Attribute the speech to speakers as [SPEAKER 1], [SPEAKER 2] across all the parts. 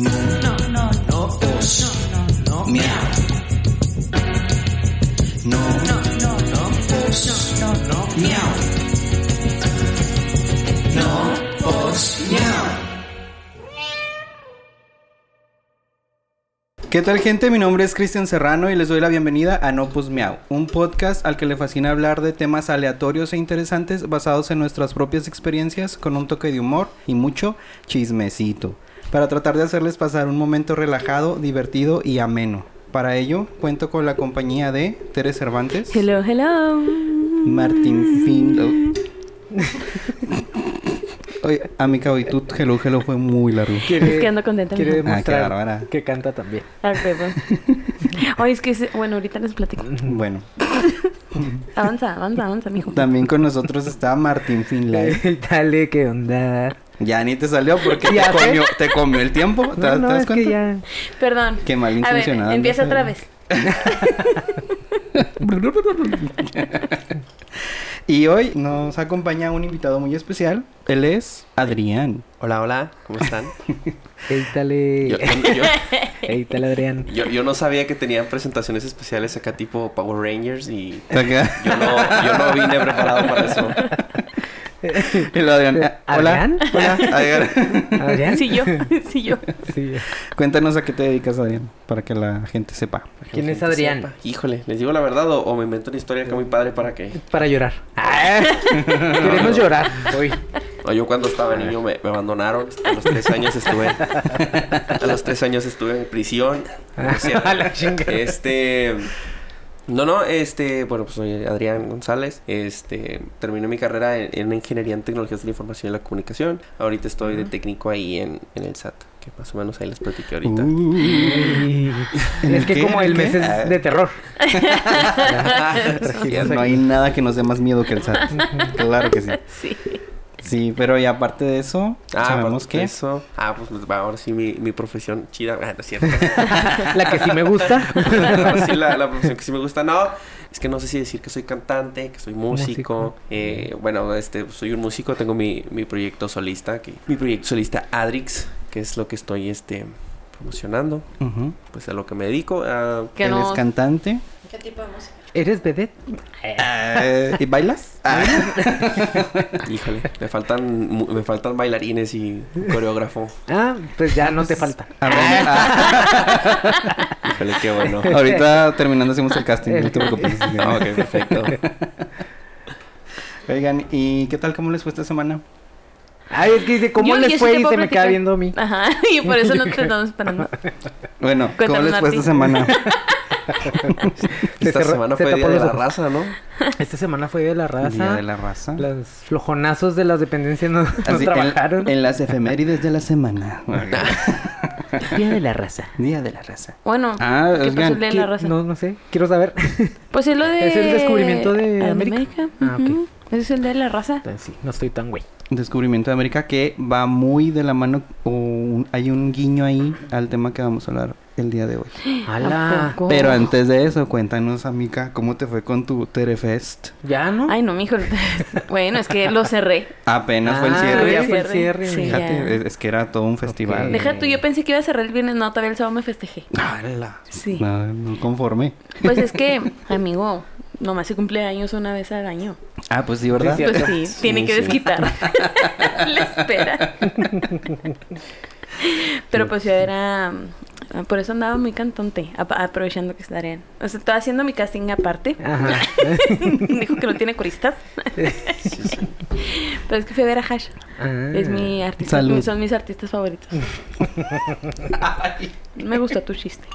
[SPEAKER 1] No, no, no, no os. No, no, no. No, no, no, no os. No, no, miau. No os miau.
[SPEAKER 2] ¿Qué tal gente? Mi nombre es Cristian Serrano y les doy la bienvenida a No Pues Miau, un podcast al que le fascina hablar de temas aleatorios e interesantes basados en nuestras propias experiencias con un toque de humor y mucho chismecito, para tratar de hacerles pasar un momento relajado, divertido y ameno. Para ello, cuento con la compañía de Teres Cervantes,
[SPEAKER 3] Hello, hello.
[SPEAKER 2] Martín Fin... Oye, amiga, hoy tu Hello Hello fue muy largo.
[SPEAKER 3] Es que ando contenta.
[SPEAKER 4] Quiere
[SPEAKER 2] Ah,
[SPEAKER 3] mijo.
[SPEAKER 2] qué
[SPEAKER 4] demostrar
[SPEAKER 2] bárbara.
[SPEAKER 4] que canta también.
[SPEAKER 3] A huevo. Ah, pues. Oye, es que... se- Bueno, ahorita les platico.
[SPEAKER 2] Bueno,
[SPEAKER 3] Avanza, avanza, avanza, mijo.
[SPEAKER 2] también con nosotros está Martín Finlay.
[SPEAKER 4] Dale, ¿qué onda?
[SPEAKER 2] Ya ni te salió porque te
[SPEAKER 4] Ya sé.
[SPEAKER 2] comió, te comió el tiempo. ¿Te,
[SPEAKER 4] No,
[SPEAKER 2] das-
[SPEAKER 4] no,
[SPEAKER 2] te das
[SPEAKER 4] es que
[SPEAKER 2] cuenta?
[SPEAKER 4] ya...
[SPEAKER 3] Perdón.
[SPEAKER 2] Qué mal
[SPEAKER 3] A ver,
[SPEAKER 2] intencionado,
[SPEAKER 3] empieza
[SPEAKER 2] no
[SPEAKER 3] otra
[SPEAKER 2] sabía.
[SPEAKER 3] vez.
[SPEAKER 2] Y hoy nos acompaña un invitado muy especial. Él es Adrián.
[SPEAKER 1] Hola, hola, ¿cómo están?
[SPEAKER 4] Ey, dale.
[SPEAKER 1] Yo, yo- yo-
[SPEAKER 4] Ey, dale, Adrián.
[SPEAKER 1] yo- yo no sabía que tenían presentaciones especiales acá tipo Power Rangers y
[SPEAKER 2] Acá.
[SPEAKER 1] yo no, yo no vine preparado para eso.
[SPEAKER 2] El Adrián. Ah, Hola.
[SPEAKER 4] ¿Eh, ¿Adrián?
[SPEAKER 2] Hola, Adrián.
[SPEAKER 4] ¿Adrián?
[SPEAKER 3] Sí, yo. Sí, yo.
[SPEAKER 4] Sí.
[SPEAKER 2] Cuéntanos a qué te dedicas, Adrián, para que la gente sepa.
[SPEAKER 4] ¿Quién es
[SPEAKER 1] Que
[SPEAKER 4] Adrián?
[SPEAKER 1] sepa. Híjole, ¿les digo la verdad o, o me invento una historia acá muy padre para que...
[SPEAKER 4] Para llorar. Ah, Queremos llorar hoy.
[SPEAKER 1] No, yo cuando estaba niño me, me abandonaron. A los tres años estuve... A los tres años estuve en prisión. No es cierto.
[SPEAKER 4] A la chingada.
[SPEAKER 1] Este. No, no, este, bueno, pues soy Adrián González. Este, terminé mi carrera en, en Ingeniería en Tecnologías de la Información y la Comunicación. Ahorita estoy de técnico ahí en, en el SAT, que más o menos ahí les platiqué ahorita.
[SPEAKER 4] Ey.
[SPEAKER 2] ¿En
[SPEAKER 4] Es que
[SPEAKER 2] qué?
[SPEAKER 4] como
[SPEAKER 2] ¿En
[SPEAKER 4] el mes
[SPEAKER 2] qué? Ah.
[SPEAKER 4] es de terror.
[SPEAKER 2] No hay nada que nos dé más miedo que el SAT. claro que sí.
[SPEAKER 3] Sí.
[SPEAKER 2] Sí, pero y aparte de eso, sabemos
[SPEAKER 1] Ah, aparte
[SPEAKER 2] que
[SPEAKER 1] de Eso. Ah, pues va, ahora sí mi, mi profesión chida. Ah, no es cierto.
[SPEAKER 4] La que sí me gusta.
[SPEAKER 1] Ahora sí, la, la profesión que sí me gusta. No, es que no sé si decir que soy cantante, que soy músico.
[SPEAKER 4] Músico.
[SPEAKER 1] Eh, bueno, este, soy un músico, tengo mi, mi proyecto solista, que, mi proyecto solista Adrix, que es lo que estoy este, promocionando,
[SPEAKER 2] Ujú.
[SPEAKER 1] pues a lo que me dedico. a-
[SPEAKER 3] Que
[SPEAKER 2] él
[SPEAKER 3] no...
[SPEAKER 2] es cantante.
[SPEAKER 3] ¿Qué tipo de música?
[SPEAKER 4] ¿Eres vedette?
[SPEAKER 2] Eh, ¿Y bailas?
[SPEAKER 1] Ah. híjole, me faltan, mu- me faltan bailarines y coreógrafo.
[SPEAKER 4] Ah, pues ya no te falta.
[SPEAKER 2] Aprende-
[SPEAKER 1] Híjole, qué bueno.
[SPEAKER 2] Ah, ahorita terminando hacemos el casting, no te preocupes.
[SPEAKER 1] Ah, ok, perfecto.
[SPEAKER 2] Oigan, ¿y qué tal? ¿Cómo les fue esta semana?
[SPEAKER 4] Ay, es que dice, ¿cómo
[SPEAKER 3] Yo- yo
[SPEAKER 4] les
[SPEAKER 3] sí
[SPEAKER 4] fue?
[SPEAKER 3] te
[SPEAKER 4] y
[SPEAKER 3] puedo
[SPEAKER 4] se me queda
[SPEAKER 3] platicar.
[SPEAKER 4] viendo a mí.
[SPEAKER 3] Ajá. Y por eso no te estamos esperando.
[SPEAKER 2] Bueno, ¿cómo
[SPEAKER 3] Cuéntanos,
[SPEAKER 2] les fue
[SPEAKER 3] Martín.
[SPEAKER 2] esta semana?
[SPEAKER 4] Se
[SPEAKER 1] Esta
[SPEAKER 4] cerró-
[SPEAKER 1] semana
[SPEAKER 4] se
[SPEAKER 1] fue
[SPEAKER 4] tapó
[SPEAKER 1] día de
[SPEAKER 4] los
[SPEAKER 1] la
[SPEAKER 4] ojos.
[SPEAKER 1] raza, ¿no?
[SPEAKER 4] Esta semana fue de la raza.
[SPEAKER 2] Día de la raza.
[SPEAKER 4] Los flojonazos de las dependencias no, no
[SPEAKER 2] Así, en-
[SPEAKER 4] trabajaron.
[SPEAKER 2] En, las efemérides de la semana.
[SPEAKER 4] Día de la raza.
[SPEAKER 2] Día de la raza.
[SPEAKER 3] Bueno,
[SPEAKER 2] Ah,
[SPEAKER 3] ¿qué pasó
[SPEAKER 2] oigan,
[SPEAKER 3] el de la raza?
[SPEAKER 4] No, no sé. Quiero saber.
[SPEAKER 3] Pues es lo de...
[SPEAKER 4] ¿Es el descubrimiento de América?
[SPEAKER 3] Ah,
[SPEAKER 4] Ah, ok.
[SPEAKER 3] Ese es el de la raza.
[SPEAKER 4] Entonces, sí, no estoy tan güey.
[SPEAKER 2] Descubrimiento de América que va muy de la mano. o un- hay un guiño ahí al tema que vamos a hablar el día de hoy.
[SPEAKER 3] ¿A
[SPEAKER 4] ¡Hala!
[SPEAKER 3] poco?
[SPEAKER 2] Pero antes de eso, cuéntanos, amiga, ¿cómo te fue con tu Terefest?
[SPEAKER 4] ¿Ya no?
[SPEAKER 3] Ay, no, mijo. bueno, es que lo cerré.
[SPEAKER 2] Apenas fue el
[SPEAKER 4] Ah,
[SPEAKER 2] cierre.
[SPEAKER 4] ya fue el cierre.
[SPEAKER 3] Sí, ya.
[SPEAKER 2] Fíjate, es, es que era todo un festival.
[SPEAKER 4] Eh.
[SPEAKER 3] Deja tú, yo pensé que iba a cerrar el viernes, no, todavía el sábado me festejé.
[SPEAKER 2] ¡Hala!
[SPEAKER 3] Sí.
[SPEAKER 2] No, no conforme.
[SPEAKER 3] Pues es que, amigo, nomás se cumple años una vez al año.
[SPEAKER 2] Ah, pues sí, ¿verdad?
[SPEAKER 4] Sí,
[SPEAKER 3] Pues sí,
[SPEAKER 1] Sí,
[SPEAKER 3] tiene que
[SPEAKER 1] sí.
[SPEAKER 3] desquitar. La espera. Pero pues yo era... mm, Por eso andaba muy cantonte, ap- aprovechando que estarían. O sea, estaba haciendo mi casting aparte.
[SPEAKER 4] Ajá.
[SPEAKER 3] Dijo que no tiene coristas. Pero es que fui a ver a Hash.
[SPEAKER 4] Ah.
[SPEAKER 3] Es mi artista.
[SPEAKER 2] Salud.
[SPEAKER 3] Son mis artistas favoritos. Me gustó tu chiste.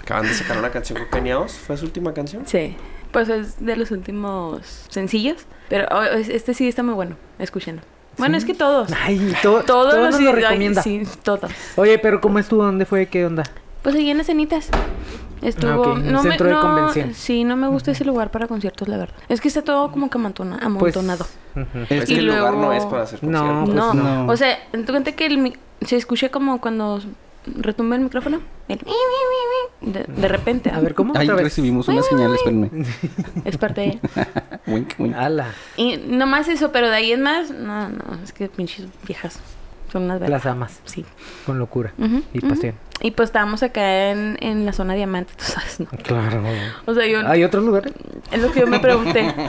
[SPEAKER 1] Acaban de sacar una canción con Kanye West, ¿Fue su última canción?
[SPEAKER 3] Sí. Pues es de los últimos sencillos. Pero oh, es- este sí está muy bueno. Escúchenlo. Bueno, es que todos.
[SPEAKER 4] Ay, todo,
[SPEAKER 3] Todos,
[SPEAKER 4] todo nos
[SPEAKER 3] los
[SPEAKER 4] lo
[SPEAKER 3] ay,
[SPEAKER 4] recomienda.
[SPEAKER 3] Sí, todos.
[SPEAKER 4] Oye, pero ¿cómo estuvo? ¿Dónde fue? ¿Qué onda?
[SPEAKER 3] Pues allí en escenitas. Estuvo.
[SPEAKER 4] Ah, ok, un
[SPEAKER 3] no me,
[SPEAKER 4] centro de
[SPEAKER 3] no-
[SPEAKER 4] convención.
[SPEAKER 3] Sí, no me gusta ese lugar para conciertos, la verdad. Es que está todo como que amantona-
[SPEAKER 4] Pues-
[SPEAKER 3] amontonado.
[SPEAKER 4] Ujú.
[SPEAKER 1] Es
[SPEAKER 2] Es
[SPEAKER 1] que
[SPEAKER 3] Y
[SPEAKER 1] el lugar
[SPEAKER 3] luego-
[SPEAKER 1] no es para hacer
[SPEAKER 4] No,
[SPEAKER 1] conciertos.
[SPEAKER 4] pues
[SPEAKER 3] no.
[SPEAKER 2] no.
[SPEAKER 3] o sea, tú cuenta que el mic- se escucha como cuando retumba el micrófono. El de, de repente.
[SPEAKER 4] A ver, ¿cómo?
[SPEAKER 2] Ahí
[SPEAKER 4] Otra vez.
[SPEAKER 2] recibimos una señal, espérenme.
[SPEAKER 3] Es parte de...
[SPEAKER 2] Wink, wink.
[SPEAKER 4] ¡Hala!
[SPEAKER 3] Y nomás eso, pero de ahí en más, no, no, es que pinches viejas. Son unas vergas.
[SPEAKER 4] Las amas
[SPEAKER 3] Sí.
[SPEAKER 4] con locura
[SPEAKER 3] Ujú,
[SPEAKER 4] y
[SPEAKER 3] ujú.
[SPEAKER 4] pasión.
[SPEAKER 3] Y pues estábamos acá en, en la zona diamante, tú sabes, ¿no?
[SPEAKER 4] Claro.
[SPEAKER 3] O sea, yo.
[SPEAKER 4] ¿Hay otros lugares?
[SPEAKER 3] Es lo que yo me pregunté.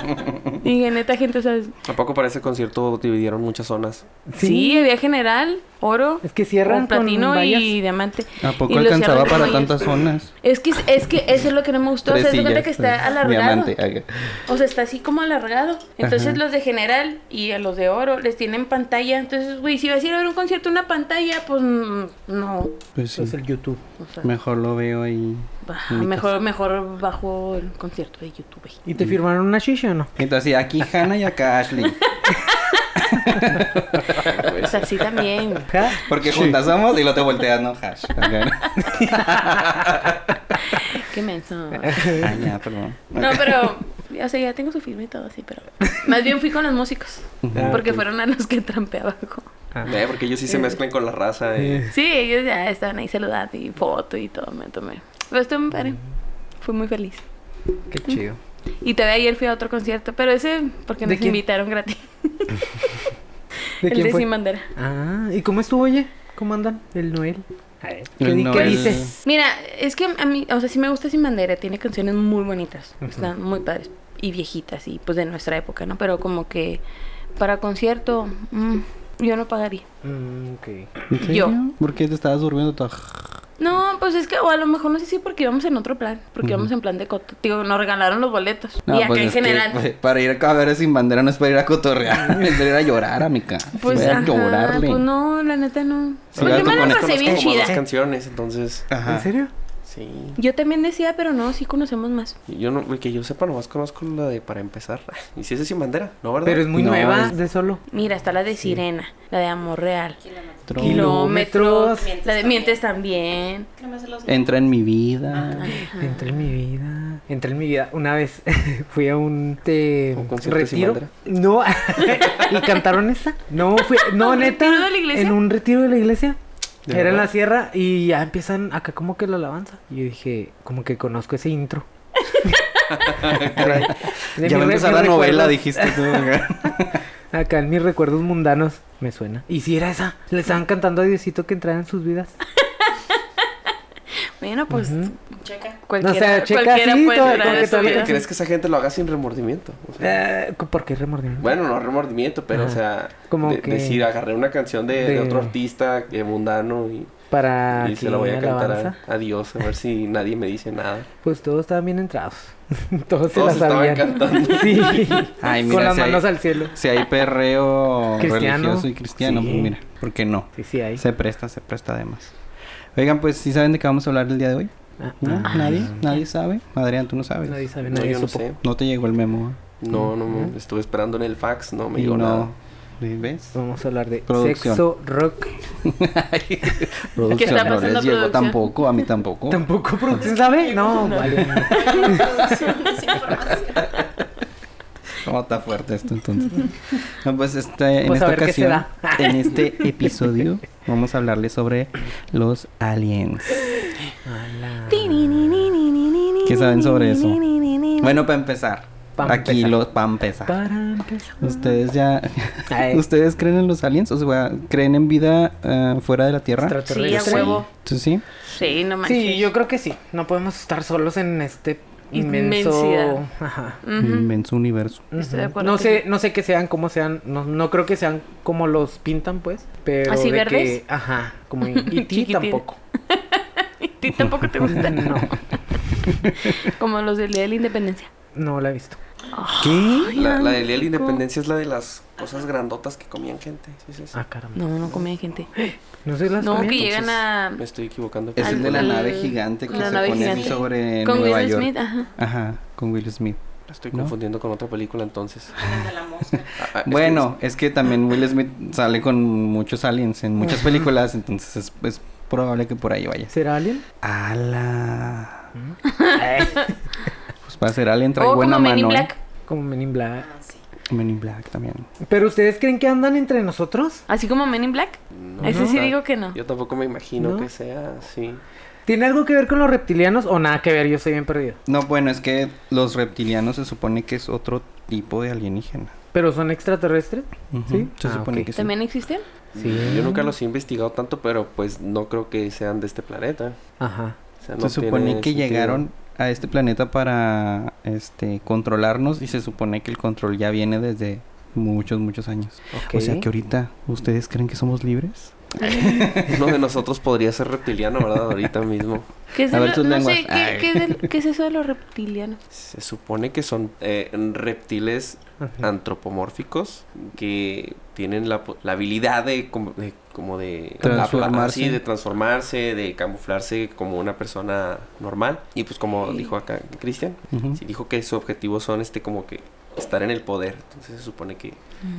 [SPEAKER 3] Y dije, neta, gente, o sea, sí,
[SPEAKER 1] ¿A poco para ese concierto dividieron muchas zonas?
[SPEAKER 3] había general, oro,
[SPEAKER 4] Es que cierran
[SPEAKER 3] con platino
[SPEAKER 4] con vallas.
[SPEAKER 3] y diamante.
[SPEAKER 2] ¿A
[SPEAKER 3] Y
[SPEAKER 2] poco
[SPEAKER 3] lo
[SPEAKER 2] alcanzaba
[SPEAKER 3] cierran con
[SPEAKER 2] para
[SPEAKER 3] vallas.
[SPEAKER 2] tantas zonas? eh,
[SPEAKER 3] Es que, es que eso es lo que no me gustó. O sea, se cuenta que está alargado.
[SPEAKER 2] Diamante. ah, ok.
[SPEAKER 3] O sea, está así como alargado. Entonces
[SPEAKER 2] Ajá.
[SPEAKER 3] los de general y a los de oro les tienen pantalla. Entonces, güey, si vas a ir a ver un concierto una pantalla, pues mm, no.
[SPEAKER 2] Pues sí.
[SPEAKER 4] Es el YouTube.
[SPEAKER 3] O sea,
[SPEAKER 2] Mejor lo veo ahí.
[SPEAKER 3] bah,
[SPEAKER 2] en mi
[SPEAKER 3] mejor, mejor bajo el concierto de YouTube. güey.
[SPEAKER 4] ¿Y te firmaron una shisha o no?
[SPEAKER 2] Entonces, aquí Hannah y acá Ashley.
[SPEAKER 3] O sea, sí también.
[SPEAKER 4] Ja.
[SPEAKER 2] Porque juntas somos y lo te volteas, no hash. Ok.
[SPEAKER 3] Qué menso.
[SPEAKER 2] Ah, ya, perdón.
[SPEAKER 3] No, pero, o sea, ya tengo su firma y todo así, pero. Más bien fui con los músicos.
[SPEAKER 4] Ah,
[SPEAKER 3] Porque
[SPEAKER 4] ok.
[SPEAKER 3] fueron a los que trampé abajo.
[SPEAKER 4] Ah.
[SPEAKER 1] Eh, porque ellos sí se mezclan con la raza. eh.
[SPEAKER 3] Sí, ellos ya estaban ahí saludando y foto y todo, me tomé. Pero estuvo muy padre. Fui muy feliz.
[SPEAKER 4] Qué chido.
[SPEAKER 3] Y todavía ayer fui a otro concierto, pero ese porque
[SPEAKER 4] ¿De
[SPEAKER 3] nos
[SPEAKER 4] quién?
[SPEAKER 3] invitaron gratis.
[SPEAKER 4] ¿De
[SPEAKER 3] el
[SPEAKER 4] quién
[SPEAKER 3] de
[SPEAKER 4] fue?
[SPEAKER 3] Sin Bandera.
[SPEAKER 4] Ah, ¿y cómo estuvo, oye? ¿Cómo andan? El Noel. ¿Qué,
[SPEAKER 2] El
[SPEAKER 4] di- qué
[SPEAKER 2] Noel.
[SPEAKER 4] dices?
[SPEAKER 3] Mira, es que a mí, o sea, sí me gusta Sin Bandera, tiene canciones muy bonitas, están muy padres y viejitas y pues de nuestra época, ¿no? Pero como que para concierto, mm, yo no pagaría.
[SPEAKER 4] Mm, ok.
[SPEAKER 2] ¿En serio?
[SPEAKER 3] Yo.
[SPEAKER 2] ¿Por qué te estabas durmiendo toda?
[SPEAKER 3] No, pues es que, o a lo mejor no sé si porque íbamos en otro plan, porque íbamos en plan de coto, tío, nos regalaron los boletos. y acá
[SPEAKER 2] pues
[SPEAKER 3] en
[SPEAKER 2] es que,
[SPEAKER 3] general.
[SPEAKER 2] pues, para ir a ver sin bandera no es para ir a cotorrear, es para ir a llorar, amiga.
[SPEAKER 3] Pues,
[SPEAKER 2] Voy a
[SPEAKER 3] ajá,
[SPEAKER 2] llorarle.
[SPEAKER 3] pues no, la neta no.
[SPEAKER 2] Sí,
[SPEAKER 3] Pues
[SPEAKER 2] ya
[SPEAKER 3] yo me
[SPEAKER 2] tú
[SPEAKER 3] la
[SPEAKER 2] pones
[SPEAKER 3] pasé
[SPEAKER 1] Conozco
[SPEAKER 3] bien
[SPEAKER 1] como
[SPEAKER 3] chida.
[SPEAKER 1] dos canciones, entonces.
[SPEAKER 2] Ajá.
[SPEAKER 4] ¿En serio?
[SPEAKER 1] Sí.
[SPEAKER 3] Yo también decía, pero no, sí conocemos más.
[SPEAKER 1] Yo no, que yo sepa, nomás conozco la de para empezar. Y si ese es sin bandera, ¿no, verdad?
[SPEAKER 4] Pero es muy
[SPEAKER 2] No,
[SPEAKER 4] nueva.
[SPEAKER 2] es-
[SPEAKER 4] De solo.
[SPEAKER 3] Mira, está la de Sirena, la de Amor Real,
[SPEAKER 2] Otro.
[SPEAKER 3] Kilómetros,
[SPEAKER 5] Kilómetros.
[SPEAKER 3] la de Mientes también.
[SPEAKER 2] Entra en mi vida.
[SPEAKER 3] Ah,
[SPEAKER 4] Entré en mi vida. Entré en mi vida. Una vez fui a un, te,
[SPEAKER 1] ¿Un concierto de
[SPEAKER 4] retiro.
[SPEAKER 1] Simandra?
[SPEAKER 4] No. ¿Y cantaron esa? No, fui. No,
[SPEAKER 3] ¿Un
[SPEAKER 4] neta.
[SPEAKER 3] retiro de la iglesia?
[SPEAKER 4] En un retiro de la iglesia.
[SPEAKER 1] ¿De
[SPEAKER 4] Era en
[SPEAKER 1] verdad?
[SPEAKER 4] la sierra y ya empiezan acá como que la alabanza. Y yo dije, como que conozco ese intro. De mis
[SPEAKER 2] ya va a
[SPEAKER 4] re-
[SPEAKER 2] empezar la
[SPEAKER 4] mis
[SPEAKER 2] novela,
[SPEAKER 4] recuerdos.
[SPEAKER 2] dijiste tú. acá.
[SPEAKER 4] Acá en mis recuerdos mundanos me suena. Y si era esa, le estaban cantando a Diosito que entrara en sus vidas.
[SPEAKER 3] Bueno, pues
[SPEAKER 5] Checa.
[SPEAKER 3] cualquiera,
[SPEAKER 4] No, o sea, checa,
[SPEAKER 3] cualquiera
[SPEAKER 4] sí, todo-
[SPEAKER 3] puede llorar
[SPEAKER 4] como que
[SPEAKER 3] en su
[SPEAKER 4] todo lo que
[SPEAKER 3] vida.
[SPEAKER 1] ¿Crees que esa gente lo haga sin remordimiento? O sea,
[SPEAKER 4] Eh, ¿Por qué remordimiento?
[SPEAKER 1] Bueno, no remordimiento, pero
[SPEAKER 4] Ajá.
[SPEAKER 1] o sea,
[SPEAKER 4] Como
[SPEAKER 1] de-
[SPEAKER 4] que-
[SPEAKER 1] decir, agarré una canción de, de
[SPEAKER 4] de-
[SPEAKER 1] otro artista eh, mundano y,
[SPEAKER 4] Para
[SPEAKER 1] y se
[SPEAKER 4] que
[SPEAKER 1] la voy a cantar
[SPEAKER 4] alabanza.
[SPEAKER 1] a, a Dios, a ver si nadie me dice nada.
[SPEAKER 4] Pues todos estaban bien entrados. todos se
[SPEAKER 1] Todos
[SPEAKER 4] la
[SPEAKER 1] estaban
[SPEAKER 4] sabían.
[SPEAKER 1] cantando.
[SPEAKER 4] Sí.
[SPEAKER 2] Ay, mira,
[SPEAKER 4] Con las
[SPEAKER 2] si hay-
[SPEAKER 4] manos al cielo.
[SPEAKER 2] Si hay perreo
[SPEAKER 4] Cristiano.
[SPEAKER 2] religioso y cristiano,
[SPEAKER 4] Sí.
[SPEAKER 2] pues mira, ¿por qué no?
[SPEAKER 4] Sí, sí, ahí.
[SPEAKER 2] Se presta, se presta además. Oigan, pues, ¿sí saben de qué vamos a hablar el día de hoy?
[SPEAKER 4] Ah,
[SPEAKER 2] ¿No?
[SPEAKER 4] ah,
[SPEAKER 2] ¿Nadie? ¿Nadie sabe? Adrián, tú no sabes.
[SPEAKER 4] Nadie sabe,
[SPEAKER 1] No,
[SPEAKER 4] nadie
[SPEAKER 1] yo no
[SPEAKER 4] supo.
[SPEAKER 1] sé.
[SPEAKER 2] No te llegó el memo. ¿eh?
[SPEAKER 1] No, no, no, estuve esperando en el fax, no me
[SPEAKER 2] Y
[SPEAKER 1] llegó nada.
[SPEAKER 2] no. ¿Ves?
[SPEAKER 4] Vamos a hablar de
[SPEAKER 2] Producción.
[SPEAKER 4] sexo, rock.
[SPEAKER 3] ¿Qué está
[SPEAKER 2] no les
[SPEAKER 3] pasando,
[SPEAKER 2] llegó
[SPEAKER 3] producción?
[SPEAKER 2] tampoco, a mí tampoco.
[SPEAKER 4] Tampoco producción sabe. No, vale.
[SPEAKER 2] ¿Cómo está fuerte esto entonces? No, pues este, en
[SPEAKER 4] Pues a
[SPEAKER 2] esta
[SPEAKER 4] ver qué se
[SPEAKER 2] ocasión,
[SPEAKER 4] da.
[SPEAKER 2] en este episodio, vamos a hablarles sobre los aliens. ¿Qué saben sobre eso? Bueno, para empezar,
[SPEAKER 4] Pa'
[SPEAKER 2] aquí
[SPEAKER 4] empezar.
[SPEAKER 2] los para empezar.
[SPEAKER 4] Para empezar.
[SPEAKER 2] Ustedes ya,
[SPEAKER 4] Ay.
[SPEAKER 2] ustedes creen en los aliens, o sea, creen en vida eh, fuera de la Tierra.
[SPEAKER 3] Sí, a
[SPEAKER 4] Extraterrestre.
[SPEAKER 3] huevo.
[SPEAKER 2] ¿Tú sí?
[SPEAKER 3] Sí, no manches.
[SPEAKER 4] Sí, yo creo que sí. No podemos estar solos en este inmenso.
[SPEAKER 3] Inmensidad.
[SPEAKER 4] Ajá.
[SPEAKER 3] Ujú.
[SPEAKER 2] Inmenso universo.
[SPEAKER 3] Estoy de
[SPEAKER 4] Ujú.
[SPEAKER 3] acuerdo
[SPEAKER 4] No
[SPEAKER 3] que
[SPEAKER 4] sé, no sé que sean como sean, no, no creo que sean como los pintan, pues, pero
[SPEAKER 3] ¿Así
[SPEAKER 4] de
[SPEAKER 3] verdes?
[SPEAKER 4] que, ajá, como en IT
[SPEAKER 3] Chiquitín.
[SPEAKER 4] tampoco.
[SPEAKER 3] ¿Y ti tampoco te gusta?
[SPEAKER 4] No,
[SPEAKER 3] Como los del Día de la Independencia.
[SPEAKER 4] no la he visto.
[SPEAKER 2] ¿Qué?
[SPEAKER 1] La, la del Día de la Independencia es la de las cosas grandotas que comían gente. Sí, sí, sí.
[SPEAKER 4] Ah, caramba.
[SPEAKER 3] No, no comían gente.
[SPEAKER 4] No sé las
[SPEAKER 3] No,
[SPEAKER 4] comí.
[SPEAKER 3] que llegan a...
[SPEAKER 1] Me estoy equivocando.
[SPEAKER 2] Es el de la
[SPEAKER 3] Al-
[SPEAKER 2] nave gigante que
[SPEAKER 3] la
[SPEAKER 2] se
[SPEAKER 3] nave
[SPEAKER 2] pone
[SPEAKER 3] gigante.
[SPEAKER 2] así sobre
[SPEAKER 3] Con
[SPEAKER 2] Nueva
[SPEAKER 3] Will
[SPEAKER 2] York.
[SPEAKER 3] Smith, ajá.
[SPEAKER 2] Ajá, con Will Smith.
[SPEAKER 1] La estoy
[SPEAKER 2] ¿No?
[SPEAKER 1] confundiendo con otra película entonces. Ah, ah, es que-
[SPEAKER 2] Bueno, es que también Will Smith sale con muchos aliens en muchas películas, entonces es, es probable que por ahí vayas.
[SPEAKER 4] ¿Será alguien? Eh,
[SPEAKER 2] ¡Ala!
[SPEAKER 3] Ah.
[SPEAKER 2] Pues para ser alien trae
[SPEAKER 3] O
[SPEAKER 2] buena
[SPEAKER 3] como Men in
[SPEAKER 2] mano. ¿eh?
[SPEAKER 3] Black.
[SPEAKER 4] Como Men in Black.
[SPEAKER 2] Men in Black también.
[SPEAKER 4] ¿Pero ustedes creen que andan entre nosotros?
[SPEAKER 3] Así como Men in Black.
[SPEAKER 1] no,
[SPEAKER 3] Ese sí
[SPEAKER 1] ta-
[SPEAKER 3] digo que no.
[SPEAKER 1] Yo tampoco me imagino
[SPEAKER 4] ¿No?
[SPEAKER 1] que sea así.
[SPEAKER 4] ¿Tiene algo que ver con los reptilianos o nada que ver? Yo estoy bien perdido.
[SPEAKER 2] No, bueno, es que los reptilianos se supone que es otro tipo de alienígena.
[SPEAKER 4] ¿Pero son extraterrestres?
[SPEAKER 2] Ujú,
[SPEAKER 4] ¿Sí?
[SPEAKER 2] Se
[SPEAKER 4] Ah,
[SPEAKER 2] supone
[SPEAKER 4] ok.
[SPEAKER 2] que sí.
[SPEAKER 3] ¿También existen?
[SPEAKER 4] Sí.
[SPEAKER 1] Yo nunca los he investigado tanto, pero pues no creo que sean de este planeta.
[SPEAKER 4] Ajá.
[SPEAKER 1] O sea, no
[SPEAKER 2] Se supone
[SPEAKER 1] tiene
[SPEAKER 2] que
[SPEAKER 1] sentido.
[SPEAKER 2] llegaron a este planeta para este controlarnos y se supone que el control ya viene desde muchos, muchos años.
[SPEAKER 4] Ok.
[SPEAKER 2] O sea que ahorita, ¿ustedes creen que somos libres?
[SPEAKER 1] Uno de nosotros podría ser reptiliano, ¿verdad? Ahorita mismo.
[SPEAKER 3] ¿Qué es,
[SPEAKER 2] A
[SPEAKER 3] de
[SPEAKER 2] ver
[SPEAKER 3] lo-
[SPEAKER 2] tus
[SPEAKER 3] no
[SPEAKER 2] lenguas.
[SPEAKER 3] sé,
[SPEAKER 2] Ay.
[SPEAKER 3] ¿qué, qué es de- qué es eso de los reptilianos?
[SPEAKER 1] Se supone que son eh, reptiles
[SPEAKER 4] Ajá.
[SPEAKER 1] antropomórficos que tienen la, po- la habilidad de, com- de- como de
[SPEAKER 2] Transformarse.
[SPEAKER 1] así, de transformarse, de camuflarse como una persona normal. Y pues como dijo acá Cristian,
[SPEAKER 2] Ujú.
[SPEAKER 1] sí dijo que su objetivo son este como que estar en el poder. Entonces se supone que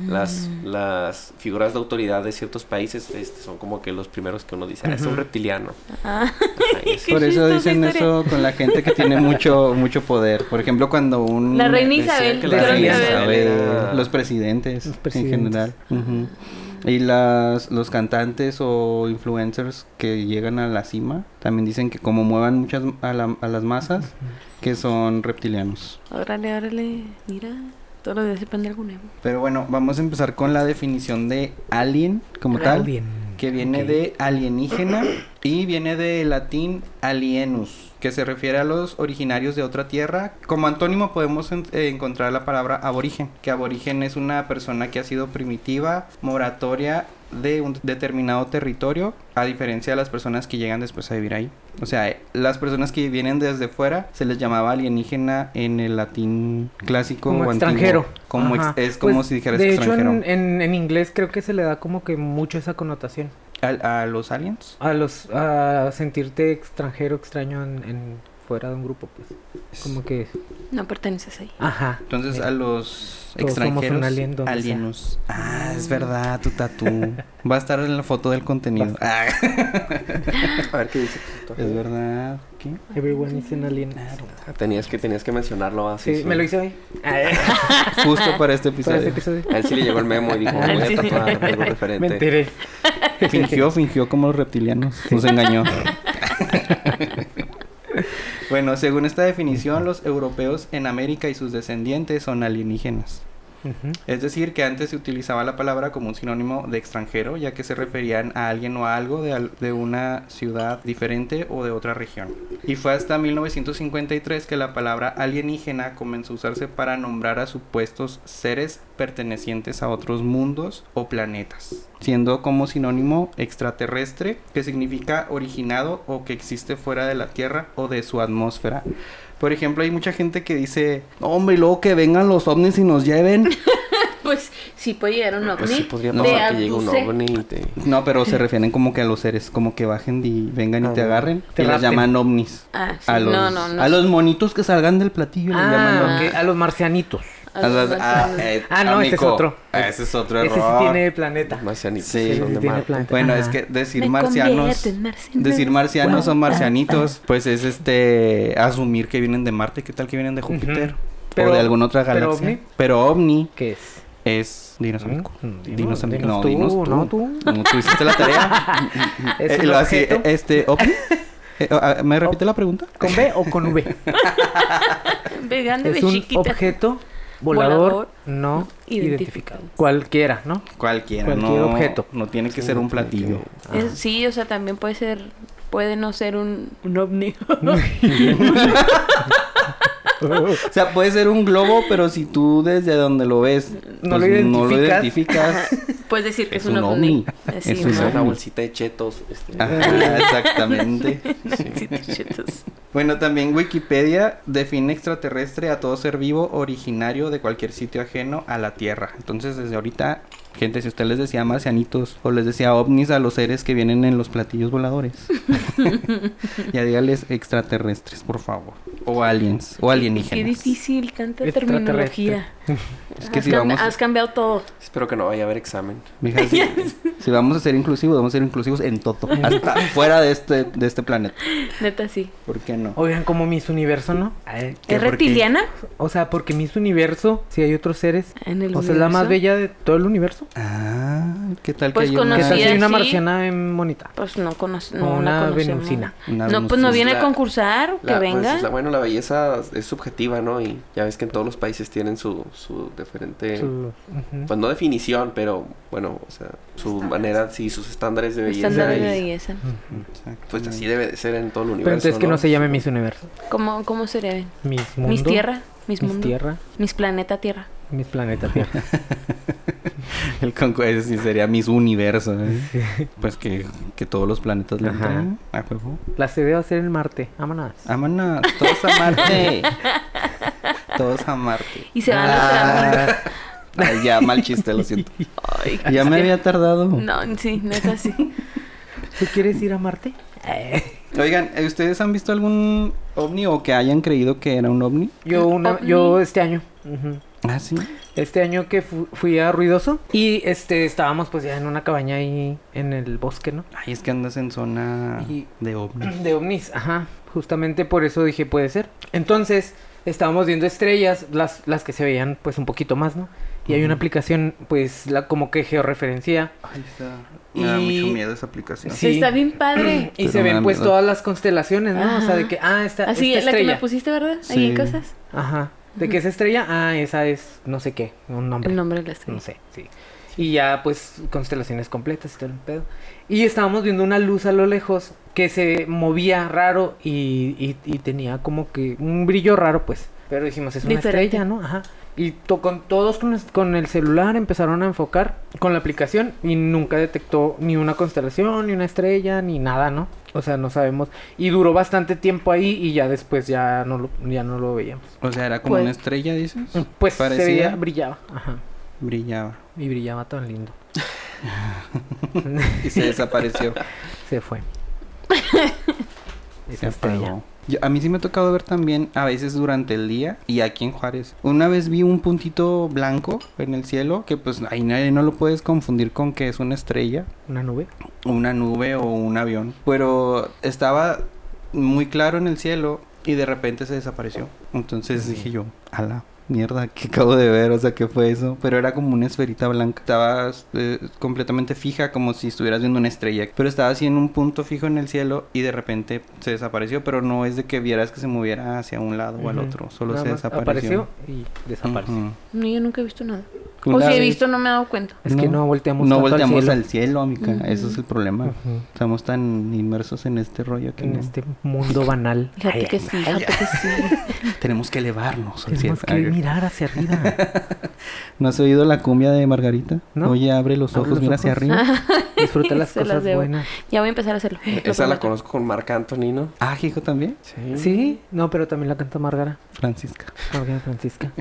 [SPEAKER 1] las, las figuras de autoridad de ciertos países este, son como que los primeros que uno dice, "Ah, es un
[SPEAKER 4] Ujú.
[SPEAKER 1] reptiliano.
[SPEAKER 3] Ah,
[SPEAKER 1] Ajá, y
[SPEAKER 3] qué
[SPEAKER 2] Por eso
[SPEAKER 3] chistosa
[SPEAKER 2] dicen
[SPEAKER 3] historia.
[SPEAKER 2] eso con la gente que tiene mucho, mucho poder. Por ejemplo, cuando un...
[SPEAKER 3] La reina
[SPEAKER 1] Decían
[SPEAKER 3] Isabel.
[SPEAKER 1] que
[SPEAKER 2] la
[SPEAKER 3] yo
[SPEAKER 4] creo
[SPEAKER 2] reina
[SPEAKER 4] que-
[SPEAKER 2] Isabel,
[SPEAKER 1] Isabel era-
[SPEAKER 2] los presidentes,
[SPEAKER 4] Los presidentes.
[SPEAKER 2] en general. Ujú. Y las, los cantantes o influencers que llegan a la cima también dicen que como muevan muchas a, la- a las masas, que son reptilianos.
[SPEAKER 3] Órale, órale. Mira, todos los días se prende algún emo.
[SPEAKER 2] Pero bueno, vamos a empezar con la definición de alien como tal.
[SPEAKER 4] Alien.
[SPEAKER 2] que viene
[SPEAKER 4] Ok.
[SPEAKER 2] de alienígena y viene del latín alienus, que se refiere a los originarios de otra tierra. Como antónimo podemos en- eh, encontrar la palabra aborigen, que aborigen es una persona que ha sido primitiva, moratoria de un determinado territorio, a diferencia de las personas que llegan después a vivir ahí. O sea, eh, las personas que vienen desde fuera se les llamaba alienígena en el latín clásico
[SPEAKER 4] Como
[SPEAKER 2] o antiguo.
[SPEAKER 4] extranjero.
[SPEAKER 2] Como ex-
[SPEAKER 4] Ajá.
[SPEAKER 2] es como
[SPEAKER 4] Pues,
[SPEAKER 2] si dijeras
[SPEAKER 4] De hecho,
[SPEAKER 2] extranjero.
[SPEAKER 4] en, en- en inglés creo que se le da como que mucho esa connotación.
[SPEAKER 2] Al- a los aliens.
[SPEAKER 4] A los a sentirte extranjero, extraño en, en- fuera de un grupo, pues. Como que.
[SPEAKER 3] No perteneces ahí.
[SPEAKER 4] Ajá.
[SPEAKER 2] Entonces
[SPEAKER 4] Mira.
[SPEAKER 2] a los
[SPEAKER 4] Todos
[SPEAKER 2] extranjeros
[SPEAKER 4] somos un alien donde
[SPEAKER 2] alienos. Ah, es verdad, tu tatú. Va a estar en la foto del contenido. Ah,
[SPEAKER 1] A ver qué dice. puto.
[SPEAKER 2] es verdad. ¿Qué?
[SPEAKER 4] Everyone is an alien.
[SPEAKER 1] Ah, Tenías que, tenías que mencionarlo ah, así.
[SPEAKER 4] Sí, me lo hice hoy. Ah, eh,
[SPEAKER 2] Justo para este
[SPEAKER 4] Para este
[SPEAKER 2] episodio.
[SPEAKER 4] episodio.
[SPEAKER 1] A él sí le llegó el memo y dijo, voy
[SPEAKER 3] Al
[SPEAKER 1] a
[SPEAKER 3] sí.
[SPEAKER 1] tatuar algo
[SPEAKER 4] Me
[SPEAKER 1] referente.
[SPEAKER 4] enteré.
[SPEAKER 2] Fingió, fingió como los reptilianos. Nos engañó. bueno, según esta definición, los europeos en América y sus descendientes son alienígenas.
[SPEAKER 4] Ujú.
[SPEAKER 2] Es decir, que antes se utilizaba la palabra como un sinónimo de extranjero, ya que se referían a alguien o a algo de, al- de una ciudad diferente o de otra región. Y fue hasta 1953 que la palabra alienígena comenzó a usarse para nombrar a supuestos seres pertenecientes a otros mundos o planetas, siendo como sinónimo extraterrestre, que significa originado o que existe fuera de la Tierra o de su atmósfera. Por ejemplo, hay mucha gente que dice, hombre, y luego que vengan los ovnis y nos lleven.
[SPEAKER 3] Pues sí puede llegar un ovni.
[SPEAKER 1] Pues sí podría
[SPEAKER 3] Te
[SPEAKER 1] pasar que llegue un
[SPEAKER 3] abduce.
[SPEAKER 1] ovni y te...
[SPEAKER 2] Pues No, pero se refieren como que a los seres, como que bajen y vengan y
[SPEAKER 1] Ah,
[SPEAKER 2] te agarren.
[SPEAKER 4] te
[SPEAKER 2] y les
[SPEAKER 4] rapten.
[SPEAKER 2] llaman ovnis.
[SPEAKER 3] Ah, sí.
[SPEAKER 2] A los,
[SPEAKER 3] no, no, no.
[SPEAKER 2] a los monitos que salgan del platillo les llaman
[SPEAKER 4] Ah,
[SPEAKER 2] ovnis.
[SPEAKER 4] ok, A los marcianitos.
[SPEAKER 3] A los
[SPEAKER 2] las- ah,
[SPEAKER 3] marcianos.
[SPEAKER 2] eh,
[SPEAKER 4] Ah, no, ese es
[SPEAKER 2] amigo,
[SPEAKER 4] otro.
[SPEAKER 2] Ese es otro
[SPEAKER 4] Ese sí
[SPEAKER 2] error.
[SPEAKER 4] tiene planeta.
[SPEAKER 1] Más
[SPEAKER 2] Sí,
[SPEAKER 1] sí,
[SPEAKER 2] sí
[SPEAKER 1] son de
[SPEAKER 4] tiene
[SPEAKER 1] Marte.
[SPEAKER 4] plan.
[SPEAKER 2] Bueno,
[SPEAKER 4] Ajá.
[SPEAKER 2] es que decir
[SPEAKER 3] Me
[SPEAKER 2] marcianos.
[SPEAKER 3] convierto en marciano.
[SPEAKER 2] Decir marcianos o
[SPEAKER 3] Guau.
[SPEAKER 2] marcianitos, pues es este asumir que vienen de Marte, ¿qué tal que vienen de Júpiter?
[SPEAKER 4] Pero-
[SPEAKER 2] o de alguna otra
[SPEAKER 4] pero
[SPEAKER 2] galaxia.
[SPEAKER 4] ovni.
[SPEAKER 2] Pero ovni
[SPEAKER 4] ¿Qué es?
[SPEAKER 2] es dinosaurio.
[SPEAKER 4] Mm,
[SPEAKER 2] Dinos, amigo.
[SPEAKER 4] dinos
[SPEAKER 2] no,
[SPEAKER 4] tú,
[SPEAKER 2] dinos tú.
[SPEAKER 4] no tú.
[SPEAKER 2] No, tú hiciste la tarea.
[SPEAKER 4] ¿Es
[SPEAKER 2] Eh,
[SPEAKER 4] un
[SPEAKER 2] lo así,
[SPEAKER 4] objeto?
[SPEAKER 2] eh, este, ovni. Eh, ah, ah, ¿Me repite la pregunta?
[SPEAKER 4] ¿Con B o con V?
[SPEAKER 3] Vegano y
[SPEAKER 4] Es un
[SPEAKER 3] chiquita.
[SPEAKER 4] objeto volador
[SPEAKER 3] Volador
[SPEAKER 4] no identificado.
[SPEAKER 3] identificado.
[SPEAKER 4] Cualquiera, ¿no?
[SPEAKER 2] Cualquiera.
[SPEAKER 4] Cualquier
[SPEAKER 2] no-
[SPEAKER 4] objeto.
[SPEAKER 2] No tiene que ser un platillo. Ah.
[SPEAKER 3] Es- sí, o sea, también puede ser... Puede no ser un, un ovni.
[SPEAKER 2] O sea, puede ser un globo, pero si tú desde donde lo ves
[SPEAKER 4] No lo
[SPEAKER 2] pues, no
[SPEAKER 4] identificas.
[SPEAKER 2] identificas,
[SPEAKER 3] Puedes decir que es,
[SPEAKER 2] Es
[SPEAKER 3] un
[SPEAKER 2] un
[SPEAKER 3] ovni.
[SPEAKER 2] ovni.
[SPEAKER 3] Así,
[SPEAKER 2] Es
[SPEAKER 1] O sea,
[SPEAKER 2] un
[SPEAKER 1] una
[SPEAKER 2] ovni.
[SPEAKER 1] bolsita de chetos. este,
[SPEAKER 2] Ajá, exactamente.
[SPEAKER 3] Sí, te chetas.
[SPEAKER 2] Bueno, también Wikipedia define extraterrestre a todo ser vivo originario de cualquier sitio ajeno a la Tierra. Entonces, desde ahorita, gente, si usted les decía marcianitos o les decía ovnis a los seres que vienen en los platillos voladores, ya dígales extraterrestres, por favor. O aliens, o
[SPEAKER 3] Qué
[SPEAKER 2] alienígenas.
[SPEAKER 3] difícil, tanta
[SPEAKER 4] Extraterrestre.
[SPEAKER 3] terminología.
[SPEAKER 2] Es que
[SPEAKER 3] has,
[SPEAKER 2] si
[SPEAKER 3] cam-
[SPEAKER 2] vamos,
[SPEAKER 3] has cambiado todo.
[SPEAKER 1] Espero que no vaya a haber examen.
[SPEAKER 2] mija, si, si vamos a ser inclusivos, vamos a ser inclusivos en todo, hasta fuera de este, de este planeta.
[SPEAKER 3] Neta, sí.
[SPEAKER 2] ¿Por qué no?
[SPEAKER 3] Pues
[SPEAKER 4] Oigan, como Miss Universo, ¿no? Ay,
[SPEAKER 2] ¿Qué,
[SPEAKER 3] ¿Es
[SPEAKER 2] por qué?
[SPEAKER 3] reptiliana?
[SPEAKER 4] O sea, porque Miss Universo, si hay otros seres.
[SPEAKER 3] En el
[SPEAKER 4] O sea, es la más
[SPEAKER 3] universo.
[SPEAKER 4] bella de todo el universo.
[SPEAKER 3] eso.
[SPEAKER 2] Ah, ¿qué tal
[SPEAKER 3] Pues
[SPEAKER 2] que hay una-
[SPEAKER 4] ¿Qué tal si
[SPEAKER 3] Conocida,
[SPEAKER 4] hay una
[SPEAKER 3] sí.
[SPEAKER 4] marciana en bonita?
[SPEAKER 3] Pues no conoce,
[SPEAKER 4] O
[SPEAKER 3] no
[SPEAKER 4] una
[SPEAKER 3] la conocemos.
[SPEAKER 4] venusina.
[SPEAKER 2] una
[SPEAKER 3] No, pues no
[SPEAKER 2] venusiana?
[SPEAKER 3] viene
[SPEAKER 1] La-
[SPEAKER 3] a concursar, que
[SPEAKER 1] La- pues,
[SPEAKER 3] venga.
[SPEAKER 1] la- bueno, la belleza es subjetiva, ¿no? Y ya ves que en todos los países tienen su, su diferente...
[SPEAKER 4] Su- ujú.
[SPEAKER 1] Pues no definición, pero bueno, o sea, su manera, sí, sus estándares de
[SPEAKER 3] Los
[SPEAKER 1] belleza.
[SPEAKER 3] estándares
[SPEAKER 1] y-
[SPEAKER 3] de belleza.
[SPEAKER 2] Exactamente.
[SPEAKER 1] Pues así debe de ser en todo el universo.
[SPEAKER 4] Pero entonces que no se llame Miss Universo.
[SPEAKER 3] ¿Cómo, cómo sería?
[SPEAKER 4] Miss Mundo.
[SPEAKER 3] Mis tierra, mis,
[SPEAKER 4] Miss
[SPEAKER 3] mundo,
[SPEAKER 4] Tierra.
[SPEAKER 3] mis planeta tierra.
[SPEAKER 4] Miss Planeta Tierra.
[SPEAKER 2] El concurso sí sería Miss Universo. ¿eh? Pues que, que todos los planetas le
[SPEAKER 4] Ajá.
[SPEAKER 2] entren a huevo.
[SPEAKER 4] La sede va a ser en Marte. Vámonos.
[SPEAKER 2] Aman a todos a Marte. todos a Marte.
[SPEAKER 3] Y se van a
[SPEAKER 2] Ah. Ay, ya, mal chiste, lo siento.
[SPEAKER 3] Ay,
[SPEAKER 2] Ya me
[SPEAKER 3] Cristian.
[SPEAKER 2] había tardado.
[SPEAKER 3] No, sí, neta sí.
[SPEAKER 4] ¿Tú quieres ir a Marte?
[SPEAKER 2] Oigan, ¿eh, ¿ustedes han visto algún ovni o que hayan creído que era un ovni?
[SPEAKER 4] Yo, una,
[SPEAKER 3] ovni.
[SPEAKER 4] yo este año. Ujú.
[SPEAKER 2] Ah, sí.
[SPEAKER 4] Este año que fu- fui a Ruidoso y este estábamos pues ya en una cabaña ahí en el bosque, ¿no?
[SPEAKER 2] Ay, es que andas en zona
[SPEAKER 4] Y-
[SPEAKER 2] de ovni.
[SPEAKER 4] De ovnis, ajá. Justamente por eso dije puede ser. Entonces estábamos viendo estrellas, las, las que se veían pues un poquito más, ¿no? Y hay una
[SPEAKER 2] Ujú.
[SPEAKER 4] aplicación pues la como que georreferencia
[SPEAKER 2] Ay,
[SPEAKER 4] Me da mucho Y-
[SPEAKER 2] esa aplicación.
[SPEAKER 4] Sí.
[SPEAKER 3] Está bien padre.
[SPEAKER 4] y
[SPEAKER 2] Pero
[SPEAKER 4] se
[SPEAKER 2] me da
[SPEAKER 4] ven pues
[SPEAKER 2] miedo.
[SPEAKER 4] todas las constelaciones, ¿no? O sea, de que, ah, esta,
[SPEAKER 3] Así
[SPEAKER 4] esta
[SPEAKER 3] es la que
[SPEAKER 4] estrella.
[SPEAKER 3] me pusiste, ¿verdad?
[SPEAKER 2] Sí.
[SPEAKER 3] Ahí en casas.
[SPEAKER 4] Ajá. ¿De qué es estrella? Ah, esa es no sé qué, un nombre.
[SPEAKER 3] El nombre de la estrella.
[SPEAKER 4] No sé, sí. Y ya, pues, constelaciones completas y todo el pedo. Y estábamos viendo una luz a lo lejos que se movía raro y, y- y tenía como que un brillo raro, pues. Pero dijimos, es una
[SPEAKER 3] Diferente.
[SPEAKER 4] estrella, ¿no? Ajá. Y to- con, todos con, es- con el celular empezaron a enfocar con la aplicación y nunca detectó ni una constelación, ni una estrella, ni nada, ¿no? O sea, no sabemos. Y duró bastante tiempo ahí y ya después ya no lo, ya no lo veíamos.
[SPEAKER 2] O sea, era como
[SPEAKER 3] Pues-
[SPEAKER 2] una estrella, dices.
[SPEAKER 4] Pues se
[SPEAKER 2] Parecía-
[SPEAKER 4] veía, brillaba. Ajá.
[SPEAKER 2] Brillaba.
[SPEAKER 4] Y brillaba tan lindo.
[SPEAKER 2] Y se desapareció.
[SPEAKER 4] Se fue.
[SPEAKER 2] Se
[SPEAKER 4] Esa estrella.
[SPEAKER 2] apagó. Yo- a mí sí me ha tocado ver también, a veces durante el día, y aquí en Juárez. Una vez vi un puntito blanco en el cielo, que pues ahí nadie no lo puedes confundir con que es una estrella,
[SPEAKER 4] Una nube.
[SPEAKER 2] una nube o un avión. Pero estaba muy claro en el cielo y de repente se desapareció. Entonces dije yo, a la mierda, que acabo de ver? O sea, ¿qué fue eso? Pero era como una esferita blanca. Estaba eh, completamente fija, como si estuvieras viendo una estrella. Pero estaba así en un punto fijo en el cielo y de repente se desapareció. Pero no es de que vieras que se moviera hacia un lado o al
[SPEAKER 4] Ujú.
[SPEAKER 2] otro. Solo
[SPEAKER 4] Nada
[SPEAKER 2] se
[SPEAKER 4] más
[SPEAKER 2] desapareció.
[SPEAKER 4] Apareció y desapareció.
[SPEAKER 2] Ujú.
[SPEAKER 3] No, yo nunca he visto nada. O
[SPEAKER 2] Una
[SPEAKER 3] si he
[SPEAKER 2] vez-
[SPEAKER 3] visto, no me he dado cuenta.
[SPEAKER 4] Es que
[SPEAKER 2] No.
[SPEAKER 4] no volteamos
[SPEAKER 2] No
[SPEAKER 4] tanto
[SPEAKER 2] volteamos
[SPEAKER 4] al
[SPEAKER 2] al cielo, amiga. Eso es el problema.
[SPEAKER 4] cielo. Ujú.
[SPEAKER 2] Estamos tan inmersos en este rollo que
[SPEAKER 4] En
[SPEAKER 2] no.
[SPEAKER 4] este mundo banal.
[SPEAKER 3] Fíjate
[SPEAKER 4] Ay,
[SPEAKER 3] que sí, fíjate que sí.
[SPEAKER 2] tenemos que elevarnos. al cielo.
[SPEAKER 4] Tenemos que mirar hacia arriba.
[SPEAKER 2] ¿No has oído la cumbia de Margarita?
[SPEAKER 4] No.
[SPEAKER 2] Oye, abre los
[SPEAKER 4] Abre
[SPEAKER 2] ojos,
[SPEAKER 4] los
[SPEAKER 2] mira hacia
[SPEAKER 4] ojos.
[SPEAKER 2] arriba.
[SPEAKER 4] Disfruta las
[SPEAKER 3] Se las
[SPEAKER 4] cosas
[SPEAKER 3] debo.
[SPEAKER 4] buenas.
[SPEAKER 3] Ya voy a empezar a hacerlo. Lo
[SPEAKER 1] Esa la
[SPEAKER 3] prometo.
[SPEAKER 1] conozco con Marc Anthony, ¿no?
[SPEAKER 2] Ah, hijo también.
[SPEAKER 1] Sí.
[SPEAKER 4] Sí, no, pero también la canta Margara.
[SPEAKER 2] Francisca.
[SPEAKER 4] Margara Francisca.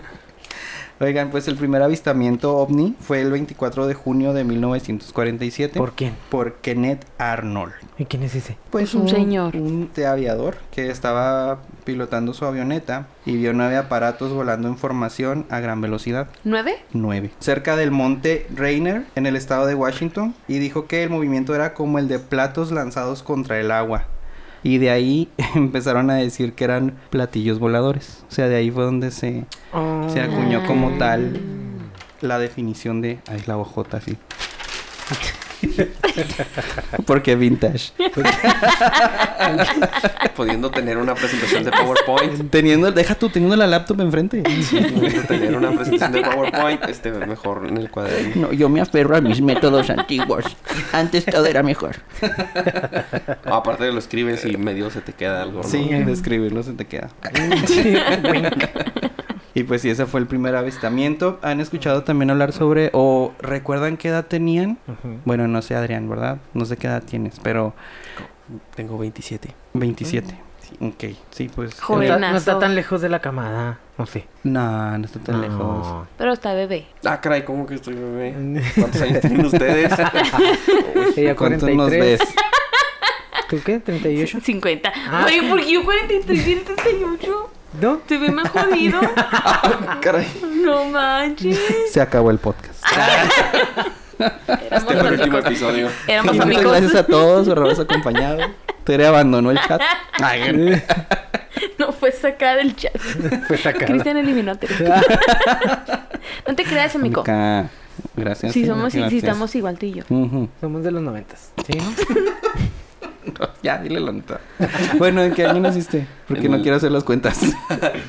[SPEAKER 2] Oigan, pues el primer avistamiento ovni fue el 24 de junio de 1947
[SPEAKER 4] ¿Por quién?
[SPEAKER 2] por Kenneth Arnold.
[SPEAKER 4] ¿Y quién es ese?
[SPEAKER 3] Pues un señor.
[SPEAKER 2] Un te- aviador que estaba pilotando su avioneta y vio nueve aparatos volando en formación a gran velocidad.
[SPEAKER 3] ¿Nueve?
[SPEAKER 2] 9. Cerca del monte Rainer, en el estado de Washington, y dijo que el movimiento era como el de platos lanzados contra el agua. Y de ahí empezaron a decir que eran platillos voladores. O sea, de ahí fue donde se, se acuñó como
[SPEAKER 3] Ah.
[SPEAKER 2] tal la definición de... Ay, la bojota, sí. Porque vintage.
[SPEAKER 1] Pudiendo tener una presentación de PowerPoint.
[SPEAKER 2] Teniendo, deja tú teniendo la laptop enfrente.
[SPEAKER 1] pudiendo tener una presentación de PowerPoint, este, mejor en el cuaderno.
[SPEAKER 2] No, yo me aferro a mis métodos antiguos. Antes todo era mejor.
[SPEAKER 1] Aparte de lo escribes y medio se te queda algo, ¿no?
[SPEAKER 2] Sí, el describirlo se te queda. y pues sí, ese fue el primer avistamiento. ¿Han escuchado también hablar sobre o recuerdan qué edad tenían?
[SPEAKER 4] Ujú.
[SPEAKER 2] Bueno, no sé, Adrián, ¿verdad? No sé qué edad tienes, pero
[SPEAKER 1] Tengo 27.
[SPEAKER 2] 27. Ok, sí, pues.
[SPEAKER 3] Mm. Joven.
[SPEAKER 4] No está, no está
[SPEAKER 3] Jovenazo.
[SPEAKER 4] tan lejos de la camada. No sé.
[SPEAKER 2] No, no está tan lejos.
[SPEAKER 4] No.
[SPEAKER 3] Pero está bebé.
[SPEAKER 1] Ah, caray, ¿cómo que estoy bebé? ¿Cuántos años tienen ustedes?
[SPEAKER 4] Ella
[SPEAKER 2] ¿Cuántos nos
[SPEAKER 4] 43.
[SPEAKER 2] ves?
[SPEAKER 4] ¿Tú qué? ¿38?
[SPEAKER 3] 50.
[SPEAKER 4] Ah.
[SPEAKER 3] Oye, ¿por qué yo 43 y el 38?
[SPEAKER 4] ¿No?
[SPEAKER 3] ¿Te ve más jodido?
[SPEAKER 1] caray.
[SPEAKER 3] No manches.
[SPEAKER 2] Se acabó el podcast.
[SPEAKER 3] Ah,
[SPEAKER 1] Este
[SPEAKER 3] Éramos
[SPEAKER 1] fue el último
[SPEAKER 3] amigos.
[SPEAKER 1] episodio.
[SPEAKER 3] Éramos
[SPEAKER 2] Muchas
[SPEAKER 3] amigos.
[SPEAKER 2] gracias a todos por habernos acompañado. Tere abandonó el chat. Ay,
[SPEAKER 3] No fue sacada del chat.
[SPEAKER 4] Pues Fue sacada.
[SPEAKER 3] Cristian eliminó a Tere. no te creas, amigo.
[SPEAKER 2] Mica. Gracias.
[SPEAKER 3] Si somos, si,
[SPEAKER 2] gracias.
[SPEAKER 3] si estamos igual tú y yo.
[SPEAKER 2] Ujú.
[SPEAKER 4] Somos de los noventas. Sí, ¿no?
[SPEAKER 2] Ya, dile la neta. bueno, ¿en qué año naciste? Porque no quiero hacer las cuentas.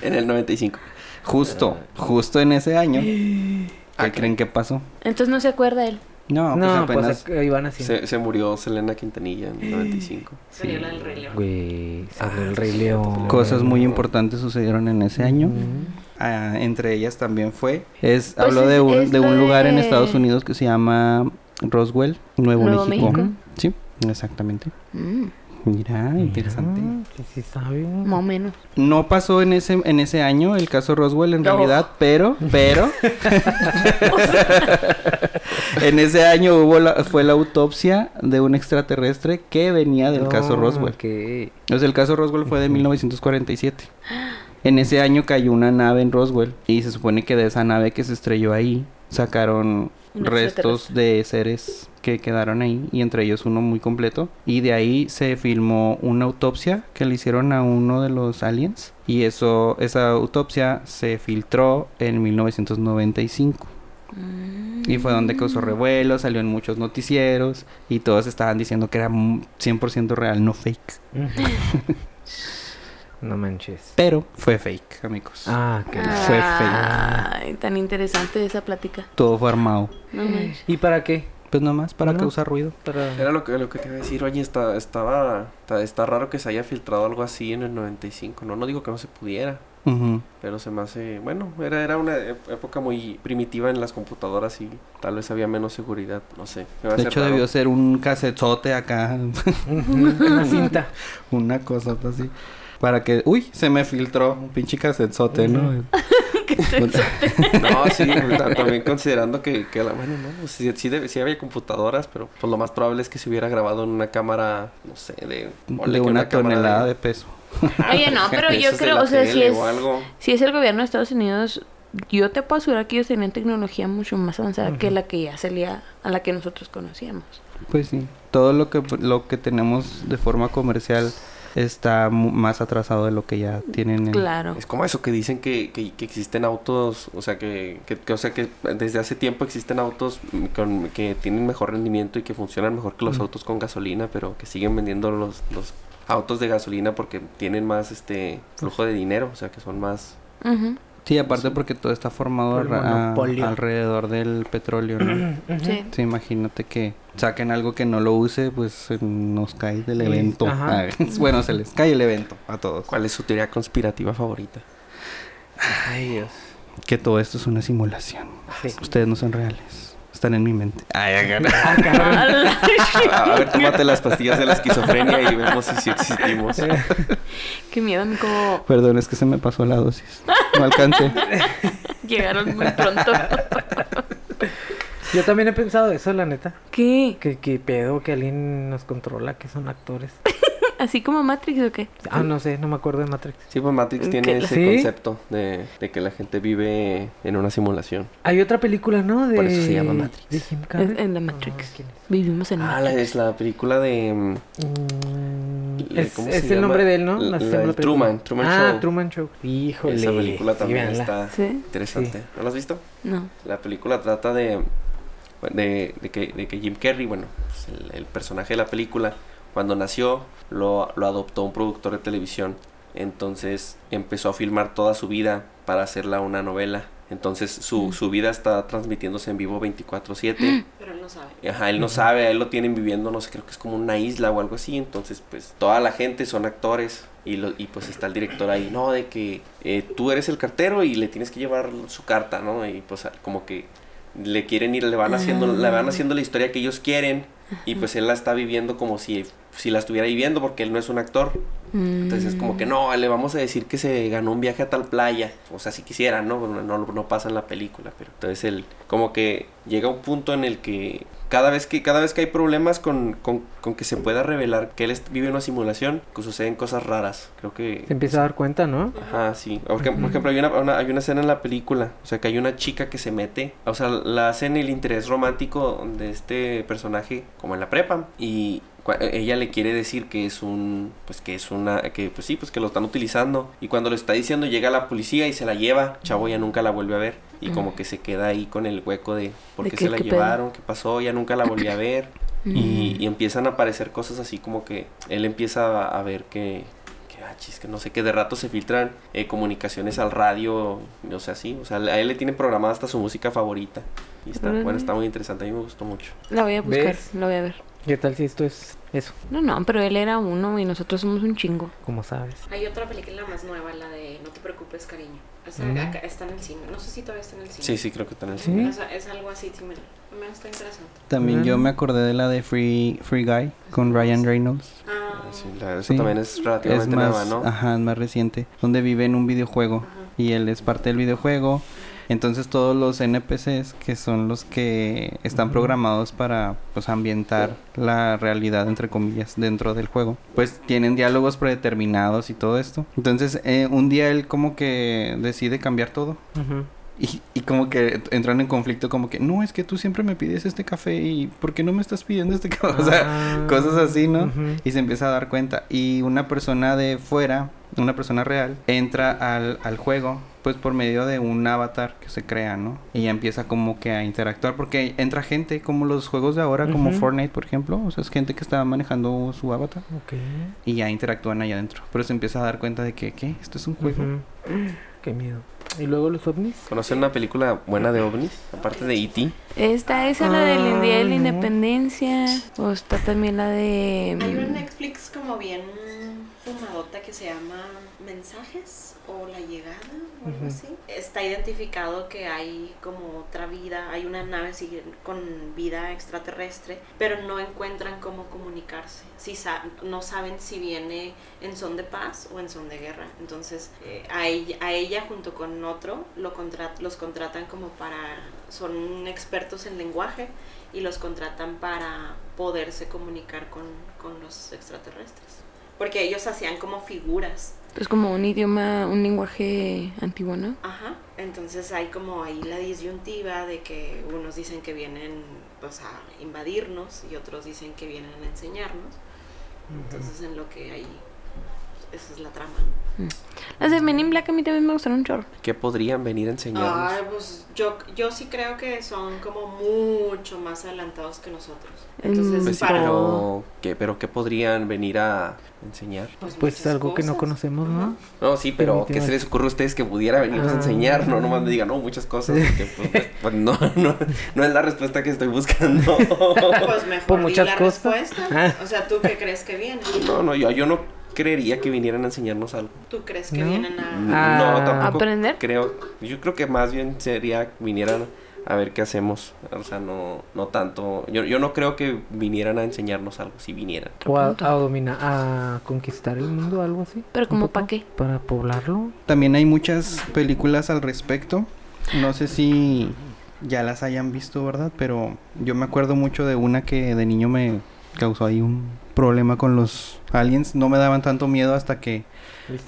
[SPEAKER 1] en el 95.
[SPEAKER 2] Justo, justo en ese año. ¿Qué creen que pasó?
[SPEAKER 3] Entonces no se acuerda él.
[SPEAKER 2] No, pues
[SPEAKER 4] no, pues,
[SPEAKER 2] apenas.
[SPEAKER 4] ac- iban así.
[SPEAKER 1] Se, se murió Selena Quintanilla en el 95.
[SPEAKER 3] Salió la del rey
[SPEAKER 4] Güey, salió
[SPEAKER 1] Ah,
[SPEAKER 4] el
[SPEAKER 1] sí,
[SPEAKER 4] Rey
[SPEAKER 1] sí,
[SPEAKER 4] León.
[SPEAKER 2] Cosas muy importantes sucedieron en ese año. Ah, entre ellas también fue. Es,
[SPEAKER 3] Pues
[SPEAKER 2] habló
[SPEAKER 3] es-
[SPEAKER 2] de un,
[SPEAKER 3] es
[SPEAKER 2] de
[SPEAKER 3] lo
[SPEAKER 2] un lugar en
[SPEAKER 3] de-
[SPEAKER 2] Estados Unidos que se llama Roswell, Nuevo,
[SPEAKER 3] Nuevo
[SPEAKER 2] México.
[SPEAKER 3] México.
[SPEAKER 2] Sí, exactamente.
[SPEAKER 3] Mm,
[SPEAKER 2] Mira, interesante.
[SPEAKER 4] Ah, Sí, sí, sabe.
[SPEAKER 3] más o menos.
[SPEAKER 2] No pasó en ese, en ese año el caso Roswell en
[SPEAKER 3] No.
[SPEAKER 2] realidad, pero, pero en ese año hubo la- fue la autopsia de un extraterrestre que venía del
[SPEAKER 4] No,
[SPEAKER 2] caso Roswell.
[SPEAKER 4] ok.
[SPEAKER 2] O sea, el caso Roswell fue de 1947. En ese año cayó una nave en Roswell y se supone que de esa nave que se estrelló ahí sacaron
[SPEAKER 3] Un
[SPEAKER 2] restos de seres que quedaron ahí y entre ellos uno muy completo y de ahí se filmó una autopsia que le hicieron a uno de los aliens y eso esa autopsia se filtró en 1995
[SPEAKER 3] Mm.
[SPEAKER 2] y fue donde causó revuelo, salió en muchos noticieros y todos estaban diciendo que era mm, 100% real, no fake.
[SPEAKER 4] no manches.
[SPEAKER 2] Pero fue fake, amigos.
[SPEAKER 4] Ah, ok.
[SPEAKER 2] Ah. Fue fake.
[SPEAKER 3] Ay, tan interesante esa plática.
[SPEAKER 2] Todo fue armado.
[SPEAKER 3] No manches.
[SPEAKER 4] ¿Y para qué?
[SPEAKER 2] Pues nomás para
[SPEAKER 4] No.
[SPEAKER 2] causar ruido.
[SPEAKER 4] Para...
[SPEAKER 1] Era lo que, lo que te iba a decir, oye, está, estaba, está, está raro que se haya filtrado algo así en el 95. No, no digo que no se pudiera,
[SPEAKER 2] Ujú.
[SPEAKER 1] pero se me hace, bueno, era, era una ep- época muy primitiva en las computadoras y tal vez había menos seguridad, no sé. se me
[SPEAKER 2] De
[SPEAKER 1] hace
[SPEAKER 2] hecho,
[SPEAKER 1] raro.
[SPEAKER 2] debió ser un casetote acá.
[SPEAKER 4] Ujú, Una cinta.
[SPEAKER 2] Una cosota así. Para que. Uy, se me filtró un pinche casetote, ¿no?
[SPEAKER 1] No, sí, ta- también considerando que, que la, bueno, no, pues, sí, sí, debe- sí había computadoras, pero pues lo más probable es que se hubiera grabado en una cámara, no sé, de... ponle
[SPEAKER 2] De
[SPEAKER 1] que
[SPEAKER 2] una
[SPEAKER 1] cámara
[SPEAKER 2] tonelada de peso.
[SPEAKER 3] Oye, no, pero yo
[SPEAKER 1] esas de
[SPEAKER 3] creo,
[SPEAKER 1] la
[SPEAKER 3] o sea, si
[SPEAKER 1] tele
[SPEAKER 3] es,
[SPEAKER 1] o algo.
[SPEAKER 3] si es el gobierno de Estados Unidos, yo te puedo asegurar que ellos tenían tecnología mucho más avanzada que la que ya salía, a la que nosotros conocíamos.
[SPEAKER 2] Pues sí. Todo lo que, lo que tenemos de forma comercial está mu- más atrasado de lo que ya tienen en.
[SPEAKER 3] Claro.
[SPEAKER 1] Es como eso que dicen que, que- que existen autos, o sea que, que- que- o sea que desde hace tiempo existen autos mm, con- que tienen mejor rendimiento y que funcionan mejor que los autos con gasolina, pero que siguen vendiendo los, los autos de gasolina porque tienen más este flujo de dinero, o sea que son más
[SPEAKER 3] Ujú,
[SPEAKER 2] Sí, aparte porque todo está formado
[SPEAKER 4] Por el
[SPEAKER 2] ra- a-
[SPEAKER 4] monopolio.
[SPEAKER 2] alrededor del petróleo, ¿no?
[SPEAKER 3] Sí.
[SPEAKER 2] Sí, imagínate que saquen algo que no lo use, pues se nos cae del
[SPEAKER 4] Sí,
[SPEAKER 2] evento.
[SPEAKER 4] ajá.
[SPEAKER 2] Ah, bueno, se les cae el evento a todos.
[SPEAKER 1] ¿Cuál es su teoría conspirativa favorita?
[SPEAKER 4] Ay, Dios.
[SPEAKER 2] Que todo esto es una simulación.
[SPEAKER 4] Sí.
[SPEAKER 2] Ustedes no son reales. Están en mi mente.
[SPEAKER 4] Ah,
[SPEAKER 1] A, a ver, tómate las pastillas de la esquizofrenia y vemos si, si existimos.
[SPEAKER 3] Qué miedo, a mí como
[SPEAKER 2] Perdón, es que se me pasó la dosis. No alcancé.
[SPEAKER 3] llegaron muy pronto.
[SPEAKER 4] Yo también he pensado eso, la neta.
[SPEAKER 3] ¿Qué?
[SPEAKER 4] Que, que pedo que alguien nos controla, que son actores.
[SPEAKER 3] ¿Así como Matrix o qué?
[SPEAKER 4] Ah, no sé, no me acuerdo de Matrix.
[SPEAKER 1] Sí, pues Matrix tiene
[SPEAKER 3] ¿Qué?
[SPEAKER 1] ese
[SPEAKER 4] ¿Sí?
[SPEAKER 1] concepto de, de que la gente vive en una simulación.
[SPEAKER 4] Hay otra película, ¿no? De...
[SPEAKER 1] Por eso se llama Matrix.
[SPEAKER 4] De Jim Carrey.
[SPEAKER 3] En, en la
[SPEAKER 4] No,
[SPEAKER 3] Matrix.
[SPEAKER 4] ¿quién
[SPEAKER 3] Vivimos en
[SPEAKER 1] Ah, la-
[SPEAKER 3] Matrix.
[SPEAKER 1] es la película de... mm,
[SPEAKER 4] es? Mm,
[SPEAKER 1] Le-
[SPEAKER 4] Es,
[SPEAKER 1] ¿cómo
[SPEAKER 4] es
[SPEAKER 1] se
[SPEAKER 4] el
[SPEAKER 1] llama?
[SPEAKER 4] nombre de él, ¿no?
[SPEAKER 1] La-
[SPEAKER 4] No sé,
[SPEAKER 1] la
[SPEAKER 4] la
[SPEAKER 1] del
[SPEAKER 4] película.
[SPEAKER 1] Truman, Truman
[SPEAKER 4] ah,
[SPEAKER 1] Show.
[SPEAKER 4] Truman Show. Híjole.
[SPEAKER 1] Esa película
[SPEAKER 4] sí,
[SPEAKER 1] también
[SPEAKER 4] véanla.
[SPEAKER 1] está
[SPEAKER 3] Sí.
[SPEAKER 1] interesante. ¿No la has visto?
[SPEAKER 3] No.
[SPEAKER 1] La película trata de, de, de que, de que Jim Carrey, bueno, pues, el, el personaje de la película, cuando nació, lo, lo adoptó un productor de televisión. Entonces empezó a filmar toda su vida para hacerla una novela. Entonces su, su vida está transmitiéndose en vivo 24/7.
[SPEAKER 5] Mm. Pero él no sabe.
[SPEAKER 1] Ajá, él no sabe, a él lo tienen viviendo, no sé, creo que es como una isla o algo así. Entonces, pues, toda la gente son actores. Y, lo- y pues está el director ahí, ¿no? De que eh, tú eres el cartero y le tienes que llevar su carta, ¿no? Y pues a- como que le quieren ir, le van haciendo, le
[SPEAKER 5] Ah.
[SPEAKER 1] van haciendo la historia que ellos quieren. Y pues él la está viviendo como si, si la estuviera viviendo porque él no es un actor. Entonces es como que no, le vamos a decir que se ganó un viaje a tal playa. O sea, si quisiera, ¿no? No, no, no pasa en la película, pero entonces él como que llega un punto en el que cada vez que, cada vez que hay problemas con, con- con que se pueda revelar que él est- vive una simulación, que suceden cosas raras. Creo que...
[SPEAKER 4] Se empieza a dar cuenta, ¿no?
[SPEAKER 1] Ajá, sí. Por ejem- por ejemplo, hay una, una- hay una escena en la película, o sea, que hay una chica que se mete, o sea, la hacen el interés romántico de este personaje como en la prepa y cua- ella le quiere decir que es un pues que es una que pues sí, pues que lo están utilizando y cuando lo está diciendo llega la policía y se la lleva, Chavo ya nunca la vuelve a ver y como que se queda ahí con el hueco de por
[SPEAKER 3] ¿De
[SPEAKER 1] qué
[SPEAKER 3] qué-
[SPEAKER 1] se la
[SPEAKER 3] qué pedo?
[SPEAKER 1] llevaron, qué pasó, ya nunca la volví a ver
[SPEAKER 3] Mm.
[SPEAKER 1] y, y empiezan a aparecer cosas así como que él empieza a, a ver que, que, ah, chis, que no sé, que de rato se filtran eh, comunicaciones al radio, no sé, así. O sea, a él le tiene programada hasta su música favorita. Y está,
[SPEAKER 3] Órale.
[SPEAKER 1] bueno, está muy interesante, a mí me gustó mucho.
[SPEAKER 3] La voy a buscar,
[SPEAKER 4] ¿Ves?
[SPEAKER 3] la voy a ver.
[SPEAKER 4] ¿Qué tal si esto es eso?
[SPEAKER 3] No, no, pero él era uno y nosotros somos un chingo.
[SPEAKER 4] Como sabes.
[SPEAKER 5] Hay otra película más nueva, la de No te preocupes, cariño. O sea,
[SPEAKER 4] Mm.
[SPEAKER 5] acá- está en el cine. No sé si todavía está en el cine.
[SPEAKER 1] Sí, sí, creo que está en el
[SPEAKER 4] Sí.
[SPEAKER 1] cine.
[SPEAKER 5] O sea, es algo así similar. Al menos está interesante.
[SPEAKER 2] También yo
[SPEAKER 4] Mm.
[SPEAKER 2] me acordé de la de Free, Free Guy con Ryan Reynolds.
[SPEAKER 5] Ah,
[SPEAKER 1] Sí, la- eso
[SPEAKER 2] Sí.
[SPEAKER 1] también es
[SPEAKER 2] Es
[SPEAKER 1] relativamente nueva,
[SPEAKER 2] más,
[SPEAKER 1] ¿no?
[SPEAKER 2] ajá, es más reciente, donde vive en un videojuego y él es parte del videojuego. Entonces todos los NPCs que son los que están programados para pues ambientar la realidad entre comillas dentro del juego, pues tienen diálogos predeterminados y todo esto. Entonces eh, un día él como que decide cambiar todo
[SPEAKER 4] Ujú.
[SPEAKER 2] y, y como que entran en conflicto como que no es que tú siempre me pides este café y ¿por qué no me estás pidiendo este café? O sea,
[SPEAKER 4] Ah.
[SPEAKER 2] cosas así, ¿no?
[SPEAKER 4] Ujú.
[SPEAKER 2] Y se empieza a dar cuenta. Y una persona de fuera, una persona real, entra al, al juego, pues por medio de un avatar que se crea, ¿no? Y ya empieza como que a interactuar, porque entra gente, como los juegos de ahora, como
[SPEAKER 4] Ujú.
[SPEAKER 2] Fortnite, por ejemplo. O sea, es gente que está manejando su avatar
[SPEAKER 4] Ok.
[SPEAKER 2] y ya interactúan allá adentro. Pero se empieza a dar cuenta de que, ¿qué? Esto es un juego.
[SPEAKER 4] Ujú. Qué miedo. ¿Y luego los ovnis?
[SPEAKER 1] ¿Conocen una película buena de ovnis? Aparte de E E.T.
[SPEAKER 3] Esta es la del
[SPEAKER 4] Ah,
[SPEAKER 3] Día de la
[SPEAKER 4] no.
[SPEAKER 3] Independencia. O está también la de.
[SPEAKER 5] Hay una en
[SPEAKER 3] mm,
[SPEAKER 5] Netflix como bien fumadota que se llama Mensajes o La Llegada o algo
[SPEAKER 4] Ujú.
[SPEAKER 5] así. Está identificado que hay como otra vida, hay una nave así con vida extraterrestre, pero no encuentran cómo comunicarse. Si sa- no saben si viene en son de paz o en son de guerra. Entonces eh, a, ella, a ella junto con otro lo contra- los contratan como para... Son expertos en lenguaje y los contratan para poderse comunicar con, con los extraterrestres. Porque ellos hacían como figuras.
[SPEAKER 3] Es como un idioma, un lenguaje antiguo, ¿no?
[SPEAKER 5] Ajá. Entonces hay como ahí la disyuntiva de que unos dicen que vienen pues, a invadirnos y otros dicen que vienen a enseñarnos. Entonces en lo que hay, esa es la trama. ¿no?
[SPEAKER 3] Las de Men in Black a mí también me gustaron un chorro.
[SPEAKER 1] ¿Qué podrían venir a enseñarnos?
[SPEAKER 5] Ah, pues yo, yo sí creo que son como mucho más adelantados que nosotros. Entonces,
[SPEAKER 3] Mm,
[SPEAKER 1] Pues sí,
[SPEAKER 5] para-
[SPEAKER 1] pero ¿qué, pero ¿qué podrían venir a enseñar?
[SPEAKER 4] Pues
[SPEAKER 5] muchas
[SPEAKER 4] algo que no
[SPEAKER 5] cosas.
[SPEAKER 4] conocemos, ¿no?
[SPEAKER 1] No, sí, pero ¿qué
[SPEAKER 4] Definitivamente.
[SPEAKER 1] se les ocurre a ustedes que pudiera venirnos a
[SPEAKER 4] Ah.
[SPEAKER 1] enseñar? No, nomás me digan, no, muchas cosas. porque, pues, pues, no, no, no es la respuesta que estoy buscando.
[SPEAKER 5] Pues mejor
[SPEAKER 4] Por
[SPEAKER 5] di
[SPEAKER 4] muchas
[SPEAKER 5] la
[SPEAKER 4] cosas.
[SPEAKER 5] respuesta. O sea, ¿tú qué crees que viene?
[SPEAKER 1] No, no, yo, yo no creería que vinieran a enseñarnos algo.
[SPEAKER 5] ¿Tú crees que
[SPEAKER 4] No.
[SPEAKER 5] vienen a...?
[SPEAKER 4] Ah.
[SPEAKER 1] no, tampoco.
[SPEAKER 3] ¿Aprender?
[SPEAKER 1] Creo, yo creo que más bien sería que vinieran a ver qué hacemos. O sea, no, no tanto. Yo, yo no creo que vinieran a enseñarnos algo, si vinieran.
[SPEAKER 4] O a, a dominar, a conquistar el mundo, algo así.
[SPEAKER 3] Pero
[SPEAKER 4] un
[SPEAKER 3] como
[SPEAKER 4] poco,
[SPEAKER 3] pa' qué.
[SPEAKER 4] Para poblarlo.
[SPEAKER 2] También hay muchas películas al respecto. No sé si ya las hayan visto, ¿verdad? Pero yo me acuerdo mucho de una que de niño me causó ahí un problema con los aliens. No me daban tanto miedo hasta que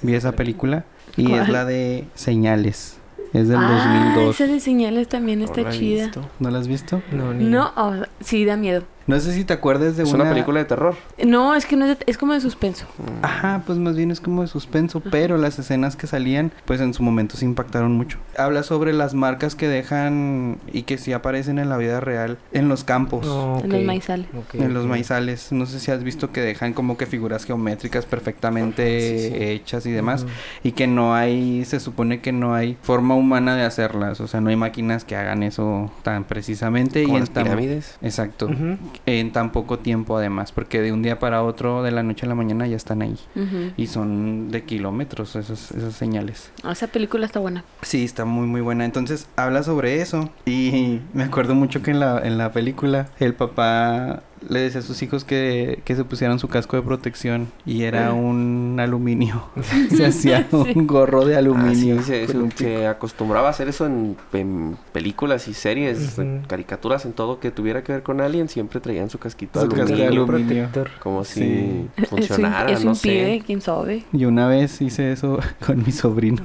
[SPEAKER 2] vi esa película. Y es
[SPEAKER 3] ¿Cuál?
[SPEAKER 2] la de Señales. Es del
[SPEAKER 3] ah,
[SPEAKER 2] 2002.
[SPEAKER 3] esa de señales también está chida.
[SPEAKER 2] ¿No la has visto?
[SPEAKER 4] No, ni
[SPEAKER 3] No, o sea, sí da miedo.
[SPEAKER 2] No sé si te acuerdas de
[SPEAKER 1] Es una película de terror.
[SPEAKER 3] No, es que no es, de- es como de suspenso.
[SPEAKER 2] Ajá, pues más bien es como de suspenso, pero las escenas que salían, pues en su momento se impactaron mucho. Habla sobre las marcas que dejan y que sí aparecen en la vida real en los campos.
[SPEAKER 4] No,
[SPEAKER 3] En los
[SPEAKER 4] ok,
[SPEAKER 3] maizales.
[SPEAKER 4] ok,
[SPEAKER 2] En los
[SPEAKER 4] ok.
[SPEAKER 2] maizales, no sé si has visto que dejan como que figuras geométricas perfectamente
[SPEAKER 4] Sí, sí.
[SPEAKER 2] hechas y demás,
[SPEAKER 4] Ujú.
[SPEAKER 2] y que no hay, se supone que no hay forma humana de hacerlas, o sea, no hay máquinas que hagan eso tan precisamente
[SPEAKER 1] Como
[SPEAKER 2] y
[SPEAKER 1] las
[SPEAKER 2] tan-
[SPEAKER 1] pirámides.
[SPEAKER 2] Exacto,
[SPEAKER 4] Ujú.
[SPEAKER 2] en tan poco tiempo además, porque de un día para otro, de la noche a la mañana ya están ahí.
[SPEAKER 3] Ujú.
[SPEAKER 2] Y son de kilómetros esas, esas señales.
[SPEAKER 3] Ah, Esa película está buena.
[SPEAKER 2] Sí, está muy muy buena. Entonces habla sobre eso. Y me acuerdo mucho que en la, en la película el papá le decía a sus hijos que, que se pusieran su casco de protección. Y
[SPEAKER 1] Eh.
[SPEAKER 2] era un aluminio. se hacía un gorro de
[SPEAKER 1] Ah, sí,
[SPEAKER 2] aluminio.
[SPEAKER 1] se,
[SPEAKER 2] con un
[SPEAKER 1] se- se acostumbraba a hacer eso en, en películas y series, en
[SPEAKER 4] Ujú.
[SPEAKER 1] caricaturas, en todo que tuviera que ver con Alien. Siempre traían su casquito de
[SPEAKER 2] Su casco de
[SPEAKER 1] aluminio.
[SPEAKER 2] aluminio.
[SPEAKER 4] protector.
[SPEAKER 1] Como
[SPEAKER 2] Sí.
[SPEAKER 1] si
[SPEAKER 3] Es un-
[SPEAKER 1] funcionara,
[SPEAKER 3] es un,
[SPEAKER 1] no sé.
[SPEAKER 3] pibe, quién sabe.
[SPEAKER 2] pico. Y una vez hice eso con mi sobrino.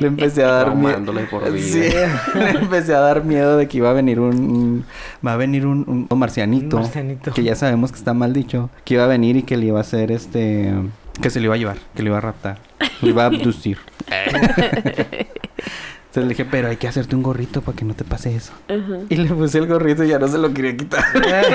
[SPEAKER 2] le empecé a dar miedo.
[SPEAKER 1] Traumándole por vida.
[SPEAKER 2] Sí, le empecé a dar miedo de que iba a venir un. Va a venir un, un- un marcianito.
[SPEAKER 4] Marcianito.
[SPEAKER 2] Que ya sabemos que está mal dicho. Que iba a venir y que le iba a hacer este. Que se le iba a llevar, que le iba a raptar. Le iba a abducir. Entonces le dije, pero hay que hacerte un gorrito para que no te pase eso. Y le puse el gorrito y ya no se lo quería quitar.
[SPEAKER 1] No,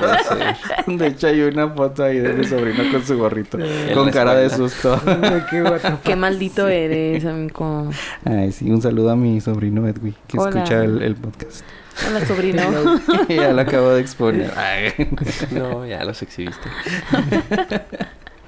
[SPEAKER 1] puede ser.
[SPEAKER 2] De hecho, hay una foto ahí de mi sobrino con su gorrito.
[SPEAKER 1] En
[SPEAKER 2] con
[SPEAKER 1] la
[SPEAKER 2] cara de
[SPEAKER 1] escuela.
[SPEAKER 2] susto.
[SPEAKER 4] Ay, qué what the fuck.
[SPEAKER 3] Qué maldito eres, amigo.
[SPEAKER 2] Ay, sí, un saludo a mi sobrino Edwin, que
[SPEAKER 3] Hola.
[SPEAKER 2] escucha el, el podcast.
[SPEAKER 3] Hola, sobrino.
[SPEAKER 2] ya lo acabo de exponer. Ay.
[SPEAKER 1] No, ya los exhibiste.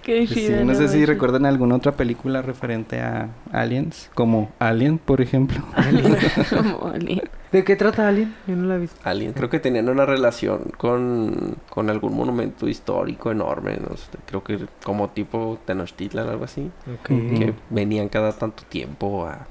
[SPEAKER 3] Qué
[SPEAKER 2] Sí,
[SPEAKER 3] chido.
[SPEAKER 2] no sé si
[SPEAKER 3] manches.
[SPEAKER 2] recuerdan alguna otra película referente a aliens, como Alien, por ejemplo.
[SPEAKER 3] Como alguien.
[SPEAKER 4] ¿De qué trata Alien? Yo no la he visto.
[SPEAKER 1] Alien, creo que tenían una relación con, con algún monumento histórico enorme, no sé, creo que como tipo Tenochtitlan, algo así,
[SPEAKER 2] Ujú.
[SPEAKER 1] que venían cada tanto tiempo a...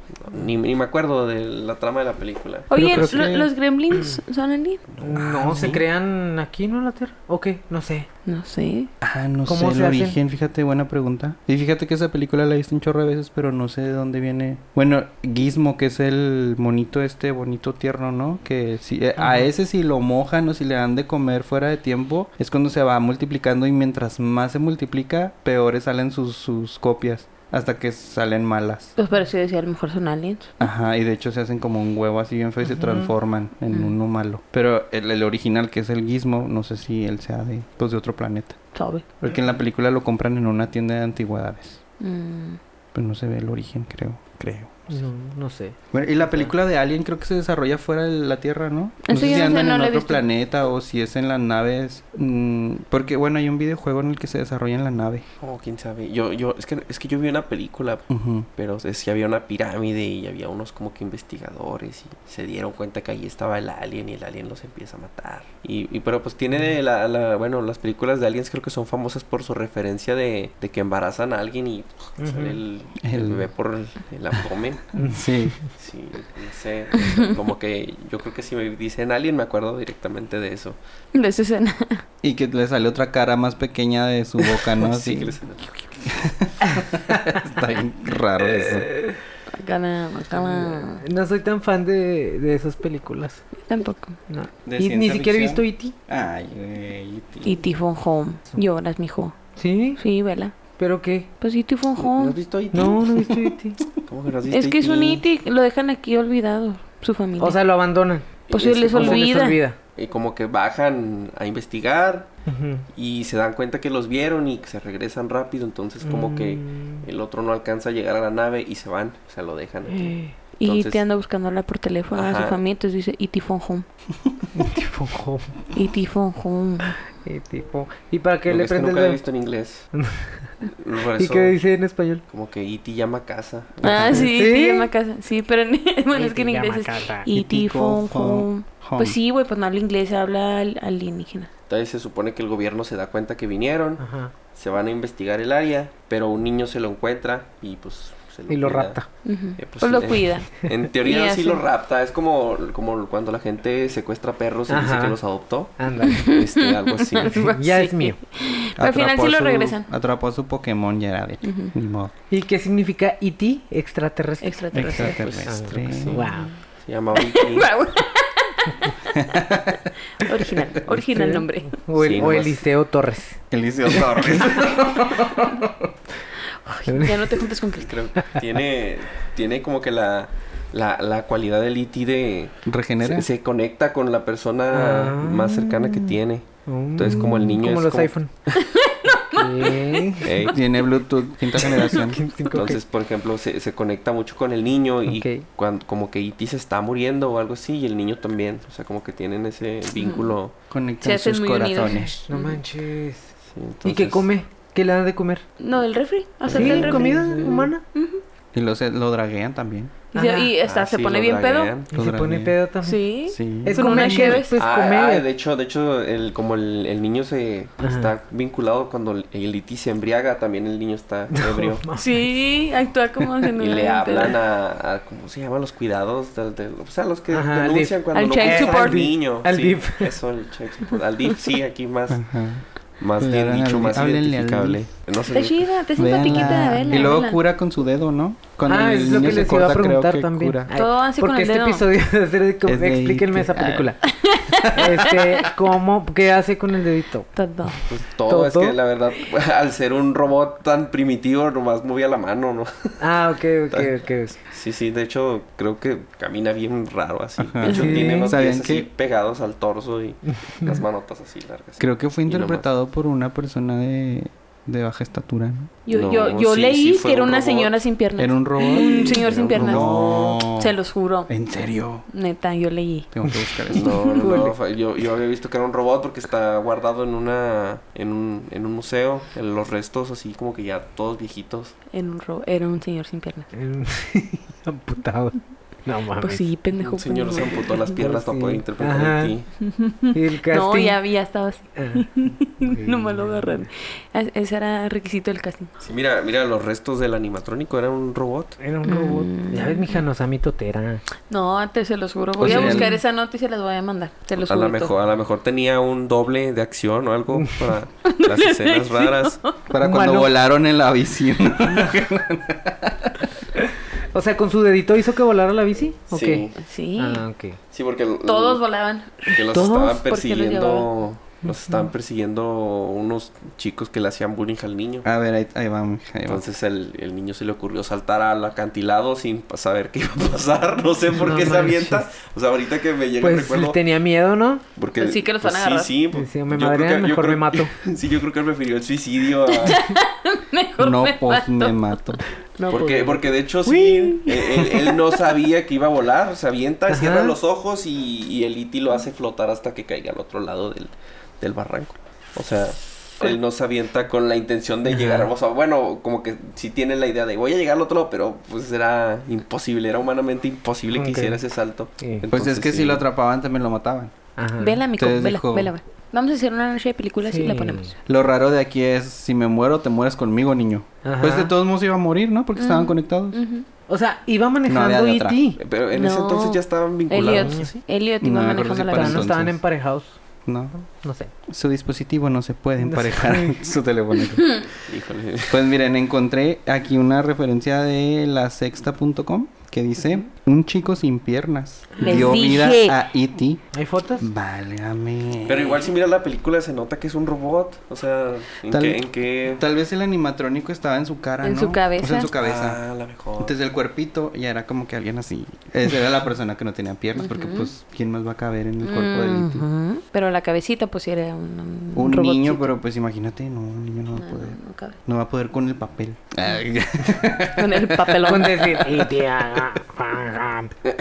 [SPEAKER 1] Ni, ni me acuerdo de la trama de la película.
[SPEAKER 3] Oye,
[SPEAKER 2] creo
[SPEAKER 3] ¿lo-
[SPEAKER 2] que-
[SPEAKER 3] ¿los gremlins son aliens?
[SPEAKER 4] No,
[SPEAKER 1] Ah,
[SPEAKER 4] ¿se
[SPEAKER 1] ¿sí?
[SPEAKER 4] crean aquí, no en la Tierra? ¿O qué? No sé.
[SPEAKER 3] No sé.
[SPEAKER 2] Ah, no
[SPEAKER 4] ¿Cómo
[SPEAKER 2] sé el
[SPEAKER 4] se hacen?
[SPEAKER 2] origen, fíjate, buena pregunta. Y fíjate que esa película la he visto un chorro de veces, pero no sé de dónde viene. Bueno, Gizmo, que es el monito este, bonito tierno, ¿no? Que si, eh, a ese si lo mojan o si le dan de comer fuera de tiempo, es cuando se va multiplicando y mientras más se multiplica, peores salen sus, sus copias, hasta que salen malas.
[SPEAKER 3] Los pareció decía, a lo mejor son aliens.
[SPEAKER 2] Ajá, y de hecho se hacen como un huevo así bien feo y se
[SPEAKER 4] Ujú.
[SPEAKER 2] transforman en
[SPEAKER 3] Mm.
[SPEAKER 2] uno malo. Pero el, el original, que es el Gizmo, no sé si él sea de, pues, de otro planeta.
[SPEAKER 3] Sabe.
[SPEAKER 2] Porque en la película lo compran en una tienda de antigüedades.
[SPEAKER 3] Mm.
[SPEAKER 2] Pero no se ve el origen, creo. Creo.
[SPEAKER 4] No, no sé.
[SPEAKER 2] Bueno, y la película de Alien creo que se desarrolla fuera de la Tierra, ¿no? No
[SPEAKER 3] Eso
[SPEAKER 2] sé
[SPEAKER 3] yo
[SPEAKER 2] si
[SPEAKER 3] no sé,
[SPEAKER 2] andan
[SPEAKER 3] no
[SPEAKER 2] en
[SPEAKER 3] lo he
[SPEAKER 2] otro
[SPEAKER 3] visto.
[SPEAKER 2] planeta o si es en las naves. mm, porque, bueno, hay un videojuego en el que se desarrolla en la nave.
[SPEAKER 1] Oh, quién sabe. Yo, yo, es que, es que yo vi una película,
[SPEAKER 2] Ujú.
[SPEAKER 1] pero es que había una pirámide y había unos como que investigadores y se dieron cuenta que ahí estaba el alien y el alien los empieza a matar. Y, y- pero pues tiene la, la- bueno, las películas de aliens creo que son famosas por su referencia de, de que embarazan a alguien y pues,
[SPEAKER 4] Ujú.
[SPEAKER 1] sale el, el
[SPEAKER 2] El-
[SPEAKER 1] bebé por el, el abdomen.
[SPEAKER 2] Sí.
[SPEAKER 1] Sí, no sé. o sea, Como que yo creo que si me dicen alien me acuerdo directamente de eso.
[SPEAKER 3] De esa escena.
[SPEAKER 2] Y que le sale otra cara más pequeña de su boca, ¿no?
[SPEAKER 1] Sí,
[SPEAKER 2] Así.
[SPEAKER 1] que les-
[SPEAKER 2] Está bien raro eso.
[SPEAKER 3] Bacana, bacana.
[SPEAKER 4] No soy tan fan de, de esas películas.
[SPEAKER 3] Yo tampoco.
[SPEAKER 4] No.
[SPEAKER 2] ¿De
[SPEAKER 4] Y ni
[SPEAKER 2] ciencia
[SPEAKER 4] siquiera he visto E
[SPEAKER 2] ficción?
[SPEAKER 4] E.T.
[SPEAKER 2] Ay, güey.
[SPEAKER 3] Y Tifón Home. Lloras, mijo.
[SPEAKER 4] ¿Sí?
[SPEAKER 3] Sí, vela.
[SPEAKER 4] ¿Pero qué?
[SPEAKER 3] Pues sí, Tifón
[SPEAKER 1] ¿No
[SPEAKER 3] Home.
[SPEAKER 1] has visto E.T.?
[SPEAKER 4] No, no he visto E E.T.
[SPEAKER 1] ¿Cómo que no has visto
[SPEAKER 3] Es que es un
[SPEAKER 1] E.T.?
[SPEAKER 3] iti, lo dejan aquí olvidado, su familia.
[SPEAKER 4] O sea, lo abandonan.
[SPEAKER 3] pues
[SPEAKER 1] es
[SPEAKER 3] se
[SPEAKER 1] que
[SPEAKER 3] les
[SPEAKER 1] como-
[SPEAKER 4] Se les
[SPEAKER 3] olvida.
[SPEAKER 4] olvida.
[SPEAKER 1] Y como que bajan a investigar
[SPEAKER 4] Ujú.
[SPEAKER 1] y se dan cuenta que los vieron y que se regresan rápido, entonces como que
[SPEAKER 4] Mm.
[SPEAKER 1] el otro no alcanza a llegar a la nave y se van, o sea, lo dejan aquí.
[SPEAKER 4] Eh,
[SPEAKER 3] y
[SPEAKER 1] entonces-
[SPEAKER 3] te anda buscándola por teléfono a
[SPEAKER 1] Ajá.
[SPEAKER 3] su familia, entonces dice, y Tifón Home.
[SPEAKER 4] tipo, ¿cómo?
[SPEAKER 3] Y Tifón Home.
[SPEAKER 4] Eh, tipo. ¿Y para qué
[SPEAKER 1] Lo que
[SPEAKER 4] le
[SPEAKER 1] es que
[SPEAKER 4] prende el
[SPEAKER 1] nunca lo he
[SPEAKER 4] dedo?
[SPEAKER 1] visto en inglés. Por
[SPEAKER 4] ¿Y
[SPEAKER 1] eso,
[SPEAKER 4] qué dice en español?
[SPEAKER 1] como que E.T. llama a casa.
[SPEAKER 3] Ah, sí,
[SPEAKER 4] ¿Sí?
[SPEAKER 3] te llama a casa. Sí, pero en- bueno, es que en
[SPEAKER 4] E.T.
[SPEAKER 3] inglés es
[SPEAKER 4] llama a
[SPEAKER 1] Ah.
[SPEAKER 4] casa.
[SPEAKER 3] y
[SPEAKER 2] E.T.
[SPEAKER 3] Tifón
[SPEAKER 2] phone
[SPEAKER 3] Home.
[SPEAKER 2] home.
[SPEAKER 3] Pues sí, güey, pues no habla inglés, habla al- alienígena.
[SPEAKER 1] Entonces se supone que el gobierno se da cuenta que vinieron,
[SPEAKER 4] Ajá.
[SPEAKER 1] se van a investigar el área, pero un niño se lo encuentra y pues se
[SPEAKER 4] Y lo
[SPEAKER 1] cuida.
[SPEAKER 4] rapta.
[SPEAKER 3] Ujú.
[SPEAKER 1] Eh, pues,
[SPEAKER 3] pues, lo
[SPEAKER 1] eh,
[SPEAKER 3] cuida.
[SPEAKER 1] En
[SPEAKER 3] Y
[SPEAKER 1] teoría sí
[SPEAKER 3] hace-
[SPEAKER 1] lo rapta, es como, como cuando la gente secuestra perros y dice
[SPEAKER 4] Ajá.
[SPEAKER 1] que los adoptó.
[SPEAKER 4] Anda.
[SPEAKER 1] Este, algo así.
[SPEAKER 4] ya
[SPEAKER 3] Sí.
[SPEAKER 4] es mío.
[SPEAKER 3] Pero al final sí
[SPEAKER 2] Atrapó
[SPEAKER 3] lo
[SPEAKER 2] su-
[SPEAKER 3] regresan.
[SPEAKER 2] Atrapó a su Pokémon, ya era de él.
[SPEAKER 3] Ujú.
[SPEAKER 2] Ni modo.
[SPEAKER 4] ¿Y qué significa E.T. extraterrestre?
[SPEAKER 3] Extraterrestre.
[SPEAKER 2] Extraterrestre.
[SPEAKER 1] Pues, ah, creo que
[SPEAKER 4] Wow.
[SPEAKER 1] Se llamaba E.T.
[SPEAKER 3] original, original
[SPEAKER 4] Sí.
[SPEAKER 3] nombre.
[SPEAKER 4] O, el,
[SPEAKER 1] Sí,
[SPEAKER 4] o
[SPEAKER 1] nomás.
[SPEAKER 4] Eliseo Torres.
[SPEAKER 2] Eliseo Torres.
[SPEAKER 3] Ay, ya no te juntes con Cristian.
[SPEAKER 1] Creo que tiene, tiene como que la, la, la cualidad del E.T. de...
[SPEAKER 2] Regenera.
[SPEAKER 1] Se, se conecta con la persona
[SPEAKER 4] Ah.
[SPEAKER 1] más cercana que tiene. Entonces, como el niño
[SPEAKER 4] Mm, Como
[SPEAKER 1] es
[SPEAKER 4] los
[SPEAKER 1] como-
[SPEAKER 4] iPhone. ¿Qué?
[SPEAKER 1] Ey.
[SPEAKER 2] Tiene Bluetooth quinta generación.
[SPEAKER 1] ¿eh? Entonces, por ejemplo, se, se conecta mucho con el niño y
[SPEAKER 4] Ok.
[SPEAKER 1] cuan- como que E.T. se está muriendo o algo así y el niño también. O sea, como que tienen ese vínculo.
[SPEAKER 3] Se
[SPEAKER 2] Conectan
[SPEAKER 3] hacen
[SPEAKER 2] sus
[SPEAKER 3] muy unidos.
[SPEAKER 2] corazones.
[SPEAKER 4] No manches.
[SPEAKER 1] sí,
[SPEAKER 4] ¿Y qué
[SPEAKER 1] entonces-
[SPEAKER 4] come? ¿Qué le dan de comer?
[SPEAKER 3] No, el refri.
[SPEAKER 4] ¿Sí?
[SPEAKER 3] Acerca el refri.
[SPEAKER 4] ¿Comida humana?
[SPEAKER 2] Y lo, se- lo draguean también.
[SPEAKER 3] Y, se- y hasta
[SPEAKER 1] Ah,
[SPEAKER 3] se
[SPEAKER 1] sí,
[SPEAKER 3] pone
[SPEAKER 1] lo
[SPEAKER 3] bien pedo.
[SPEAKER 1] draguean.
[SPEAKER 4] ¿Y
[SPEAKER 2] Lo
[SPEAKER 4] se pone
[SPEAKER 2] draguean.
[SPEAKER 4] pedo también?
[SPEAKER 3] Sí.
[SPEAKER 2] Sí.
[SPEAKER 4] Es
[SPEAKER 3] Con
[SPEAKER 4] como
[SPEAKER 3] una cheves.
[SPEAKER 4] Pues
[SPEAKER 1] Ah,
[SPEAKER 4] comedia.
[SPEAKER 1] ah, de hecho, de hecho, el, como el, el niño se
[SPEAKER 4] Ajá.
[SPEAKER 1] está vinculado cuando el E.T. se embriaga, también el niño está ebrio.
[SPEAKER 3] Sí, actúa como si no
[SPEAKER 1] Y le
[SPEAKER 3] hubiera
[SPEAKER 1] hablan
[SPEAKER 3] pedo.
[SPEAKER 1] a, a- ¿cómo se llaman los cuidados? del- del- o sea, los que
[SPEAKER 4] Ajá, al
[SPEAKER 1] denuncian
[SPEAKER 4] DIF.
[SPEAKER 1] cuando
[SPEAKER 3] Al
[SPEAKER 1] no
[SPEAKER 3] child
[SPEAKER 1] pueden
[SPEAKER 3] support.
[SPEAKER 1] al niño.
[SPEAKER 4] Al
[SPEAKER 1] sí,
[SPEAKER 4] DIF.
[SPEAKER 1] Eso, el child support. Al DIF, sí, aquí más,
[SPEAKER 2] Ajá.
[SPEAKER 1] más
[SPEAKER 2] Le
[SPEAKER 1] bien
[SPEAKER 2] hablan al
[SPEAKER 1] dicho,
[SPEAKER 2] DIF.
[SPEAKER 1] más
[SPEAKER 2] Háblenle al
[SPEAKER 1] identificable.
[SPEAKER 2] DIF.
[SPEAKER 1] No sé.
[SPEAKER 3] Está chida, te siento tiquita de
[SPEAKER 2] Véanla.
[SPEAKER 3] vela.
[SPEAKER 2] Y luego
[SPEAKER 3] vela.
[SPEAKER 2] cura con su dedo, ¿no? Cuando
[SPEAKER 4] ah,
[SPEAKER 2] el
[SPEAKER 4] es lo
[SPEAKER 2] niño
[SPEAKER 4] que
[SPEAKER 2] se
[SPEAKER 4] les iba a
[SPEAKER 2] corta, creo
[SPEAKER 4] preguntar
[SPEAKER 2] que
[SPEAKER 4] también.
[SPEAKER 2] cura.
[SPEAKER 4] Ay,
[SPEAKER 3] Todo así con
[SPEAKER 4] porque
[SPEAKER 3] el
[SPEAKER 4] este
[SPEAKER 3] dedo.
[SPEAKER 4] episodio va a ser de como,
[SPEAKER 2] Es de
[SPEAKER 4] explíquenme
[SPEAKER 2] IT.
[SPEAKER 4] esa
[SPEAKER 2] Ah.
[SPEAKER 4] película. este, ¿cómo? ¿Qué hace con el dedito?
[SPEAKER 3] Todo.
[SPEAKER 1] Pues todo, es
[SPEAKER 4] ¿Todo?
[SPEAKER 1] que la verdad, al ser un robot tan primitivo, nomás movía la mano, ¿no?
[SPEAKER 4] Ah, ok, ok, ok.
[SPEAKER 1] Sí, sí, de hecho, creo que camina bien raro así.
[SPEAKER 2] Ajá.
[SPEAKER 1] De hecho,
[SPEAKER 4] Sí.
[SPEAKER 1] tiene los pies
[SPEAKER 2] ¿Sabían
[SPEAKER 1] así
[SPEAKER 2] que-
[SPEAKER 1] pegados al torso y las manotas así largas.
[SPEAKER 2] Creo que fue
[SPEAKER 1] Y nomás.
[SPEAKER 2] interpretado por una persona de, de baja estatura, ¿no?
[SPEAKER 3] Yo,
[SPEAKER 1] No,
[SPEAKER 3] yo, yo
[SPEAKER 1] sí, sí
[SPEAKER 3] leí
[SPEAKER 1] fue
[SPEAKER 3] que era
[SPEAKER 1] un
[SPEAKER 3] una
[SPEAKER 1] robot.
[SPEAKER 3] señora sin piernas.
[SPEAKER 2] Era un robot.
[SPEAKER 3] Un Mm, señor
[SPEAKER 1] Era
[SPEAKER 3] sin
[SPEAKER 1] un
[SPEAKER 3] piernas.
[SPEAKER 2] robot. No.
[SPEAKER 3] Se los juro.
[SPEAKER 2] ¿En serio?
[SPEAKER 3] Neta, yo leí.
[SPEAKER 2] Tengo que buscar eso.
[SPEAKER 1] No, no, no, fue- yo, yo había visto que era un robot porque está guardado en una en un, en un museo, en los restos así como que ya todos viejitos.
[SPEAKER 3] Era un, ro- era un señor sin piernas.
[SPEAKER 4] Amputado. No mames.
[SPEAKER 3] Pues sí, pendejo.
[SPEAKER 1] Ah, Un señor se
[SPEAKER 3] pendejo.
[SPEAKER 1] amputó las piernas
[SPEAKER 4] Pues
[SPEAKER 1] para
[SPEAKER 4] sí.
[SPEAKER 1] poder interpretar
[SPEAKER 4] Ajá.
[SPEAKER 1] a ti.
[SPEAKER 4] Y el casting.
[SPEAKER 3] No, ya había estado así.
[SPEAKER 4] Ah,
[SPEAKER 3] No me lo agarran. Es- Ese era el requisito del casting.
[SPEAKER 1] Sí, mira, mira los restos del animatrónico, era un robot.
[SPEAKER 4] Era un robot.
[SPEAKER 3] Mm.
[SPEAKER 4] Ya ves, mija, nos a mi totera.
[SPEAKER 3] No, te se los juro. Voy
[SPEAKER 2] sea,
[SPEAKER 3] a buscar
[SPEAKER 2] el-
[SPEAKER 3] esa nota y se las voy a mandar. Se los
[SPEAKER 1] a lo
[SPEAKER 3] juro.
[SPEAKER 1] mejor, a lo mejor tenía un doble de acción o algo para las escenas raras.
[SPEAKER 2] Para cuando
[SPEAKER 4] Humano.
[SPEAKER 2] volaron en la bici. ¿no?
[SPEAKER 4] O sea, ¿con su dedito hizo que volara la bici? ¿O
[SPEAKER 1] Sí,
[SPEAKER 4] qué?
[SPEAKER 3] Sí.
[SPEAKER 4] Ah, ok.
[SPEAKER 1] sí, porque el-
[SPEAKER 3] Todos volaban.
[SPEAKER 1] que los
[SPEAKER 4] ¿Todos?
[SPEAKER 1] estaban
[SPEAKER 3] Porque los
[SPEAKER 1] persiguiendo, los estaban persiguiendo unos chicos que le hacían bullying al niño.
[SPEAKER 4] Ah,
[SPEAKER 2] A ver, ahí, ahí vamos. Ahí vamos.
[SPEAKER 1] Entonces el, el niño se le ocurrió saltar al acantilado sin pa- saber qué iba a pasar. No sé por
[SPEAKER 4] No
[SPEAKER 1] qué se
[SPEAKER 4] manches.
[SPEAKER 1] avienta. O sea, ahorita que me llega el
[SPEAKER 4] Pues
[SPEAKER 1] recuerdo.
[SPEAKER 4] tenía miedo, ¿no?
[SPEAKER 1] Porque,
[SPEAKER 3] Pues sí que los van a
[SPEAKER 1] sí,
[SPEAKER 3] agarrar.
[SPEAKER 1] Sí, pues,
[SPEAKER 4] Decía, me
[SPEAKER 1] yo creo
[SPEAKER 4] madrean,
[SPEAKER 1] que- yo
[SPEAKER 4] mejor me
[SPEAKER 1] creo-
[SPEAKER 4] mato.
[SPEAKER 1] Sí, yo creo que él prefirió el suicidio a-
[SPEAKER 3] Mejor
[SPEAKER 2] No,
[SPEAKER 3] me
[SPEAKER 2] pues
[SPEAKER 3] mato.
[SPEAKER 2] me mato.
[SPEAKER 4] No,
[SPEAKER 1] porque,
[SPEAKER 4] pues-
[SPEAKER 1] porque de hecho sí, él, él- él no sabía que iba a volar. Se avienta,
[SPEAKER 4] Ajá.
[SPEAKER 1] cierra los ojos y, y el iti lo hace flotar hasta que caiga al otro lado del, del barranco. O sea,
[SPEAKER 4] Pues
[SPEAKER 1] él no se avienta con la intención de llegar. O sea, bueno, como que sí tiene la idea de voy a llegar al otro lado, pero pues era imposible, era humanamente imposible
[SPEAKER 4] Ok.
[SPEAKER 1] que hiciera ese salto.
[SPEAKER 4] Sí.
[SPEAKER 2] Pues
[SPEAKER 1] Entonces,
[SPEAKER 2] es que si
[SPEAKER 1] sí.
[SPEAKER 2] lo atrapaban también lo mataban.
[SPEAKER 4] Ajá.
[SPEAKER 3] Vela, mi
[SPEAKER 2] Ustedes
[SPEAKER 3] vela,
[SPEAKER 2] dijo-
[SPEAKER 3] vela, vela. Vamos a hacer una noche de películas
[SPEAKER 4] Sí.
[SPEAKER 3] y la ponemos.
[SPEAKER 2] Lo raro de aquí es, si me muero, te mueres conmigo, niño.
[SPEAKER 4] Ajá.
[SPEAKER 2] Pues de todos modos iba a morir, ¿no? Porque
[SPEAKER 3] Mm.
[SPEAKER 2] estaban conectados.
[SPEAKER 3] Ujú.
[SPEAKER 4] O sea, iba
[SPEAKER 2] No había
[SPEAKER 4] manejando E
[SPEAKER 2] de otra.
[SPEAKER 4] E.T.
[SPEAKER 1] Pero en ese
[SPEAKER 3] No.
[SPEAKER 1] entonces ya estaban vinculados.
[SPEAKER 3] Elliot,
[SPEAKER 1] ¿sí?
[SPEAKER 3] Elliot iba
[SPEAKER 2] No,
[SPEAKER 3] manejando
[SPEAKER 2] pero
[SPEAKER 3] la
[SPEAKER 2] sí
[SPEAKER 4] Pero
[SPEAKER 2] parece-
[SPEAKER 4] no
[SPEAKER 3] vela.
[SPEAKER 4] estaban
[SPEAKER 2] entonces.
[SPEAKER 4] emparejados.
[SPEAKER 2] No,
[SPEAKER 4] No sé.
[SPEAKER 2] su dispositivo no se puede
[SPEAKER 4] No se
[SPEAKER 2] emparejar en su teléfono.
[SPEAKER 1] Híjole.
[SPEAKER 2] Pues miren, encontré aquí una referencia de la sexta.com que dice, un chico sin piernas
[SPEAKER 3] Les
[SPEAKER 2] dio
[SPEAKER 3] dije.
[SPEAKER 2] vida a E.T.
[SPEAKER 4] ¿Hay fotos?
[SPEAKER 2] Mm. Válgame.
[SPEAKER 1] Pero igual si miras la película se nota que es un robot. O sea, ¿en
[SPEAKER 2] Tal-
[SPEAKER 1] qué? En qué?
[SPEAKER 2] Tal vez el animatrónico estaba en su cara,
[SPEAKER 3] En
[SPEAKER 2] ¿no?
[SPEAKER 3] su
[SPEAKER 2] O sea,
[SPEAKER 3] cabeza.
[SPEAKER 2] en su cabeza.
[SPEAKER 1] Ah, la mejor.
[SPEAKER 2] Entonces el cuerpito ya era como que alguien así. Esa era la persona que no tenía piernas, porque pues, ¿quién más va a caber en el cuerpo de E.T.?
[SPEAKER 3] Ujú. Pero la cabecita, pues sí era un, un,
[SPEAKER 2] Un niño,
[SPEAKER 3] robotcito.
[SPEAKER 2] pero pues imagínate, no, un niño no va a
[SPEAKER 3] No,
[SPEAKER 2] poder.
[SPEAKER 3] no, no cabe.
[SPEAKER 2] No va a poder con el papel.
[SPEAKER 3] Con el papelón.
[SPEAKER 4] Con decir, E.T. ah, ah, ah.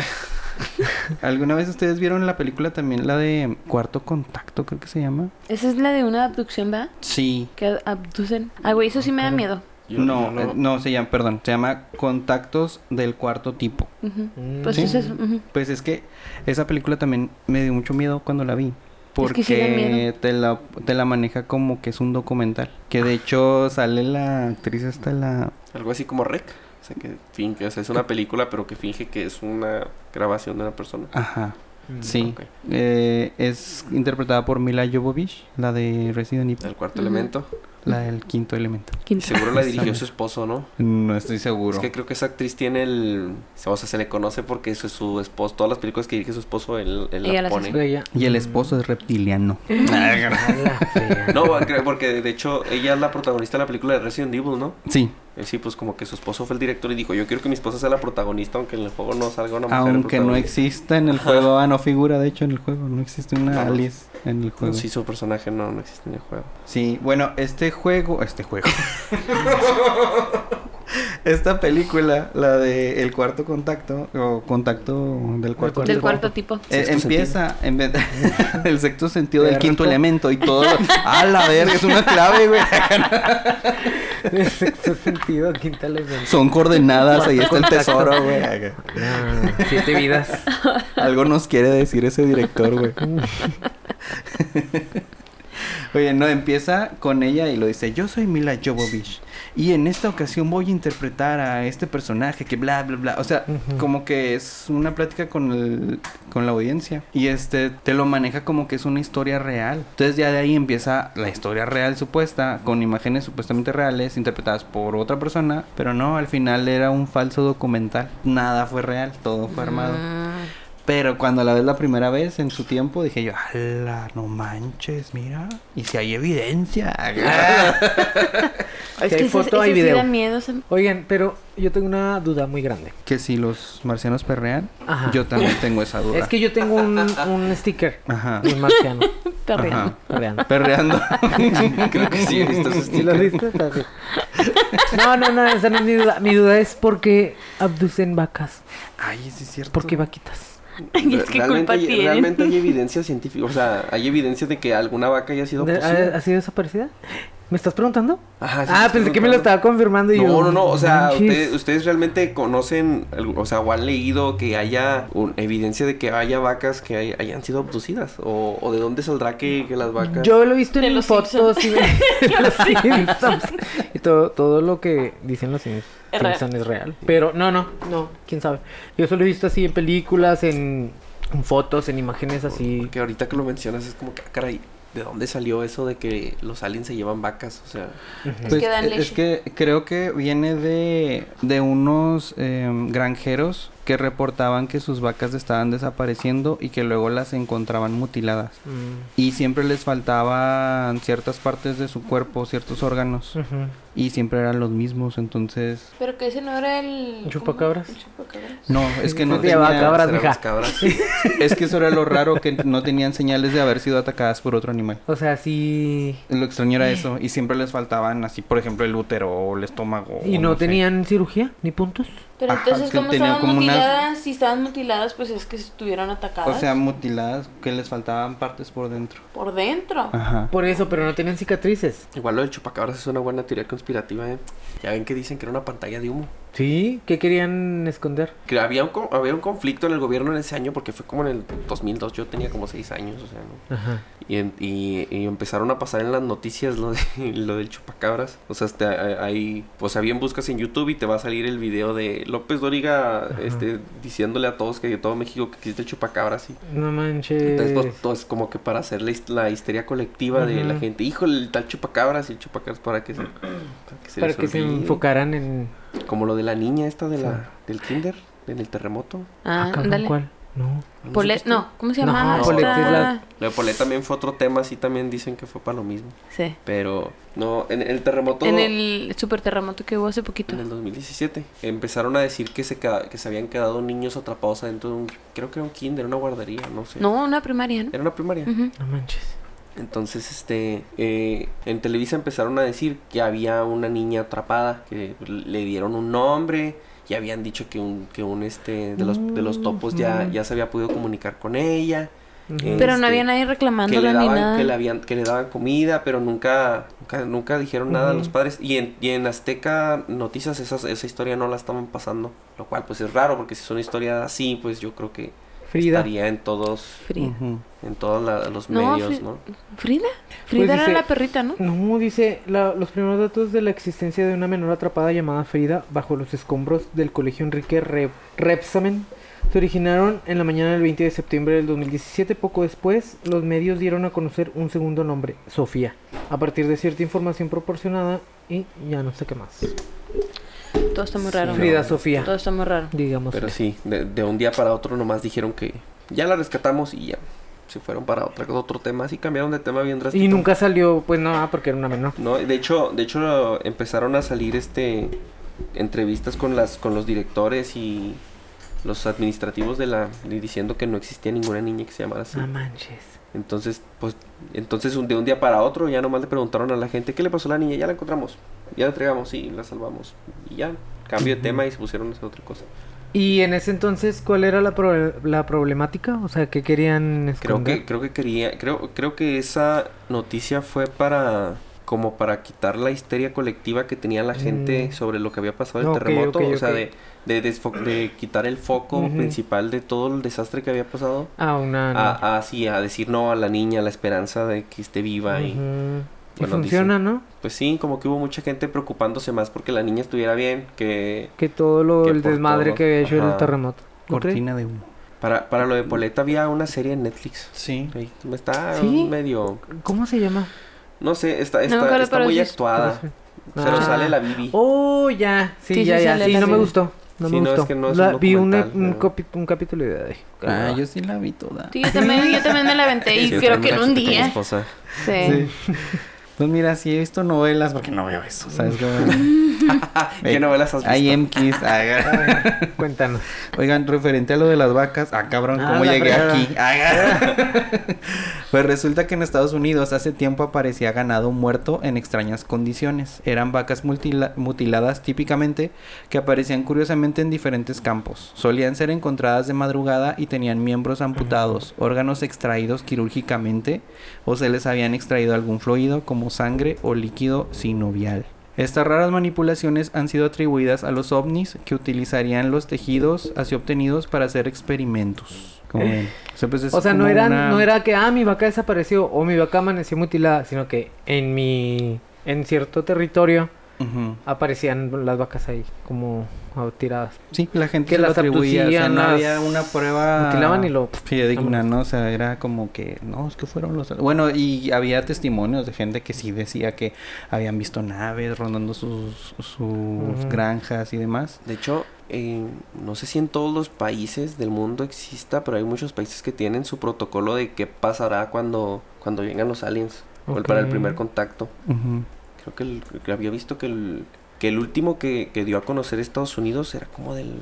[SPEAKER 2] ¿Alguna vez ustedes vieron la película también, la de Cuarto Contacto, creo que se llama?
[SPEAKER 3] Esa es la de una abducción, ¿verdad?
[SPEAKER 2] Sí.
[SPEAKER 3] Que abducen. Ah, güey, eso sí me da miedo.
[SPEAKER 1] Yo-
[SPEAKER 2] no,
[SPEAKER 1] yo
[SPEAKER 2] eh, no, se llama, perdón, se llama Contactos del Cuarto Tipo.
[SPEAKER 3] Ujú.
[SPEAKER 4] Mm.
[SPEAKER 3] Pues
[SPEAKER 2] Sí.
[SPEAKER 3] eso es. ujú.
[SPEAKER 2] Pues es que esa película también me dio mucho miedo cuando la vi.
[SPEAKER 3] Es
[SPEAKER 2] Porque
[SPEAKER 3] que sí da miedo. Ah.
[SPEAKER 2] te, la, te la maneja como que es un documental. Que de hecho sale la actriz hasta la...
[SPEAKER 1] Algo así como Rec. O sea, que finge, o sea, es una película, pero que finge que es una grabación de una persona.
[SPEAKER 2] Ajá,
[SPEAKER 4] Mm.
[SPEAKER 2] sí.
[SPEAKER 1] ok.
[SPEAKER 2] Eh, es interpretada por Mila Jovovich, la de Resident
[SPEAKER 1] El
[SPEAKER 2] Evil,
[SPEAKER 1] cuarto
[SPEAKER 3] Ujú.
[SPEAKER 1] elemento.
[SPEAKER 2] la del quinto elemento.
[SPEAKER 1] Y
[SPEAKER 3] Quinto.
[SPEAKER 1] seguro la dirigió su esposo, ¿no?
[SPEAKER 2] No estoy seguro.
[SPEAKER 1] Es que creo que esa actriz tiene el... O sea, se le conoce porque eso es su esposo. Todas las películas que dirige su esposo, él, él
[SPEAKER 3] Ella
[SPEAKER 1] la
[SPEAKER 3] las
[SPEAKER 1] pone.
[SPEAKER 4] Pero Mm. ya-
[SPEAKER 2] Y el esposo es reptiliano.
[SPEAKER 4] A la fea.
[SPEAKER 1] No, creo- porque de hecho ella es la protagonista de la película de Resident Evil, ¿no?
[SPEAKER 2] Sí,
[SPEAKER 1] Eh, Sí, pues como que su esposo fue el director y dijo, yo quiero que mi esposa sea la protagonista, aunque en el juego no salga una mujer
[SPEAKER 2] aunque no
[SPEAKER 1] protagonista".
[SPEAKER 2] exista en el juego, ah, no figura de hecho en el juego, no existe una
[SPEAKER 1] No.
[SPEAKER 2] Alice en el juego.
[SPEAKER 1] Pues,
[SPEAKER 2] Sí.
[SPEAKER 1] Sí, su personaje no, no existe en el juego.
[SPEAKER 2] bueno, este juego, este juego. Esta película, la de El cuarto contacto o contacto del cuarto
[SPEAKER 4] cuarto
[SPEAKER 3] Del
[SPEAKER 2] tipo,
[SPEAKER 3] cuarto tipo.
[SPEAKER 2] eh,
[SPEAKER 1] Sexto
[SPEAKER 2] empieza en vez de- el sexto sentido del
[SPEAKER 4] Perro.
[SPEAKER 2] quinto elemento y todo. A la verga, es una clave, güey.
[SPEAKER 4] En sexto sentido, quinta elemento.
[SPEAKER 2] Son coordenadas, ahí está el tesoro, güey.
[SPEAKER 4] No, Ah, siete vidas.
[SPEAKER 2] Algo nos quiere decir ese director, güey. Oye, no, empieza con ella y lo dice, yo soy Mila Jovovich y en esta ocasión voy a interpretar a este personaje que bla, bla, bla. O sea,
[SPEAKER 4] Ujú.
[SPEAKER 2] como que es una plática con, el, con la audiencia y este te lo maneja como que es una historia real. Entonces ya de ahí empieza la historia real supuesta, con imágenes supuestamente reales, interpretadas por otra persona, pero no, al final era un falso documental. Nada fue real, todo fue armado.
[SPEAKER 3] Ah,
[SPEAKER 2] Pero cuando la ves la primera vez en su tiempo, dije yo, ala, no manches, mira. Y si hay evidencia.
[SPEAKER 3] es
[SPEAKER 4] hay
[SPEAKER 3] que
[SPEAKER 4] foto,
[SPEAKER 3] foto,
[SPEAKER 4] hay
[SPEAKER 3] Sí
[SPEAKER 4] video.
[SPEAKER 3] da miedo. ese-
[SPEAKER 4] Oigan, pero yo tengo una duda muy grande.
[SPEAKER 2] que si los marcianos perrean,
[SPEAKER 4] Ajá.
[SPEAKER 2] yo también tengo esa duda.
[SPEAKER 4] Es que yo tengo un, un sticker.
[SPEAKER 2] Ajá.
[SPEAKER 4] Un marciano.
[SPEAKER 3] Está real.
[SPEAKER 2] Ajá.
[SPEAKER 4] coreano.
[SPEAKER 2] Perreando.
[SPEAKER 1] Creo que sí, entonces
[SPEAKER 4] ¿Sí lo viste? Está así. No, no, no, esa no es mi duda. Mi duda es por qué abducen vacas.
[SPEAKER 2] Ay, sí es cierto.
[SPEAKER 4] ¿Por qué vaquitas?
[SPEAKER 3] y es que
[SPEAKER 1] realmente,
[SPEAKER 3] culpa
[SPEAKER 1] hay,
[SPEAKER 3] tienen.
[SPEAKER 1] realmente hay evidencia científica, o sea, hay evidencia de que alguna vaca haya sido
[SPEAKER 4] ¿De- ah, ¿Ha,
[SPEAKER 1] poseída.
[SPEAKER 4] ha sido desaparecida? ¿Me estás preguntando?
[SPEAKER 1] Ajá, pues sí,
[SPEAKER 4] ah,
[SPEAKER 1] sí,
[SPEAKER 4] pensé
[SPEAKER 1] sí,
[SPEAKER 4] que me lo
[SPEAKER 1] claro.
[SPEAKER 4] estaba confirmando y yo.
[SPEAKER 1] No, no, no, o sea,
[SPEAKER 4] "Manches".
[SPEAKER 1] ustedes, ustedes realmente conocen, algo- o sea, o han leído que haya un- evidencia de que haya vacas que hay- hayan sido abducidas, o, o de dónde saldrá que, que las vacas...
[SPEAKER 4] Yo lo he visto
[SPEAKER 3] De
[SPEAKER 4] en
[SPEAKER 3] los
[SPEAKER 4] fotos y, de los Simpsons. y todo, todo lo que dicen los Sims-
[SPEAKER 3] Es real.
[SPEAKER 4] Simpsons es real. Pero no, no, no, quién sabe. Yo solo he visto así en películas, en, en fotos, en imágenes así.
[SPEAKER 1] Que ahorita que lo mencionas es como que, ah, caray, ¿de dónde salió eso de que los aliens se llevan vacas? O sea,
[SPEAKER 2] Pues,
[SPEAKER 3] que dan
[SPEAKER 2] eh, es
[SPEAKER 3] leche.
[SPEAKER 2] que creo que viene de, de unos eh, granjeros que reportaban que sus vacas estaban desapareciendo y que luego las encontraban mutiladas.
[SPEAKER 4] Mm,
[SPEAKER 2] Y siempre les faltaban ciertas partes de su cuerpo, ciertos órganos.
[SPEAKER 4] ujú.
[SPEAKER 2] Y siempre eran los mismos, entonces...
[SPEAKER 3] Pero que ese no era el... ¿cómo?
[SPEAKER 4] Chupacabras.
[SPEAKER 3] El chupacabras.
[SPEAKER 2] No, es que no
[SPEAKER 4] Sí, llevaba
[SPEAKER 2] tenía-
[SPEAKER 4] cabras,
[SPEAKER 1] serán
[SPEAKER 4] mija.
[SPEAKER 1] las cabras.
[SPEAKER 2] Es que eso era lo raro, que no tenían señales de haber sido atacadas por otro animal.
[SPEAKER 4] O sea, sí.
[SPEAKER 2] Lo extraño era eso. Y siempre les faltaban así, por ejemplo, el útero o el estómago.
[SPEAKER 1] Oh,
[SPEAKER 4] ¿Y
[SPEAKER 2] o
[SPEAKER 4] no,
[SPEAKER 2] sé.
[SPEAKER 4] tenían cirugía ni puntos?
[SPEAKER 3] Pero
[SPEAKER 2] Ajá,
[SPEAKER 3] entonces,
[SPEAKER 2] que
[SPEAKER 3] como
[SPEAKER 2] tenía
[SPEAKER 3] estaban
[SPEAKER 2] como unas-
[SPEAKER 3] mutiladas, si estaban mutiladas, pues es que estuvieron
[SPEAKER 2] O
[SPEAKER 3] atacadas
[SPEAKER 2] sea, mutiladas, que les faltaban partes por dentro.
[SPEAKER 3] por dentro.
[SPEAKER 2] Ajá.
[SPEAKER 4] Por eso, pero no tenían cicatrices.
[SPEAKER 1] Igual lo del chupacabras es una buena teoría conspirativa, ¿eh? Ya ven que dicen que era una pantalla de humo.
[SPEAKER 4] Sí, ¿qué querían esconder?
[SPEAKER 1] Que había un, co- había un conflicto en el gobierno en ese año porque fue como en el 2002, yo tenía como 6 años, o sea, ¿no?
[SPEAKER 4] Ajá.
[SPEAKER 1] Y, en- y- y empezaron a pasar en las noticias lo, de- lo del chupacabras. O sea, hasta a- ahí, o sea, bien buscas en YouTube y te va a salir el video de López Dóriga este, diciéndole a todos que de todo México que existe el chupacabras. Y,
[SPEAKER 4] No manches.
[SPEAKER 1] entonces, pues, todo es como que para hacer la, his- la histeria colectiva de la
[SPEAKER 4] Ujú.
[SPEAKER 1] gente. Híjole, el tal chupacabras y el chupacabras para que se, para que se,
[SPEAKER 4] Para
[SPEAKER 1] les
[SPEAKER 4] que se
[SPEAKER 1] olvide.
[SPEAKER 4] enfocaran en.
[SPEAKER 1] Como lo de la niña esta de la,
[SPEAKER 4] Sí.
[SPEAKER 1] del kinder, en el terremoto.
[SPEAKER 3] Ah,
[SPEAKER 4] cabrón,
[SPEAKER 3] ándale.
[SPEAKER 4] ¿Cuál? No.
[SPEAKER 1] ¿No
[SPEAKER 3] Polet,
[SPEAKER 1] supiste?
[SPEAKER 3] no, ¿cómo se
[SPEAKER 4] No, ah,
[SPEAKER 3] llama?
[SPEAKER 1] Polet es
[SPEAKER 4] la-
[SPEAKER 1] Lo de Polet también fue otro tema, así también dicen que fue para lo mismo.
[SPEAKER 3] Sí.
[SPEAKER 1] Pero no, en el terremoto
[SPEAKER 3] En el super terremoto que hubo hace poquito.
[SPEAKER 1] en el 2017 empezaron a decir que se queda- que se habían quedado niños atrapados adentro de un creo que era un kinder, una guardería, no sé.
[SPEAKER 3] No, Mm. una primaria, ¿no?
[SPEAKER 1] Era una primaria.
[SPEAKER 3] Ujú.
[SPEAKER 4] No manches.
[SPEAKER 1] Entonces, este, eh, en Televisa empezaron a decir que había una niña atrapada, que le dieron un nombre y habían dicho que un, que un, este, de los, de los topos ya,
[SPEAKER 3] Mm.
[SPEAKER 4] Ujú.
[SPEAKER 1] ya se había podido comunicar con ella.
[SPEAKER 4] Ujú.
[SPEAKER 3] Pero no
[SPEAKER 1] Este,
[SPEAKER 3] había nadie
[SPEAKER 1] que le
[SPEAKER 3] reclamándola ni
[SPEAKER 1] daban,
[SPEAKER 3] nada.
[SPEAKER 1] que le habían, que le daban comida, pero nunca, nunca, nunca dijeron nada a los
[SPEAKER 4] Ujú.
[SPEAKER 1] padres. Y en, y en Azteca Noticias esas, esa historia no la estaban pasando, lo cual pues es raro, porque si es una historia así, pues yo creo que
[SPEAKER 4] Frida.
[SPEAKER 1] estaría en todos,
[SPEAKER 3] Frida.
[SPEAKER 2] Ujú.
[SPEAKER 1] en todos la- los
[SPEAKER 3] No,
[SPEAKER 1] medios,
[SPEAKER 3] Fri-
[SPEAKER 1] ¿no?
[SPEAKER 3] ¿Frida? Frida era
[SPEAKER 4] Pues dice-
[SPEAKER 3] la perrita, ¿no?
[SPEAKER 4] No, dice la- los primeros datos de la existencia de una menor atrapada llamada Frida bajo los escombros del colegio Enrique Re- Repsamen se originaron en la mañana del 20 de septiembre del 2017. Poco después, los medios dieron a conocer un segundo nombre, Sofía, a partir de cierta información proporcionada y ya no sé qué más.
[SPEAKER 3] Todo está muy raro.
[SPEAKER 4] Frida
[SPEAKER 3] ¿no?
[SPEAKER 4] Sofía,
[SPEAKER 3] Todo está muy raro.
[SPEAKER 4] digamos.
[SPEAKER 1] Pero sí, de, de un día para otro nomás dijeron que ya la rescatamos y ya se fueron para otra, otro tema, así cambiaron de tema bien drástico.
[SPEAKER 4] Y nunca salió, pues nada, porque era una menor.
[SPEAKER 1] No, de hecho, de hecho empezaron a salir este entrevistas con las con los directores y los administrativos de la y diciendo que no existía ninguna niña que se llamara así.
[SPEAKER 4] No manches.
[SPEAKER 1] Entonces, pues entonces un, de un día para otro ya nomás le preguntaron a la gente, "¿Qué le pasó a la niña? Ya la encontramos. Ya la entregamos y la salvamos." Y ya cambio de tema y se pusieron a hacer otra cosa.
[SPEAKER 4] ¿Y en ese entonces cuál era la, pro- la problemática? O sea, ¿qué querían
[SPEAKER 1] Creo
[SPEAKER 4] esconder?
[SPEAKER 1] que creo que quería creo creo que esa noticia fue para como para quitar la histeria colectiva que tenía la gente
[SPEAKER 4] Mm.
[SPEAKER 1] sobre lo que había pasado el
[SPEAKER 4] Ok,
[SPEAKER 1] terremoto,
[SPEAKER 4] ok,
[SPEAKER 1] o sea,
[SPEAKER 4] ok.
[SPEAKER 1] de, de, desfo- de quitar el foco
[SPEAKER 4] Ujú.
[SPEAKER 1] principal de todo el desastre que había pasado.
[SPEAKER 4] Ah, una... no.
[SPEAKER 1] A, a- sí, a decir no a la niña, la esperanza de que esté viva y
[SPEAKER 4] Ujú. Y
[SPEAKER 1] bueno,
[SPEAKER 4] funciona, ¿no?
[SPEAKER 1] pues sí, como que hubo mucha gente preocupándose más porque la niña estuviera bien, que
[SPEAKER 4] Que todo lo,
[SPEAKER 1] Que
[SPEAKER 4] el
[SPEAKER 1] por
[SPEAKER 4] desmadre
[SPEAKER 1] todo.
[SPEAKER 4] que había hecho el
[SPEAKER 1] Ajá.
[SPEAKER 4] terremoto. ¿No crees?
[SPEAKER 2] Cortina de humo.
[SPEAKER 1] para, para lo de Poleta había una serie en Netflix.
[SPEAKER 2] Sí.
[SPEAKER 1] Ahí Está
[SPEAKER 4] ¿Sí?
[SPEAKER 1] medio,
[SPEAKER 4] ¿Cómo se llama?
[SPEAKER 1] no sé, está,
[SPEAKER 3] me
[SPEAKER 1] está,
[SPEAKER 3] acuerdo,
[SPEAKER 1] está
[SPEAKER 3] pero
[SPEAKER 1] muy
[SPEAKER 3] sí es-
[SPEAKER 1] actuada. Pero
[SPEAKER 4] Ah.
[SPEAKER 1] sale la Bibi.
[SPEAKER 4] Oh, ya. Sí,
[SPEAKER 3] Sí,
[SPEAKER 4] ya,
[SPEAKER 3] sí,
[SPEAKER 4] ya.
[SPEAKER 3] sale
[SPEAKER 4] Sí,
[SPEAKER 3] la
[SPEAKER 4] no me
[SPEAKER 3] serie.
[SPEAKER 4] gustó. No
[SPEAKER 1] Sí,
[SPEAKER 4] me
[SPEAKER 1] no, es
[SPEAKER 4] gustó.
[SPEAKER 1] que no es
[SPEAKER 4] La-
[SPEAKER 1] un
[SPEAKER 4] vi una-
[SPEAKER 1] documental,
[SPEAKER 4] un,
[SPEAKER 1] pero-
[SPEAKER 4] capi- un capítulo de ahí.
[SPEAKER 2] Ah, yo sí la vi toda.
[SPEAKER 3] Sí, yo también, yo también me la aventé y
[SPEAKER 1] Sí,
[SPEAKER 3] creo
[SPEAKER 1] está
[SPEAKER 3] que en
[SPEAKER 1] muy
[SPEAKER 3] un
[SPEAKER 1] gachota con mi
[SPEAKER 3] día.
[SPEAKER 1] esposa.
[SPEAKER 3] Sí.
[SPEAKER 2] Pues mira, si he visto novelas, porque no veo eso, ¿sabes?
[SPEAKER 1] ¿Qué novelas has visto?
[SPEAKER 2] I am Kiss.
[SPEAKER 1] Ah,
[SPEAKER 2] Ay,
[SPEAKER 4] Cuéntanos.
[SPEAKER 2] Oigan, referente a lo de las vacas, ah, cabrón,
[SPEAKER 4] Ah,
[SPEAKER 2] ¿cómo
[SPEAKER 4] la
[SPEAKER 2] llegué
[SPEAKER 4] fregada.
[SPEAKER 2] aquí? Ah, pues resulta que en Estados Unidos hace tiempo aparecía ganado muerto en extrañas condiciones. Eran vacas multila- mutiladas típicamente que aparecían curiosamente en diferentes campos. Solían ser encontradas de madrugada y tenían miembros amputados, órganos extraídos quirúrgicamente o se les habían extraído algún fluido como sangre o líquido sinovial. Estas raras manipulaciones han sido atribuidas a los ovnis que utilizarían los tejidos así obtenidos para hacer experimentos. Como ven. O sea, pues es
[SPEAKER 4] Eh. O sea, no
[SPEAKER 2] como
[SPEAKER 4] era,
[SPEAKER 2] una-
[SPEAKER 4] no era que, ah, mi vaca desapareció o mi vaca amaneció mutilada, sino que en mi... En cierto territorio
[SPEAKER 2] Ujú.
[SPEAKER 4] aparecían las vacas ahí, como ah, tiradas.
[SPEAKER 2] Sí, la gente
[SPEAKER 4] Que
[SPEAKER 2] se lo
[SPEAKER 4] las
[SPEAKER 2] atribuía. O sea,
[SPEAKER 4] abducían,
[SPEAKER 2] no
[SPEAKER 4] las-
[SPEAKER 2] había una prueba.
[SPEAKER 4] Mutilaban y lo...
[SPEAKER 2] Fidedigna,
[SPEAKER 4] Vámonos.
[SPEAKER 2] ¿no? O sea, era como que, no, es que fueron los... Bueno, y había testimonios de gente que sí decía que habían visto naves rondando sus, sus
[SPEAKER 4] Ujú.
[SPEAKER 2] granjas y demás.
[SPEAKER 1] De hecho, eh, no sé si en todos los países del mundo exista, pero hay muchos países que tienen su protocolo de qué pasará cuando, cuando vengan los aliens. O el- para el
[SPEAKER 4] Ok.
[SPEAKER 1] primer contacto. Creo que, el- que había visto que el, que el último que, que dio a conocer Estados Unidos era como del...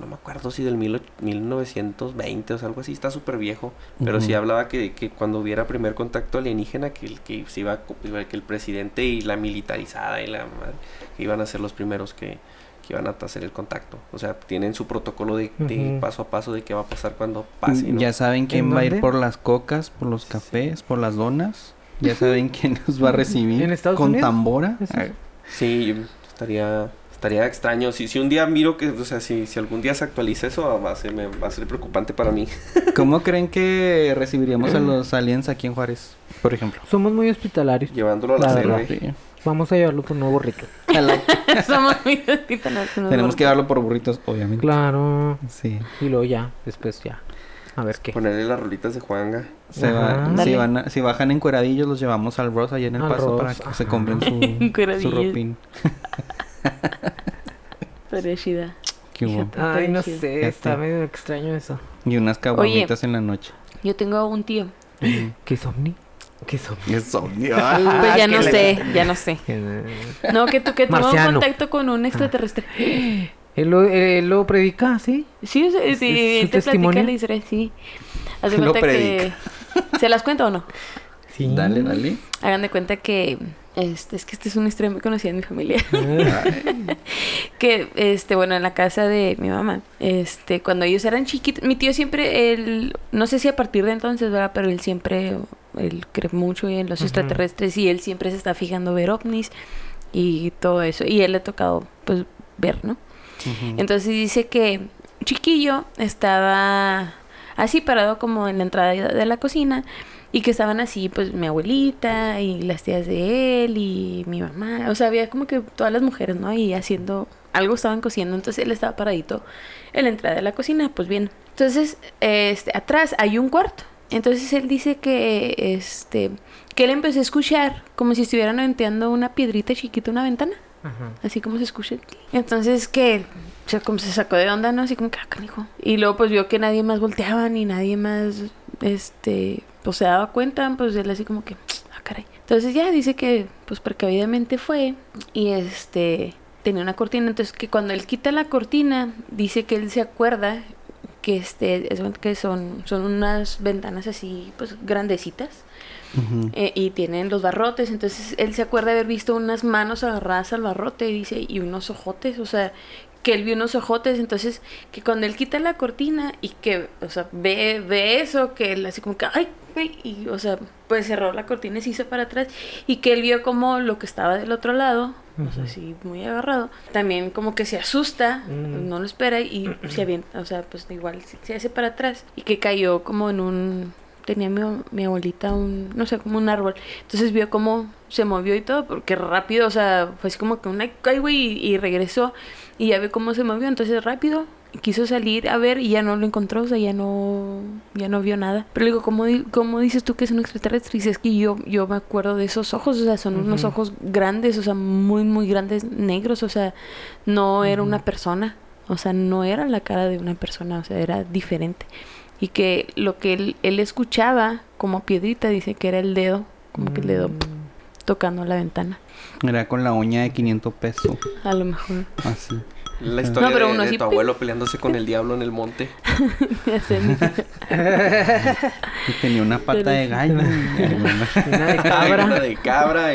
[SPEAKER 1] No me acuerdo si del mil och- 1920 o sea, algo así. Está súper viejo. Pero sí
[SPEAKER 2] Ujú.
[SPEAKER 1] hablaba que, que cuando hubiera primer contacto alienígena, que, el- que se iba, a co- iba- que el presidente y la militarizada y la madre, que iban a ser los primeros que, que iban a hacer el contacto. O sea, tienen su protocolo de, de
[SPEAKER 4] Ujú.
[SPEAKER 1] paso a paso de qué va a pasar cuando pase, ¿no?
[SPEAKER 2] Ya saben quién
[SPEAKER 4] ¿En
[SPEAKER 2] va a ir
[SPEAKER 4] dónde?
[SPEAKER 2] por las cocas, por los cafés, por las donas. Ya saben quién nos va a recibir.
[SPEAKER 4] ¿En Estados
[SPEAKER 2] Con
[SPEAKER 4] Unidos?
[SPEAKER 2] tambora.
[SPEAKER 4] Eso
[SPEAKER 2] Ah,
[SPEAKER 4] es-
[SPEAKER 1] Sí, yo- estaría, estaría extraño. Si, si un día miro que, o sea, si, si algún día se actualiza eso, va a ser, me- va a ser preocupante para mí.
[SPEAKER 2] Ah, ¿Cómo creen que recibiríamos a los aliens aquí en Juárez? Por ejemplo.
[SPEAKER 4] Somos muy hospitalarios.
[SPEAKER 1] Llevándolo a la,
[SPEAKER 4] La
[SPEAKER 1] sede.
[SPEAKER 4] verdad. Vamos a llevarlo por un nuevo rito.
[SPEAKER 2] A la-
[SPEAKER 3] Somos muy titanas.
[SPEAKER 2] Tenemos que darlo por burritos, obviamente.
[SPEAKER 4] Claro.
[SPEAKER 2] Sí.
[SPEAKER 4] Y luego ya, después ya. A ver qué.
[SPEAKER 1] Ponerle las rolitas de Juanga.
[SPEAKER 2] Se va-
[SPEAKER 4] Ajá.
[SPEAKER 2] si,
[SPEAKER 3] Dale.
[SPEAKER 2] van a- si bajan en cueradillos, los llevamos al Ross allá en el
[SPEAKER 4] Al
[SPEAKER 2] paso
[SPEAKER 4] Ross,
[SPEAKER 2] para que se
[SPEAKER 4] ajá.
[SPEAKER 2] compren su, su
[SPEAKER 3] Encueradillos.
[SPEAKER 2] ropín.
[SPEAKER 3] Estaría chida.
[SPEAKER 2] ¿Qué hubo?
[SPEAKER 3] Fíjate.
[SPEAKER 4] Ay, no
[SPEAKER 3] Chido.
[SPEAKER 4] sé,
[SPEAKER 2] Ya
[SPEAKER 4] está
[SPEAKER 2] está.
[SPEAKER 4] medio extraño eso.
[SPEAKER 2] Y unas caguamitas en la noche.
[SPEAKER 3] Yo tengo un tío.
[SPEAKER 4] ¿Qué es ovni? ¿Qué es ovni?
[SPEAKER 1] Ah,
[SPEAKER 3] Pues ya no sé, ya no sé.
[SPEAKER 4] Eh,
[SPEAKER 3] No, que tú que tuvo un
[SPEAKER 4] Marciano. Ah.
[SPEAKER 3] contacto con un extraterrestre.
[SPEAKER 4] Él lo, él lo predica, ¿sí?
[SPEAKER 3] Sí, sí, sí,
[SPEAKER 4] ¿Es- es
[SPEAKER 3] él
[SPEAKER 4] su
[SPEAKER 3] te platica
[SPEAKER 4] testimonio?
[SPEAKER 3] la historia, sí. Hace
[SPEAKER 2] Lo
[SPEAKER 3] cuenta que... ¿Se las cuento o no?
[SPEAKER 4] Sí.
[SPEAKER 2] Dale, dale.
[SPEAKER 3] Hagan de cuenta que... Este, es que este es una historia muy conocida en mi familia. que este bueno en la casa de mi mamá este cuando ellos eran chiquitos mi tío siempre él no sé si a partir de entonces verdad pero él siempre él cree mucho en los
[SPEAKER 4] Ujú.
[SPEAKER 3] extraterrestres y él siempre se está fijando ver ovnis y todo eso y él le ha tocado pues ver no entonces dice que chiquillo estaba así parado como en la entrada de la cocina y que estaban así pues mi abuelita y las tías de él y mi mamá, o sea, había como que todas las mujeres, ¿no? Y haciendo algo estaban cociendo, entonces él estaba paradito en la entrada de la cocina, pues bien. Entonces, este, atrás hay un cuarto. Entonces él dice que este que él empezó a escuchar como si estuvieran aventeando una piedrita chiquita a una ventana
[SPEAKER 4] Ajá.
[SPEAKER 3] así como se escucha. el clic. Entonces que se, como se sacó de onda, ¿no? Así como que, ah, canijo. Y luego pues vio que nadie más volteaba ni nadie más, este, pues se daba cuenta, pues él así como que, ah, caray. Entonces ya dice que, pues precavidamente fue y este, tenía una cortina. Entonces que cuando él quita la cortina, dice que él se acuerda que este, es- que son, son unas ventanas así, pues grandecitas. Eh, y tienen los barrotes, entonces él se acuerda haber visto unas manos agarradas al barrote, dice, y unos ojotes, o sea, que él vio unos ojotes, entonces que cuando él quita la cortina y que, o sea, ve, ve eso, que él así como que, ay, güey", y, o sea, pues cerró la cortina y se hizo para atrás y que él vio como lo que estaba del otro lado, o sea,
[SPEAKER 4] Ujú.
[SPEAKER 3] así muy agarrado, también como que se asusta,
[SPEAKER 4] Mm.
[SPEAKER 3] no lo espera y se avienta, o sea, pues igual se, se hace para atrás y que cayó como en un... Tenía mi, mi abuelita un, no sé, como un árbol. Entonces vio cómo se movió y todo, porque rápido, o sea, fue así como que una ay, güey, y, y regresó y ya ve cómo se movió, entonces rápido quiso salir a ver y ya no lo encontró, o sea, ya no ya no vio nada. Pero le digo, ¿cómo, di- cómo dices tú que es un extraterrestre? Y dice, es que yo yo me acuerdo de esos ojos, o sea, son unos
[SPEAKER 4] Ujú.
[SPEAKER 3] ojos grandes, o sea, muy muy grandes, negros, o sea, no era una persona, o sea, no era la cara de una persona, o sea, era diferente. Y que lo que él, él escuchaba como piedrita, dice que era el dedo, como que el dedo pf, tocando la ventana.
[SPEAKER 2] Era con la uña de 500 pesos.
[SPEAKER 3] A lo mejor.
[SPEAKER 2] Así.
[SPEAKER 1] La historia
[SPEAKER 3] pero
[SPEAKER 1] de,
[SPEAKER 3] uno
[SPEAKER 1] de
[SPEAKER 3] sí
[SPEAKER 1] tu
[SPEAKER 3] pi-
[SPEAKER 1] abuelo peleándose con el diablo en el monte.
[SPEAKER 3] me hace mi-
[SPEAKER 2] Y tenía una pata de gallo.
[SPEAKER 4] Una de
[SPEAKER 1] Una
[SPEAKER 4] cabra.
[SPEAKER 1] de cabra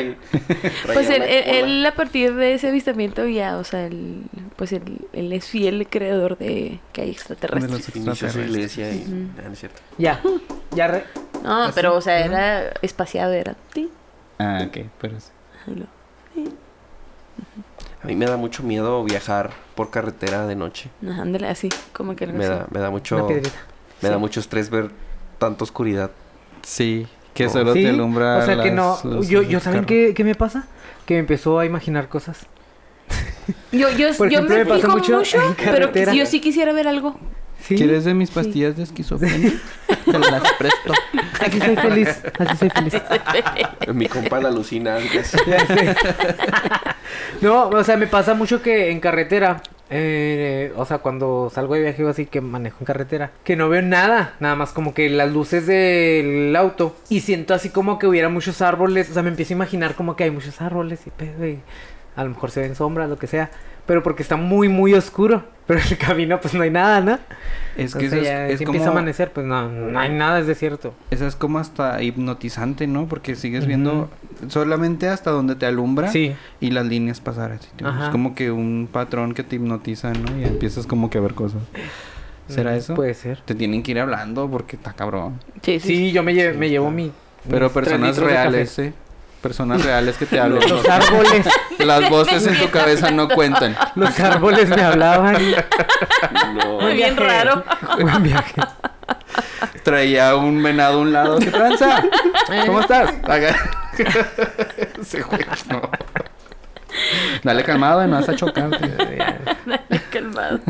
[SPEAKER 1] y.
[SPEAKER 3] Pues él,
[SPEAKER 1] traía una
[SPEAKER 3] él-
[SPEAKER 1] cola.
[SPEAKER 3] él a partir de ese avistamiento ya, o sea, él, pues él, él es fiel creador de que hay
[SPEAKER 2] De
[SPEAKER 3] extraterrestres.
[SPEAKER 2] los
[SPEAKER 1] Inició su
[SPEAKER 2] extraterrestres.
[SPEAKER 1] iglesia y.
[SPEAKER 3] Ujú.
[SPEAKER 1] Ah, no es cierto.
[SPEAKER 4] ya. Ya re-
[SPEAKER 3] No,
[SPEAKER 4] ¿Así?
[SPEAKER 3] pero o sea, era espaciado, era... ti,
[SPEAKER 2] Ah, ok, pero sí.
[SPEAKER 3] y luego-
[SPEAKER 1] A mí me da mucho miedo viajar por carretera de noche.
[SPEAKER 3] Ajá, ándale, así, como que algo
[SPEAKER 1] Me
[SPEAKER 3] así.
[SPEAKER 1] da, me da mucho.
[SPEAKER 4] una piedrita.
[SPEAKER 1] Me da
[SPEAKER 4] Sí.
[SPEAKER 1] mucho estrés ver tanta oscuridad.
[SPEAKER 2] Sí, que
[SPEAKER 1] No.
[SPEAKER 2] solo
[SPEAKER 4] Sí,
[SPEAKER 2] te alumbra.
[SPEAKER 4] O sea que no.
[SPEAKER 2] las luces
[SPEAKER 4] Yo,
[SPEAKER 2] del
[SPEAKER 4] yo ¿saben
[SPEAKER 2] carro.
[SPEAKER 4] qué, qué me pasa? Que me empezó a imaginar cosas.
[SPEAKER 3] Yo, yo,
[SPEAKER 4] Por
[SPEAKER 3] yo
[SPEAKER 4] ejemplo,
[SPEAKER 3] me
[SPEAKER 4] me pasó
[SPEAKER 3] fijo mucho,
[SPEAKER 4] mucho en
[SPEAKER 3] pero
[SPEAKER 4] carretera.
[SPEAKER 3] yo sí quisiera ver algo.
[SPEAKER 4] Sí.
[SPEAKER 2] ¿Quieres de mis pastillas de esquizofrenia? te las presto.
[SPEAKER 4] Así soy feliz. Así soy feliz.
[SPEAKER 1] Mi compa la alucina antes.
[SPEAKER 4] Ya sé. no, o sea, me pasa mucho que en carretera, eh, o sea, cuando salgo de viaje o así que manejo en carretera, que no veo nada, nada más como que las luces del auto y siento así como que hubiera muchos árboles, o sea, me empiezo a imaginar como que hay muchos árboles y pedo y a lo mejor se ven sombras, lo que sea, pero porque está muy, muy oscuro, pero en el camino pues no hay nada, ¿no?
[SPEAKER 2] Es que
[SPEAKER 4] Entonces,
[SPEAKER 2] eso es,
[SPEAKER 4] ya,
[SPEAKER 2] es
[SPEAKER 4] si
[SPEAKER 2] como.
[SPEAKER 4] empieza a amanecer, pues no, no hay nada, es desierto.
[SPEAKER 2] Eso es como hasta hipnotizante, ¿no? Porque sigues
[SPEAKER 4] Ujú.
[SPEAKER 2] viendo solamente hasta donde te alumbra
[SPEAKER 4] Sí.
[SPEAKER 2] y las líneas pasar así. tipo, Es
[SPEAKER 4] Ajá.
[SPEAKER 2] como que un patrón que te hipnotiza, ¿no? Y empiezas como que a ver cosas. ¿Será
[SPEAKER 4] Mm,
[SPEAKER 2] eso?
[SPEAKER 4] Puede ser.
[SPEAKER 2] Te tienen que ir hablando porque está cabrón.
[SPEAKER 3] Sí, sí.
[SPEAKER 4] Sí, yo me, lle- me llevo mi...
[SPEAKER 2] Pero
[SPEAKER 4] mis tres
[SPEAKER 2] personas
[SPEAKER 4] litros de café.
[SPEAKER 2] reales, ¿eh? Personas reales que te hablan.
[SPEAKER 4] Los árboles,
[SPEAKER 2] Las voces en tu cabeza no cuentan.
[SPEAKER 4] los árboles me hablaban.
[SPEAKER 1] No.
[SPEAKER 3] Muy bien raro.
[SPEAKER 4] Buen viaje.
[SPEAKER 2] Traía un venado a un lado. ¿Qué tranza? ¿Cómo estás? Acá. Se fue, no. Dale calmado, no vas a chocar.
[SPEAKER 3] Dale, calmado.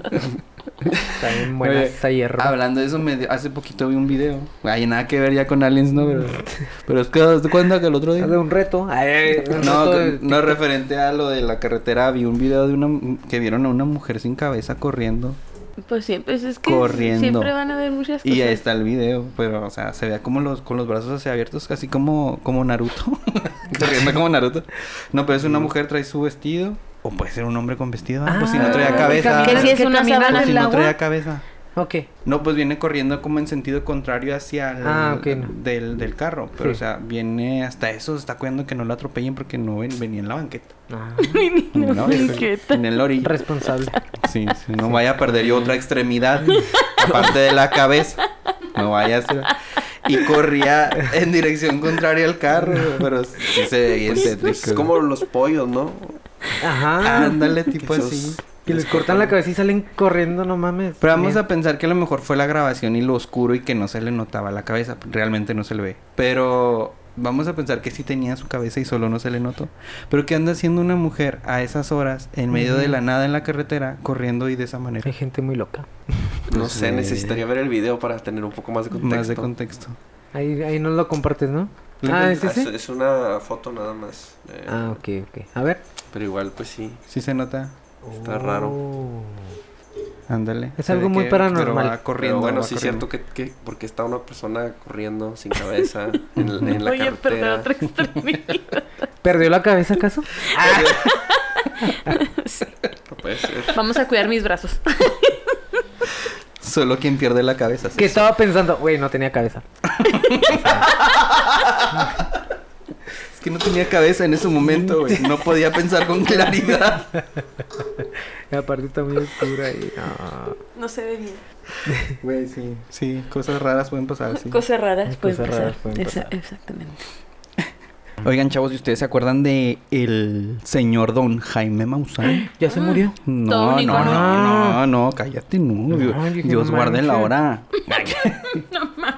[SPEAKER 4] También
[SPEAKER 2] Oye,
[SPEAKER 4] buena esta hierba.
[SPEAKER 2] Hablando de eso, me dio- hace poquito vi un video. Ay, nada que ver ya con aliens, ¿no? Pero, pero es que das cuenta que el otro día.
[SPEAKER 4] Haz de un reto. Ay, ay, un
[SPEAKER 2] No,
[SPEAKER 4] reto
[SPEAKER 2] que-
[SPEAKER 4] de-
[SPEAKER 2] no referente a lo de la carretera, vi un video de una que vieron a una mujer sin cabeza corriendo.
[SPEAKER 3] Pues siempre, pues es que
[SPEAKER 2] Corriendo.
[SPEAKER 3] siempre van a ver muchas cosas.
[SPEAKER 2] Y ahí está el video, pero o sea, se vea como los con los brazos hacia abiertos, así como como Naruto, corriendo como Naruto. No, pero es una mujer trae su vestido o puede ser un hombre con vestido, ah, pues si no traía
[SPEAKER 1] Ah,
[SPEAKER 2] cabeza.
[SPEAKER 3] Que si es
[SPEAKER 4] Que
[SPEAKER 3] una
[SPEAKER 4] caminan
[SPEAKER 3] sábana
[SPEAKER 2] Pues
[SPEAKER 3] en
[SPEAKER 2] si
[SPEAKER 3] el
[SPEAKER 2] no traía
[SPEAKER 3] agua.
[SPEAKER 2] cabeza.
[SPEAKER 4] Ok.
[SPEAKER 2] No, pues viene corriendo como en sentido contrario hacia el
[SPEAKER 4] Ah, ok, no.
[SPEAKER 2] del, del carro. Pero, o
[SPEAKER 4] Sí.
[SPEAKER 2] sea, viene hasta eso, se está cuidando que no lo atropellen porque no ven- venía en la banqueta.
[SPEAKER 4] Ah,
[SPEAKER 3] Ni- ni-
[SPEAKER 2] En, la
[SPEAKER 3] no,
[SPEAKER 2] orilla,
[SPEAKER 3] banqueta.
[SPEAKER 2] en el orillo.
[SPEAKER 4] responsable.
[SPEAKER 2] Sí, sí, no vaya a perder yo otra extremidad, aparte de la cabeza. No vaya a ser. Y corría en dirección contraria al carro, pero sí se veía
[SPEAKER 1] Es
[SPEAKER 2] estético.
[SPEAKER 1] como los pollos, ¿no?
[SPEAKER 4] Ajá.
[SPEAKER 2] Ándale, tipo
[SPEAKER 1] esos-
[SPEAKER 2] así.
[SPEAKER 4] Que les cortan la cabeza y salen corriendo, no mames.
[SPEAKER 2] Pero vamos a pensar que a lo mejor fue la grabación y lo oscuro y que no se le notaba la cabeza. Realmente no se le ve. Pero vamos a pensar que sí tenía su cabeza y solo no se le notó. Pero ¿qué anda haciendo una mujer a esas horas en medio de la nada en la carretera corriendo y de esa manera?
[SPEAKER 4] Hay gente muy loca.
[SPEAKER 1] No
[SPEAKER 2] Pues,
[SPEAKER 1] sé,
[SPEAKER 2] eh,
[SPEAKER 1] necesitaría ver el video para tener un poco más de contexto.
[SPEAKER 2] Más de contexto.
[SPEAKER 4] Ahí, ahí no lo compartes, ¿no?
[SPEAKER 2] Lo
[SPEAKER 4] Ah,
[SPEAKER 1] Ah,
[SPEAKER 4] ¿sí,
[SPEAKER 1] es,
[SPEAKER 4] sí?
[SPEAKER 1] es una foto nada más. eh,
[SPEAKER 4] Ah, ok, ok. A ver.
[SPEAKER 1] Pero igual, pues sí.
[SPEAKER 2] Sí se nota.
[SPEAKER 1] Está raro.
[SPEAKER 4] Oh.
[SPEAKER 2] Ándale.
[SPEAKER 4] Es
[SPEAKER 2] Se
[SPEAKER 4] algo
[SPEAKER 2] ve
[SPEAKER 4] muy
[SPEAKER 2] que-
[SPEAKER 4] paranormal.
[SPEAKER 2] Pero va corriendo.
[SPEAKER 1] Pero bueno,
[SPEAKER 2] va
[SPEAKER 1] sí es
[SPEAKER 2] corriendo.
[SPEAKER 1] cierto que, que porque está una persona corriendo sin cabeza en, en la
[SPEAKER 3] Oye, perder
[SPEAKER 1] carretera.
[SPEAKER 3] otra extremidad.
[SPEAKER 4] ¿Perdió la cabeza acaso?
[SPEAKER 3] Sí.
[SPEAKER 1] No puede ser.
[SPEAKER 3] Vamos a cuidar mis brazos.
[SPEAKER 2] Solo quien pierde la cabeza.
[SPEAKER 4] Que estaba pensando, güey, no tenía cabeza.
[SPEAKER 2] Es que no tenía cabeza en ese momento, güey. No podía pensar con claridad.
[SPEAKER 4] Y aparte está muy oscura y... ah.
[SPEAKER 5] No se ve bien.
[SPEAKER 2] Güey, sí. Sí, cosas raras pueden pasar, sí.
[SPEAKER 3] Cosas raras
[SPEAKER 4] Cosas
[SPEAKER 3] pueden
[SPEAKER 4] raras
[SPEAKER 3] pasar.
[SPEAKER 4] pueden
[SPEAKER 3] Esa-
[SPEAKER 4] pasar.
[SPEAKER 3] exactamente.
[SPEAKER 2] Oigan, chavos, ¿y ustedes se acuerdan de el señor don Jaime Maussan?
[SPEAKER 4] ¿Ya
[SPEAKER 3] Ah.
[SPEAKER 4] se murió?
[SPEAKER 2] No,
[SPEAKER 3] Don
[SPEAKER 2] no, no,
[SPEAKER 3] Nicolás.
[SPEAKER 2] no, no, cállate, no. Dios,
[SPEAKER 4] No, dije,
[SPEAKER 2] Dios
[SPEAKER 4] no
[SPEAKER 2] guarde la
[SPEAKER 4] manches.
[SPEAKER 2] hora.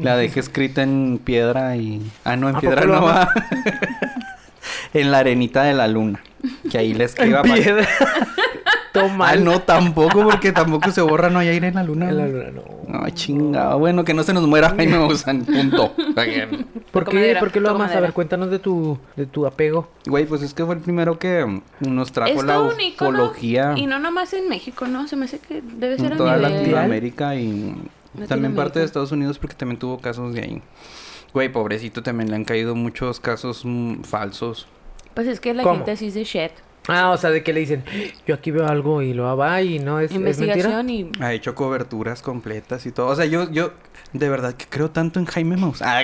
[SPEAKER 2] La dejé escrita en piedra y... Ah, no, en
[SPEAKER 4] ¿A
[SPEAKER 2] piedra
[SPEAKER 4] poco lo
[SPEAKER 2] no va. en la arenita de la luna. Que ahí la escriba. para-
[SPEAKER 4] Toma.
[SPEAKER 2] Ah, no, tampoco, porque tampoco se borra, no hay aire en la luna.
[SPEAKER 4] La
[SPEAKER 2] güey.
[SPEAKER 4] luna, no.
[SPEAKER 2] No, chingado. Bueno, que no se nos muera Jaime Maussan, punto.
[SPEAKER 4] ¿Por
[SPEAKER 3] Toca
[SPEAKER 4] qué,
[SPEAKER 3] madera,
[SPEAKER 4] ¿Por qué lo
[SPEAKER 3] toca
[SPEAKER 4] amas? A
[SPEAKER 3] madera.
[SPEAKER 4] ver, cuéntanos de tu, de tu apego.
[SPEAKER 2] Güey, pues es que fue el primero que mm, nos trajo
[SPEAKER 3] Es
[SPEAKER 2] la
[SPEAKER 3] todo un ícono,
[SPEAKER 2] ufología
[SPEAKER 3] Y no nomás en México, ¿no? Se me hace que debe ser
[SPEAKER 2] en
[SPEAKER 3] a
[SPEAKER 2] toda
[SPEAKER 3] nivel...
[SPEAKER 2] Latinoamérica y mm, también parte
[SPEAKER 3] Latinoamérica.
[SPEAKER 2] de Estados Unidos porque también tuvo casos de ahí. Güey, pobrecito, también le han caído muchos casos mm, falsos.
[SPEAKER 3] Pues es que la
[SPEAKER 4] ¿Cómo?
[SPEAKER 3] gente así es de shit.
[SPEAKER 4] Ah, o sea, de que le dicen, yo aquí veo algo y lo va y no es, es mentira.
[SPEAKER 3] Investigación y...
[SPEAKER 2] Ha hecho coberturas completas y todo. O sea, yo, yo de verdad que creo tanto en Jaime Maus. Ah,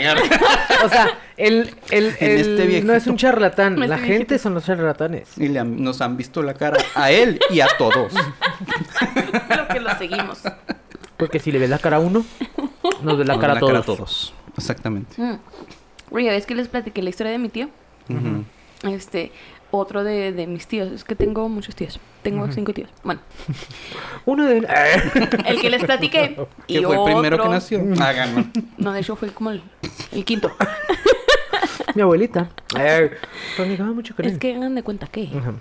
[SPEAKER 4] O sea, el, el,
[SPEAKER 2] En
[SPEAKER 4] el-
[SPEAKER 2] este viejito.
[SPEAKER 4] no es un charlatán.
[SPEAKER 3] Este
[SPEAKER 4] la
[SPEAKER 3] viejito.
[SPEAKER 4] gente son los charlatanes.
[SPEAKER 2] y le han- nos han visto la cara a él y a todos.
[SPEAKER 3] lo que lo seguimos.
[SPEAKER 4] Porque si le ves la cara a uno, nos ve la,
[SPEAKER 2] Nos
[SPEAKER 4] cara, a todos.
[SPEAKER 2] Exactamente.
[SPEAKER 3] Mm. Oye, ¿ves que les platiqué la historia de mi tío?
[SPEAKER 2] Ujú.
[SPEAKER 3] Este, otro de, de mis tíos. Es que tengo muchos tíos. Tengo cinco tíos. Bueno,
[SPEAKER 4] Uno de... eh,
[SPEAKER 3] el que les platiqué.
[SPEAKER 2] Que fue el primero que nació. Ah, Háganlo.
[SPEAKER 3] No, de hecho fue como el, el quinto.
[SPEAKER 4] Mi abuelita. Eh, Platicaba mucho con él.
[SPEAKER 3] es que hagan de cuenta que.
[SPEAKER 4] Ajá.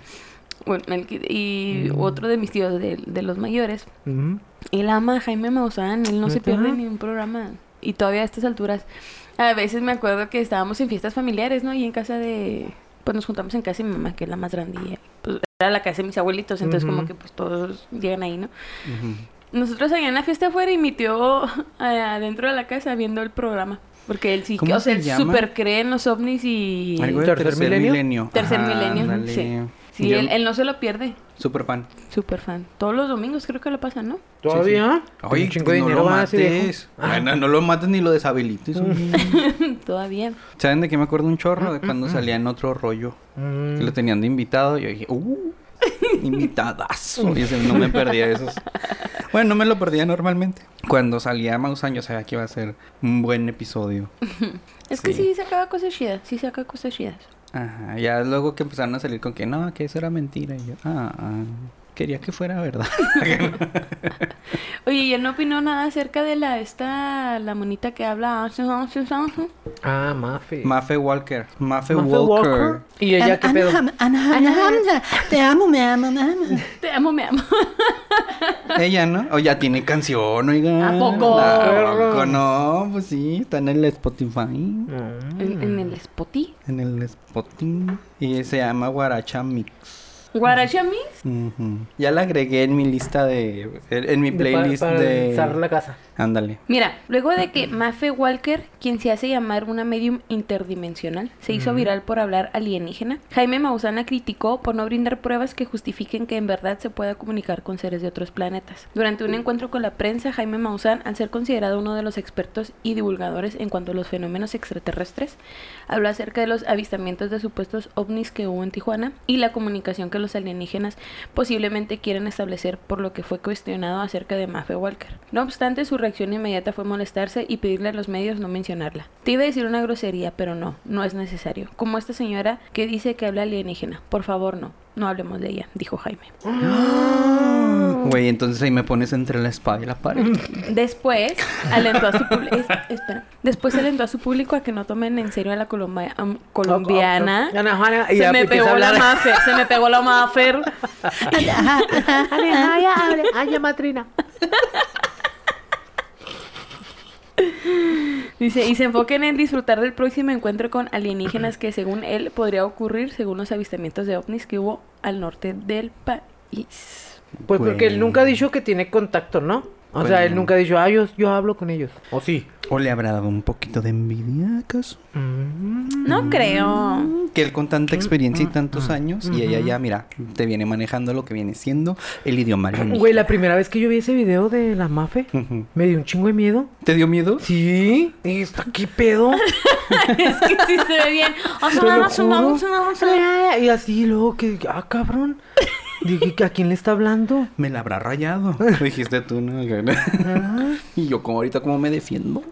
[SPEAKER 3] Bueno, el qui- y
[SPEAKER 4] Mm.
[SPEAKER 3] otro de mis tíos, de, de los mayores.
[SPEAKER 4] Ujú.
[SPEAKER 3] Él ama a Jaime Maussan. Él no se
[SPEAKER 4] ¿Neta?
[SPEAKER 3] pierde ni un programa. Y todavía a estas alturas. A veces me acuerdo que estábamos en fiestas familiares, ¿no? Y en casa de. Pues nos juntamos en casa de mi mamá, que es la más grande. y, pues, era la casa de mis abuelitos. Entonces,
[SPEAKER 4] Ujú.
[SPEAKER 3] como que pues todos llegan ahí, ¿no?
[SPEAKER 2] Ujú.
[SPEAKER 3] Nosotros allá en la fiesta afuera y mi tío eh, adentro de la casa viendo el programa. Porque él sí, que-
[SPEAKER 2] ¿Cómo
[SPEAKER 3] o sea,
[SPEAKER 2] se
[SPEAKER 3] él
[SPEAKER 2] llama?
[SPEAKER 3] súper cree en los ovnis y...
[SPEAKER 2] Algo de
[SPEAKER 4] ¿Tercer
[SPEAKER 2] tercer,
[SPEAKER 4] milenio?
[SPEAKER 2] milenio.
[SPEAKER 3] Tercer
[SPEAKER 2] Ajá,
[SPEAKER 3] milenio,
[SPEAKER 2] ándale.
[SPEAKER 3] sí. Sí,
[SPEAKER 2] Yo-
[SPEAKER 3] él, él no se lo pierde.
[SPEAKER 2] Super fan.
[SPEAKER 3] Súper fan. Todos los domingos creo que lo pasan, ¿no?
[SPEAKER 4] ¿Todavía?
[SPEAKER 2] Oye,
[SPEAKER 4] Un chingo de
[SPEAKER 2] no
[SPEAKER 4] dinero
[SPEAKER 2] lo
[SPEAKER 4] va ese
[SPEAKER 2] mates.
[SPEAKER 4] viejo. Ah.
[SPEAKER 2] Ay, no, no lo mates ni lo deshabilites. oye.
[SPEAKER 3] Todavía.
[SPEAKER 2] ¿Saben de qué me acuerdo un chorro? De cuando salía en otro rollo.
[SPEAKER 4] Mm.
[SPEAKER 2] Que lo tenían de invitado. Yo dije, ¡uh! Invitadazo. Y ese, no me perdía esos. Bueno, no me lo perdía normalmente. Cuando salía Mausan, yo sabía que iba a ser un buen episodio.
[SPEAKER 3] Es que
[SPEAKER 2] Sí.
[SPEAKER 3] sí sacaba cosas chidas, sí saca cosas chidas.
[SPEAKER 2] Ajá. Ya luego que empezaron a salir con que no, que eso era mentira. Y yo, ah, ah, quería que fuera verdad.
[SPEAKER 3] Oye, y él no opinó nada acerca de la esta, la monita que habla.
[SPEAKER 4] Ah, Mafe.
[SPEAKER 2] Mafe Walker. Mafe,
[SPEAKER 4] Mafe
[SPEAKER 2] Walker.
[SPEAKER 4] ¿Y ella qué pedo?
[SPEAKER 6] Te amo, me amo, me amo.
[SPEAKER 3] Te amo, me amo.
[SPEAKER 2] Ella, ¿no? O ya tiene canción, oiga.
[SPEAKER 3] ¿A poco?
[SPEAKER 2] ¿A poco? No, pues sí, está en el Spotify.
[SPEAKER 4] Mm.
[SPEAKER 3] En, en el Spotify.
[SPEAKER 2] En el Spotify. Y se llama Guaracha Mix.
[SPEAKER 3] Guaracha Mix.
[SPEAKER 2] Ujú. Ya la agregué en mi lista de. En, en mi
[SPEAKER 4] De
[SPEAKER 2] playlist
[SPEAKER 4] pa- para
[SPEAKER 2] de.
[SPEAKER 4] alzar la casa.
[SPEAKER 2] Ándale.
[SPEAKER 3] Mira, luego de que Mafe Walker, quien se hace llamar una medium interdimensional, se hizo viral por hablar alienígena, Jaime Mausana criticó por no brindar pruebas que justifiquen que en verdad se pueda comunicar con seres de otros planetas. Durante un encuentro con la prensa, Jaime Maussan, al ser considerado uno de los expertos y divulgadores en cuanto a los fenómenos extraterrestres, habló acerca de los avistamientos de supuestos ovnis que hubo en Tijuana y la comunicación que los alienígenas posiblemente quieren establecer por lo que fue cuestionado acerca de Mafe Walker. No obstante, su reacción inmediata fue molestarse y pedirle a los medios no mencionarla. Te iba a decir una grosería, pero no, no es necesario. Como esta señora que dice que habla alienígena. Por favor, no. No hablemos de ella, dijo Jaime.
[SPEAKER 4] Mm.
[SPEAKER 2] Güey, entonces ahí me pones entre la espada y la pared.
[SPEAKER 3] Después alentó a su público. Después alentó a su público a que no tomen en serio a la colomba- am- colombiana.
[SPEAKER 4] Ah, ah, ah, y
[SPEAKER 3] Se
[SPEAKER 4] ya
[SPEAKER 3] me
[SPEAKER 4] empieza a
[SPEAKER 3] pegó la
[SPEAKER 4] hablar.
[SPEAKER 3] mafer, se me pegó la mafer. Dice, y se enfoquen en disfrutar del próximo encuentro con alienígenas que según él podría ocurrir según los avistamientos de ovnis que hubo al norte del país.
[SPEAKER 4] Pues porque
[SPEAKER 2] Güey.
[SPEAKER 4] él nunca ha dicho que tiene contacto, ¿no? O sea, él
[SPEAKER 2] Bueno.
[SPEAKER 4] nunca ha dicho, ah, yo, yo hablo con ellos. O sí.
[SPEAKER 2] ¿O le habrá dado un poquito de envidia acaso?
[SPEAKER 4] Mm.
[SPEAKER 3] No creo.
[SPEAKER 2] Que él con tanta experiencia y
[SPEAKER 4] mm,
[SPEAKER 2] tantos años y ella
[SPEAKER 4] ujú.
[SPEAKER 2] ya, mira, te viene manejando lo que viene siendo el idioma alienígena.
[SPEAKER 4] Güey, la primera vez que yo vi ese video de la mafe,
[SPEAKER 2] Ujú.
[SPEAKER 4] me dio un chingo de miedo.
[SPEAKER 2] ¿Te dio miedo?
[SPEAKER 4] Sí. Y está qué pedo.
[SPEAKER 3] es que sí se ve bien. O
[SPEAKER 4] Te
[SPEAKER 3] sea,
[SPEAKER 4] lo
[SPEAKER 3] vamos, sonamos,
[SPEAKER 4] juro.
[SPEAKER 3] sonamos, sonamos.
[SPEAKER 4] Y así luego que, ah, cabrón. Dije, ¿a quién le está hablando?
[SPEAKER 2] Me la habrá rayado. Dijiste tú, ¿no?
[SPEAKER 4] Ajá.
[SPEAKER 2] y yo como ahorita, ¿cómo me defiendo?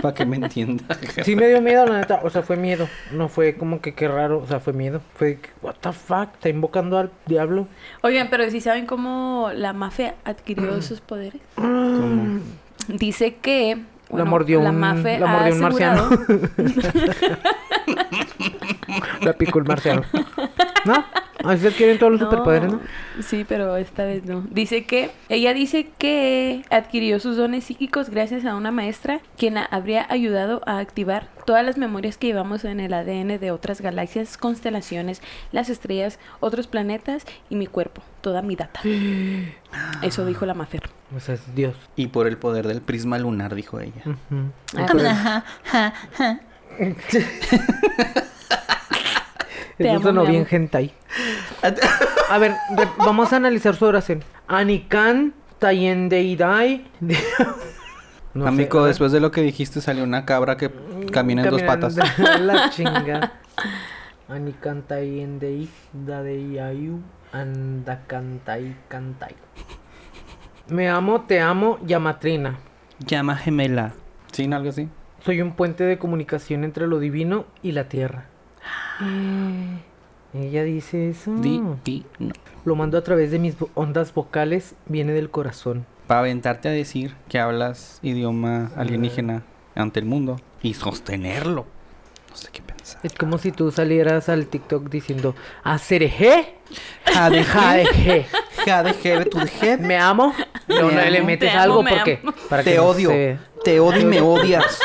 [SPEAKER 2] Para que me entienda.
[SPEAKER 4] Sí me dio miedo, la neta. O sea, fue miedo. No fue como que qué raro. O sea, fue miedo. Fue, what the fuck, está invocando al diablo.
[SPEAKER 3] Oigan, pero si saben cómo la mafia
[SPEAKER 4] Mm.
[SPEAKER 3] adquirió sus poderes. Dice que. bueno,
[SPEAKER 4] mordió
[SPEAKER 3] la
[SPEAKER 4] un-
[SPEAKER 3] mafe
[SPEAKER 4] la
[SPEAKER 3] ha
[SPEAKER 4] mordió un marciano.
[SPEAKER 3] asegurado-
[SPEAKER 4] La picó el marciano. ¿No? Así adquieren todos los superpoderes, ¿no?
[SPEAKER 3] Sí, pero esta vez no. Dice que. Ella dice que adquirió sus dones psíquicos gracias a una maestra quien la habría ayudado a activar todas las memorias que llevamos en el ADN de otras galaxias, constelaciones, las estrellas, otros planetas y mi cuerpo. Toda mi data. Eso dijo la mafer.
[SPEAKER 4] O sea, es Dios.
[SPEAKER 2] Y por el poder del prisma lunar, dijo ella.
[SPEAKER 4] Ujú.
[SPEAKER 3] Ah,
[SPEAKER 6] Habla, ja, ja, ja.
[SPEAKER 3] Te
[SPEAKER 4] Eso
[SPEAKER 3] amo,
[SPEAKER 4] sonó
[SPEAKER 3] mi
[SPEAKER 4] bien
[SPEAKER 3] amor.
[SPEAKER 4] hentai. A ver, re- vamos a analizar su oración. Anikan Tayendeirai. No
[SPEAKER 2] Amigo,
[SPEAKER 4] sé,
[SPEAKER 2] después de lo que dijiste salió una cabra que
[SPEAKER 4] Mm,
[SPEAKER 2] camina en dos
[SPEAKER 4] Caminando
[SPEAKER 2] patas.
[SPEAKER 4] a La chinga. Anikantai endei dadeiayu andakantai kantai. Me amo, te amo, Yamatrina.
[SPEAKER 2] Llama gemela. ¿Sí? ¿Algo así?
[SPEAKER 4] Soy un puente de comunicación entre lo divino y la tierra. Ella dice eso.
[SPEAKER 2] Di, di, no.
[SPEAKER 4] Lo mando a través de mis vo- ondas vocales, viene del corazón.
[SPEAKER 2] Para aventarte a decir que hablas idioma alienígena ante el mundo y sostenerlo. No sé qué pensar.
[SPEAKER 4] Es como si tú salieras al TikTok diciendo, ¿Acereje?
[SPEAKER 2] Jade, jade,
[SPEAKER 4] Jadeje.
[SPEAKER 2] jade, jeve, tu jeve.
[SPEAKER 4] Me amo. No, no
[SPEAKER 2] Me
[SPEAKER 4] le
[SPEAKER 2] amo.
[SPEAKER 4] metes
[SPEAKER 3] Te amo,
[SPEAKER 4] algo
[SPEAKER 3] me
[SPEAKER 4] porque.
[SPEAKER 3] amo.
[SPEAKER 4] Para que
[SPEAKER 2] Te
[SPEAKER 4] no
[SPEAKER 2] odio.
[SPEAKER 4] se vea.
[SPEAKER 2] Te odio y me odias.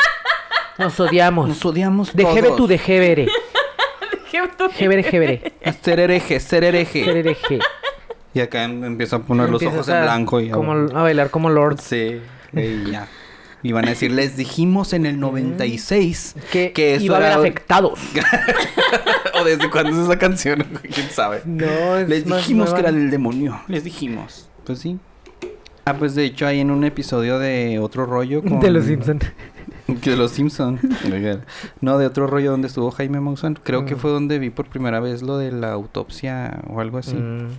[SPEAKER 4] Nos odiamos.
[SPEAKER 2] Nos odiamos
[SPEAKER 4] de jeve
[SPEAKER 2] todos.
[SPEAKER 4] tú de jevere. Jevere, jevere.
[SPEAKER 2] Ser hereje, ser hereje.
[SPEAKER 4] Jerereje.
[SPEAKER 2] Y acá em- empiezo a poner los
[SPEAKER 4] Empiezas
[SPEAKER 2] ojos en
[SPEAKER 4] a-
[SPEAKER 2] blanco y...
[SPEAKER 4] como, a bailar como Lord.
[SPEAKER 2] Sí, y ya. Y van a decir, les dijimos en el 96
[SPEAKER 4] Que,
[SPEAKER 2] que eso
[SPEAKER 4] iba a haber
[SPEAKER 2] era-
[SPEAKER 4] afectados.
[SPEAKER 2] o desde cuándo es esa canción, quién sabe.
[SPEAKER 4] No, es
[SPEAKER 2] Les
[SPEAKER 4] más
[SPEAKER 2] dijimos que
[SPEAKER 4] nueva.
[SPEAKER 2] era del demonio. Les dijimos. Pues sí. Ah, pues de hecho hay en un episodio de otro rollo con...
[SPEAKER 4] De los Simpsons.
[SPEAKER 2] que De los Simpson. Oiga. no, de otro rollo donde estuvo Jaime Maussan. Creo
[SPEAKER 4] Mm.
[SPEAKER 2] que fue donde vi por primera vez lo de la autopsia o algo así.
[SPEAKER 4] Mm.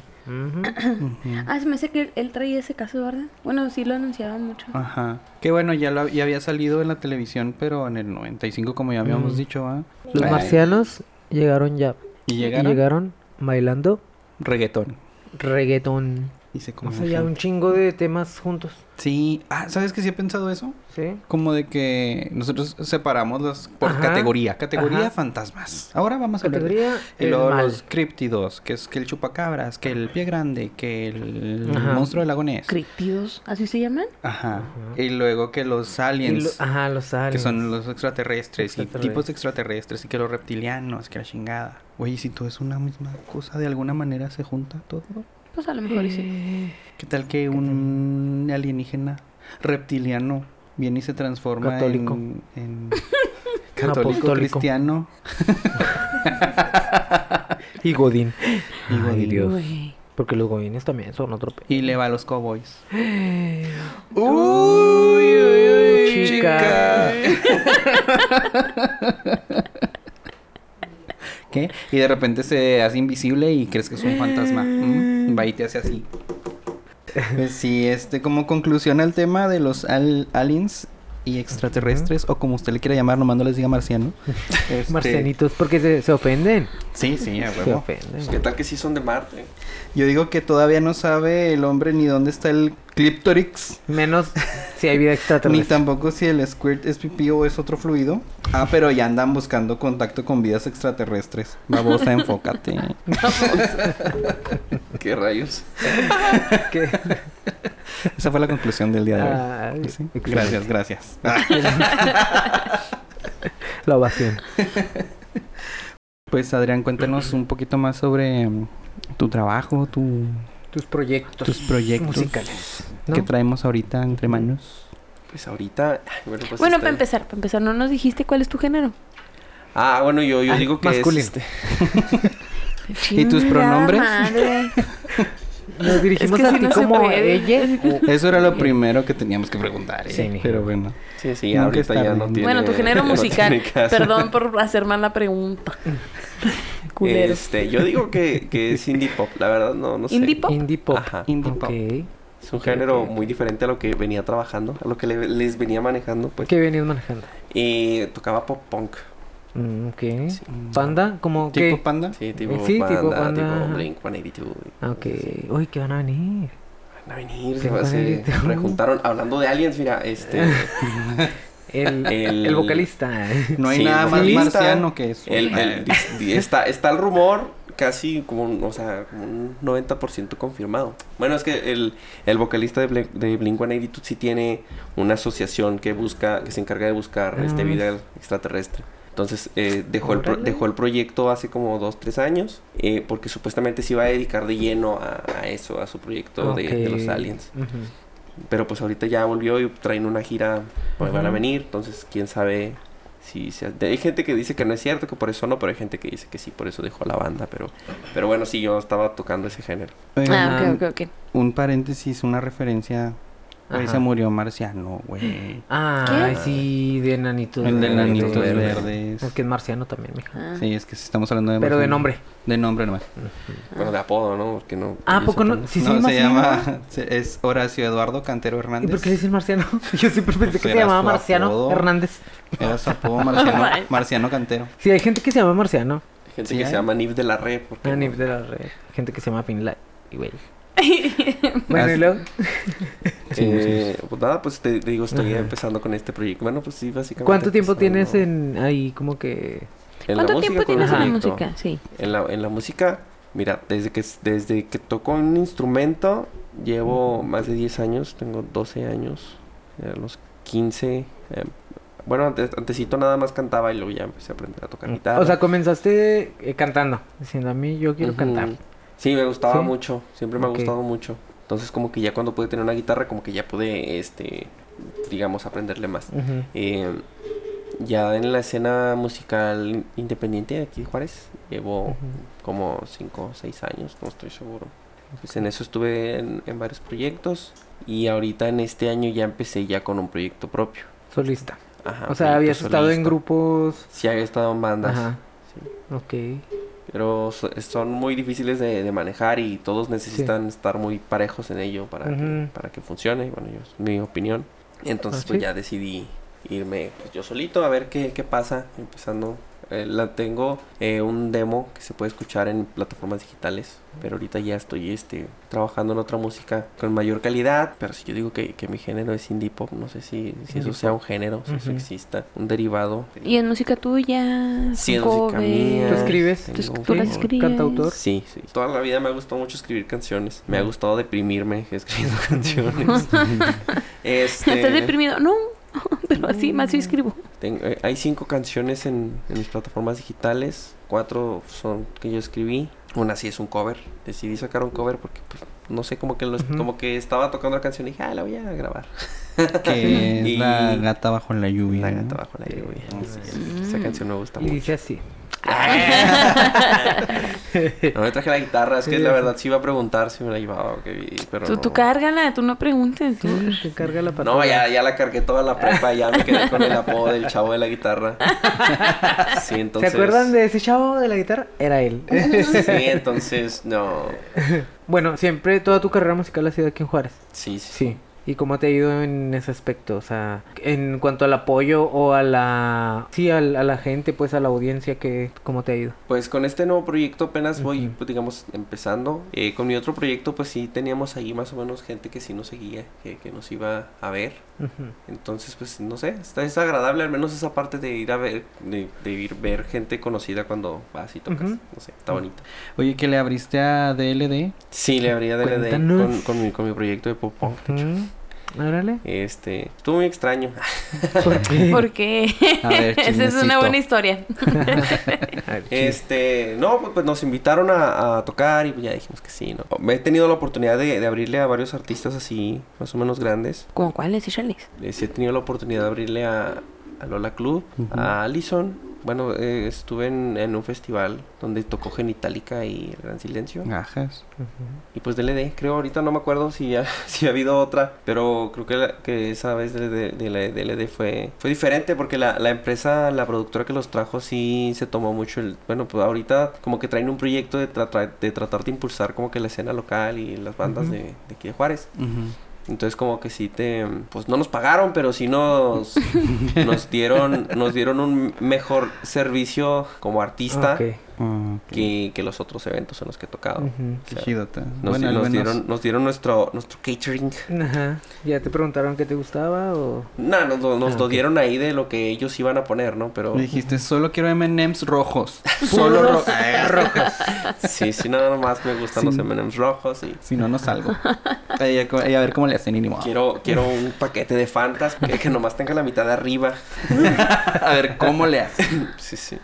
[SPEAKER 3] Ah, se me hace que él traía ese caso, ¿verdad? Bueno, sí lo anunciaban mucho.
[SPEAKER 1] Ah,
[SPEAKER 2] Ajá. Que bueno, ya, lo- ya había salido en la televisión, pero en el 95, como ya habíamos
[SPEAKER 4] Mm.
[SPEAKER 2] dicho, ¿ah?
[SPEAKER 4] Los
[SPEAKER 2] Ay.
[SPEAKER 4] marcianos llegaron ya.
[SPEAKER 2] Y llegaron,
[SPEAKER 4] Y llegaron bailando
[SPEAKER 2] reggaetón.
[SPEAKER 4] reggaetón.
[SPEAKER 2] Y se
[SPEAKER 4] O
[SPEAKER 2] comió
[SPEAKER 4] sea, ya
[SPEAKER 2] gente.
[SPEAKER 4] un chingo de temas juntos.
[SPEAKER 2] Sí. Ah, ¿sabes que sí he pensado eso?
[SPEAKER 4] ¿Sí?
[SPEAKER 2] Como de que nosotros separamos las por
[SPEAKER 4] Ajá.
[SPEAKER 2] categoría. Categoría
[SPEAKER 4] Ajá.
[SPEAKER 2] fantasmas. Ahora vamos a hablar de-
[SPEAKER 4] Categoría.
[SPEAKER 2] Y
[SPEAKER 4] el
[SPEAKER 2] luego
[SPEAKER 4] mal.
[SPEAKER 2] los críptidos, que es que el chupacabras, que el pie grande, que el
[SPEAKER 4] Ajá.
[SPEAKER 2] monstruo del lagonés.
[SPEAKER 3] Criptidos, ¿así se llaman?
[SPEAKER 2] Ajá. Y luego que los
[SPEAKER 4] Y lo-
[SPEAKER 2] aliens,
[SPEAKER 4] Ajá, los aliens.
[SPEAKER 2] que son los extraterrestres, y
[SPEAKER 4] Extraterrestres.
[SPEAKER 2] tipos de extraterrestres, y que los reptilianos, que la chingada. Oye, ¿y si todo es una misma cosa, de alguna manera se junta todo.
[SPEAKER 3] Pues a lo mejor y sí.
[SPEAKER 2] ¿Qué tal que un alienígena reptiliano viene y se transforma
[SPEAKER 4] Católico.
[SPEAKER 2] en, en católico
[SPEAKER 4] Apostólico.
[SPEAKER 2] cristiano?
[SPEAKER 4] Y Godín.
[SPEAKER 2] Y Godín.
[SPEAKER 4] Dios.
[SPEAKER 3] Güey.
[SPEAKER 4] Porque los Godines también son otro pe-
[SPEAKER 2] Y le va a los cowboys. Uy,
[SPEAKER 4] chica.
[SPEAKER 2] ¿Qué? Y de repente se hace invisible y crees que es un fantasma. ¿Mm? Va y te hace así. Pues sí, este, como conclusión al tema de los al- aliens y extraterrestres, o como usted le quiera llamar, nomás no les diga marciano. Este,
[SPEAKER 4] Marcianitos, porque se, se ofenden.
[SPEAKER 2] Sí, sí, a
[SPEAKER 4] Se
[SPEAKER 2] huevo.
[SPEAKER 4] ofenden.
[SPEAKER 1] ¿Qué tal que sí son de Marte?
[SPEAKER 2] Yo digo que todavía no sabe el hombre ni dónde está el Cliptorix.
[SPEAKER 4] Menos si hay vida
[SPEAKER 2] Ni
[SPEAKER 4] extraterrestre.
[SPEAKER 2] tampoco si el squirt es pipí o es otro fluido. Ah, pero ya andan buscando contacto con vidas extraterrestres. Babosa, enfócate.
[SPEAKER 1] ¿Qué rayos?
[SPEAKER 4] Que-
[SPEAKER 2] Esa fue la conclusión del día de hoy. Pues
[SPEAKER 4] Ah,
[SPEAKER 2] Sí.
[SPEAKER 4] excelente.
[SPEAKER 2] Gracias, gracias.
[SPEAKER 4] La ovación.
[SPEAKER 2] Pues Adrián, cuéntanos un poquito más sobre mm, tu trabajo, tu
[SPEAKER 4] Tus proyectos.
[SPEAKER 2] Tus proyectos.
[SPEAKER 4] Musicales. ¿no?
[SPEAKER 2] que traemos ahorita entre manos.
[SPEAKER 1] Pues ahorita. ay, Bueno, pues
[SPEAKER 3] bueno, para
[SPEAKER 1] está bien.
[SPEAKER 3] empezar, para empezar, no nos dijiste cuál es tu género.
[SPEAKER 1] Ah, bueno, yo, yo
[SPEAKER 4] Ah,
[SPEAKER 1] digo que es,
[SPEAKER 4] masculino.
[SPEAKER 1] este,
[SPEAKER 2] ¿Y tus
[SPEAKER 3] Chingada
[SPEAKER 2] pronombres?
[SPEAKER 3] madre.
[SPEAKER 4] Nos dirigimos
[SPEAKER 3] que
[SPEAKER 4] a
[SPEAKER 3] sí
[SPEAKER 4] ti
[SPEAKER 3] no se
[SPEAKER 4] como
[SPEAKER 3] puede.
[SPEAKER 4] ella.
[SPEAKER 2] Eso era lo primero que teníamos que preguntar, ¿eh?
[SPEAKER 4] Sí, mijo.
[SPEAKER 2] pero bueno.
[SPEAKER 1] Sí, sí,
[SPEAKER 2] Nunca es
[SPEAKER 1] ahorita ya
[SPEAKER 2] tarde,
[SPEAKER 1] no
[SPEAKER 2] ¿no?
[SPEAKER 1] tiene.
[SPEAKER 3] bueno, tu género
[SPEAKER 1] no
[SPEAKER 3] musical.
[SPEAKER 1] tiene caso.
[SPEAKER 3] Perdón por hacer mal la pregunta. Culero.
[SPEAKER 1] Este, yo digo que, que es indie pop, la verdad, no, no sé.
[SPEAKER 3] Indie pop.
[SPEAKER 4] Indie pop.
[SPEAKER 1] Ajá.
[SPEAKER 2] Indie
[SPEAKER 4] ok.
[SPEAKER 2] pop.
[SPEAKER 1] Es un género muy diferente a lo que venía trabajando, a lo que le- les venía manejando, pues.
[SPEAKER 4] ¿Qué venías manejando?
[SPEAKER 1] Y tocaba pop punk.
[SPEAKER 4] Mm, ok.
[SPEAKER 1] Sí.
[SPEAKER 4] Panda, como
[SPEAKER 2] ¿Tipo
[SPEAKER 4] que.
[SPEAKER 2] panda?
[SPEAKER 1] Sí, tipo
[SPEAKER 4] Sí, tipo
[SPEAKER 1] banda, tipo,
[SPEAKER 4] banda.
[SPEAKER 1] Blink 182.
[SPEAKER 4] Ah, ok. Uy, que van a venir.
[SPEAKER 1] Van a venir,
[SPEAKER 4] Sí,
[SPEAKER 1] se, va-
[SPEAKER 4] van a
[SPEAKER 1] se
[SPEAKER 4] venir.
[SPEAKER 1] rejuntaron. Hablando de aliens, mira, este.
[SPEAKER 4] El,
[SPEAKER 1] El-
[SPEAKER 4] el vocalista.
[SPEAKER 2] No hay
[SPEAKER 1] Sí,
[SPEAKER 2] nada
[SPEAKER 1] el
[SPEAKER 2] más
[SPEAKER 1] vocalista,
[SPEAKER 2] marciano que eso.
[SPEAKER 1] el- el- dis- di- está, está el rumor casi como un, o sea, como un 90% confirmado. Bueno, es que el, el vocalista de, Blink- de Blink-182 sí tiene una asociación que busca que se encarga de buscar
[SPEAKER 4] Ah,
[SPEAKER 1] este
[SPEAKER 4] mames.
[SPEAKER 1] vida extraterrestre. Entonces eh, dejó, el pro-
[SPEAKER 4] Órale.
[SPEAKER 1] dejó el proyecto hace como 2, 3 años eh, porque supuestamente se iba a dedicar de lleno a, a eso, a su proyecto de- de
[SPEAKER 4] Ok.
[SPEAKER 1] los aliens.
[SPEAKER 4] Ujú.
[SPEAKER 1] Pero pues ahorita ya volvió y traen una gira, pues van a
[SPEAKER 4] Ujú.
[SPEAKER 1] venir, entonces quién sabe si se... de- Hay gente que dice que no es cierto, que por eso no, pero hay gente que dice que sí, por eso dejó la banda, pero... Pero bueno, sí, yo estaba tocando ese género.
[SPEAKER 2] Eh,
[SPEAKER 3] Ah, ok, ok, ok.
[SPEAKER 2] Un paréntesis, una referencia. Ahí
[SPEAKER 4] Ajá.
[SPEAKER 2] se murió marciano, güey.
[SPEAKER 4] Ah, sí, de nanitos
[SPEAKER 2] El de
[SPEAKER 1] Verdes.
[SPEAKER 2] nanitos
[SPEAKER 1] Verdes.
[SPEAKER 2] verdes.
[SPEAKER 4] Es que es marciano también, mija.
[SPEAKER 3] Ah.
[SPEAKER 2] Sí, es que si estamos hablando de...
[SPEAKER 4] Pero de
[SPEAKER 2] marciano-
[SPEAKER 4] nombre.
[SPEAKER 2] De nombre nomás.
[SPEAKER 1] Bueno, de apodo, ¿no? Porque no...
[SPEAKER 4] Ah,
[SPEAKER 1] yo
[SPEAKER 4] poco
[SPEAKER 1] sé
[SPEAKER 4] no.
[SPEAKER 1] tanto.
[SPEAKER 4] Sí, sí,
[SPEAKER 2] no, se
[SPEAKER 4] marciano.
[SPEAKER 2] llama... se- Es Horacio Eduardo Cantero
[SPEAKER 4] ¿Y
[SPEAKER 2] Hernández.
[SPEAKER 4] por qué le dicen marciano? Yo siempre pensé que se
[SPEAKER 2] Será
[SPEAKER 4] llamaba
[SPEAKER 2] su
[SPEAKER 4] Marciano
[SPEAKER 2] apodo.
[SPEAKER 4] Hernández.
[SPEAKER 2] Era su apodo marciano,
[SPEAKER 3] Vale.
[SPEAKER 2] marciano Cantero.
[SPEAKER 4] Sí, hay gente que se llama Marciano.
[SPEAKER 1] Hay Gente
[SPEAKER 2] Sí,
[SPEAKER 1] que
[SPEAKER 2] hay.
[SPEAKER 1] se llama Nif de la Red, porque...
[SPEAKER 4] Ah,
[SPEAKER 1] no-
[SPEAKER 4] ni de la red. Gente que se llama Finlay. Y güey.
[SPEAKER 3] Ah.
[SPEAKER 4] Bueno, y luego.
[SPEAKER 1] Eh, Pues nada, pues te, te digo, estoy
[SPEAKER 4] Ajá.
[SPEAKER 1] empezando con este proyecto. Bueno, pues sí, básicamente...
[SPEAKER 4] ¿Cuánto tiempo tienes
[SPEAKER 1] empezando
[SPEAKER 4] en ahí como que
[SPEAKER 1] en la
[SPEAKER 3] ¿Cuánto
[SPEAKER 1] música
[SPEAKER 3] tiempo
[SPEAKER 1] con el
[SPEAKER 3] tienes en la
[SPEAKER 1] proyecto?
[SPEAKER 3] música? Sí.
[SPEAKER 1] En la, en la música, mira, desde que, desde que toco un instrumento, llevo más de 10 años, tengo 12 años, a los 15. eh, bueno, antes, antesito nada más cantaba y luego ya empecé a aprender a tocar guitarra.
[SPEAKER 4] Mm, O sea, comenzaste eh, cantando, diciendo a mí yo quiero
[SPEAKER 1] Ujú.
[SPEAKER 4] cantar.
[SPEAKER 1] Sí, me gustaba
[SPEAKER 4] ¿Sí?
[SPEAKER 1] mucho, siempre me
[SPEAKER 4] Ok.
[SPEAKER 1] ha gustado mucho. Entonces, como que ya cuando pude tener una guitarra, como que ya pude, este, digamos, aprenderle más.
[SPEAKER 4] Ujú.
[SPEAKER 1] Eh, ya en la escena musical independiente de aquí de Juárez, llevo
[SPEAKER 4] Ujú.
[SPEAKER 1] como 5 o 6 años, no estoy seguro. Pues en eso estuve en, en varios proyectos y ahorita en este año ya empecé ya con un proyecto propio.
[SPEAKER 4] Solista.
[SPEAKER 1] Ajá,
[SPEAKER 4] o sea,
[SPEAKER 1] proyecto
[SPEAKER 4] habías estado en
[SPEAKER 1] solista.
[SPEAKER 4] grupos.
[SPEAKER 1] Sí, había estado en bandas.
[SPEAKER 4] Ajá.
[SPEAKER 1] sí.
[SPEAKER 4] Ok.
[SPEAKER 1] Pero so- son muy difíciles de, de manejar y todos necesitan estar muy parejos en ello para, que,
[SPEAKER 4] Ujú.
[SPEAKER 1] para que funcione. Bueno, yo, es mi opinión. Entonces,
[SPEAKER 4] Ah,
[SPEAKER 1] pues
[SPEAKER 4] sí.
[SPEAKER 1] ya decidí irme pues, yo solito a ver qué, qué pasa. Empezando, eh, la tengo eh, un demo que se puede escuchar en plataformas digitales. Pero ahorita ya estoy este, trabajando en otra música con mayor calidad. Pero si yo digo que, que mi género es indie pop, no sé si, si eso
[SPEAKER 4] Indie
[SPEAKER 1] sea un género, si eso
[SPEAKER 4] Ujú.
[SPEAKER 1] exista, un derivado.
[SPEAKER 3] ¿Y en música tuya?
[SPEAKER 1] Sí, es música
[SPEAKER 3] cover?
[SPEAKER 1] mía.
[SPEAKER 4] ¿Tú escribes?
[SPEAKER 1] Tengo
[SPEAKER 3] ¿Tú-
[SPEAKER 1] un
[SPEAKER 3] tú las
[SPEAKER 1] cover.
[SPEAKER 3] escribes?
[SPEAKER 4] ¿Cantautor?
[SPEAKER 1] Sí, sí. Toda la vida me ha gustado mucho escribir canciones. Me ha gustado deprimirme escribiendo canciones. este,
[SPEAKER 3] ¿Estás deprimido? No, pero así más yo escribo.
[SPEAKER 1] tengo- eh, hay cinco canciones en, en mis plataformas digitales. Cuatro son que yo escribí. Una sí es un cover. Decidí sacar un cover porque pues, no sé, como que lo-
[SPEAKER 4] Ujú.
[SPEAKER 1] como que estaba tocando la canción y dije, ah, la voy a grabar.
[SPEAKER 2] Que es
[SPEAKER 1] Y-
[SPEAKER 2] la gata bajo la lluvia.
[SPEAKER 1] La
[SPEAKER 2] ¿no?
[SPEAKER 1] gata bajo la lluvia.
[SPEAKER 2] Sí.
[SPEAKER 3] Mm.
[SPEAKER 1] Esa canción me gusta
[SPEAKER 4] Y
[SPEAKER 1] mucho.
[SPEAKER 4] dice así.
[SPEAKER 1] No me traje la guitarra, es que la verdad sí iba a preguntar si me la llevaba, ok, pero
[SPEAKER 3] Tú,
[SPEAKER 1] no.
[SPEAKER 3] tú cárgala, tú no preguntes. tú.
[SPEAKER 4] Sí, que Mm, carga la patada.
[SPEAKER 1] No, ya, ya la cargué toda la prepa, ya me quedé con el apodo del chavo de la guitarra. Sí, entonces.
[SPEAKER 4] ¿Se acuerdan de ese chavo de la guitarra? Era él.
[SPEAKER 1] Sí, entonces, no.
[SPEAKER 4] bueno, siempre toda tu carrera musical ha sido aquí en Juárez.
[SPEAKER 1] Sí, sí.
[SPEAKER 4] Sí. ¿Y cómo te ha ido en ese aspecto? O sea, en cuanto al apoyo o a la... Sí, al- a la gente, pues a la audiencia, que ¿cómo te ha ido?
[SPEAKER 1] Pues con este nuevo proyecto apenas voy,
[SPEAKER 4] Ujú.
[SPEAKER 1] pues, digamos, empezando. Eh, con mi otro proyecto, pues sí teníamos ahí más o menos gente que sí nos seguía, que, que nos iba a ver.
[SPEAKER 4] Ujú.
[SPEAKER 1] Entonces, pues no sé, está, es agradable al menos esa parte de ir a ver, de, de ir ver gente conocida cuando vas y tocas.
[SPEAKER 4] Ujú.
[SPEAKER 1] No sé, está bonito.
[SPEAKER 2] Oye, que le abriste a DLD.
[SPEAKER 1] Sí, le abría DLD
[SPEAKER 4] Cuéntanos.
[SPEAKER 1] con, con, mi, con mi proyecto Oh, de pop punk.
[SPEAKER 4] Ujú. Árale.
[SPEAKER 1] Este, estuvo muy extraño.
[SPEAKER 4] ¿Por qué?
[SPEAKER 3] Porque
[SPEAKER 2] A ver,
[SPEAKER 3] esa es una
[SPEAKER 2] chismecito.
[SPEAKER 3] buena historia.
[SPEAKER 4] Ay,
[SPEAKER 1] Este, no, pues, pues nos invitaron a, a tocar y pues, ya dijimos que sí, ¿no? He tenido la oportunidad de, de abrirle a varios artistas así, más o menos grandes.
[SPEAKER 3] ¿Cómo cuáles, Israelis?
[SPEAKER 1] Eh, sí he tenido la oportunidad de abrirle a, a Lola Club,
[SPEAKER 2] Ujú.
[SPEAKER 1] a Allison. Bueno, eh, estuve en, en un festival donde tocó Genitalica y El Gran Silencio.
[SPEAKER 2] Gajas.
[SPEAKER 1] Y pues DLD, creo, ahorita no me acuerdo si ha, si ha habido otra, pero creo que, la- que esa vez de, de, de la- E DLD fue, fue diferente porque la, la empresa, la productora que los trajo sí se tomó mucho el... Bueno, pues ahorita como que traen un proyecto de, tra- tra- de tratar de impulsar como que la escena local y las bandas
[SPEAKER 4] Ujú.
[SPEAKER 1] de, de aquí de Juárez.
[SPEAKER 2] Ujú.
[SPEAKER 1] Entonces como que sí te... Pues no nos pagaron, pero sí nos, nos, dieron, nos dieron un mejor servicio como artista
[SPEAKER 4] Ok.
[SPEAKER 2] Ah, ok.
[SPEAKER 1] que, que los otros eventos en los que he tocado.
[SPEAKER 4] Ujú.
[SPEAKER 1] O
[SPEAKER 2] Qué
[SPEAKER 1] sea,
[SPEAKER 2] chidota.
[SPEAKER 1] nos,
[SPEAKER 2] bueno, al
[SPEAKER 1] nos
[SPEAKER 2] menos-
[SPEAKER 1] dieron, nos dieron nuestro, nuestro catering.
[SPEAKER 4] Ajá. ¿Ya te preguntaron qué te gustaba o...?
[SPEAKER 1] No, nos, nos
[SPEAKER 4] Ah,
[SPEAKER 1] lo
[SPEAKER 4] ok.
[SPEAKER 1] dieron ahí de lo que ellos iban a poner, ¿no? Pero
[SPEAKER 2] Le dijiste, solo quiero M&M's rojos. Solo rojos.
[SPEAKER 1] sí, sí, nada más me gustan
[SPEAKER 2] Sí.
[SPEAKER 1] los M&M's rojos y
[SPEAKER 2] Si no, no salgo. Ay, a, co- ay, a ver cómo le hacen y ni modo.
[SPEAKER 1] quiero, quiero un paquete de Fantas que, que nomás tenga la mitad de arriba.
[SPEAKER 2] A ver cómo le hacen.
[SPEAKER 1] Sí, sí.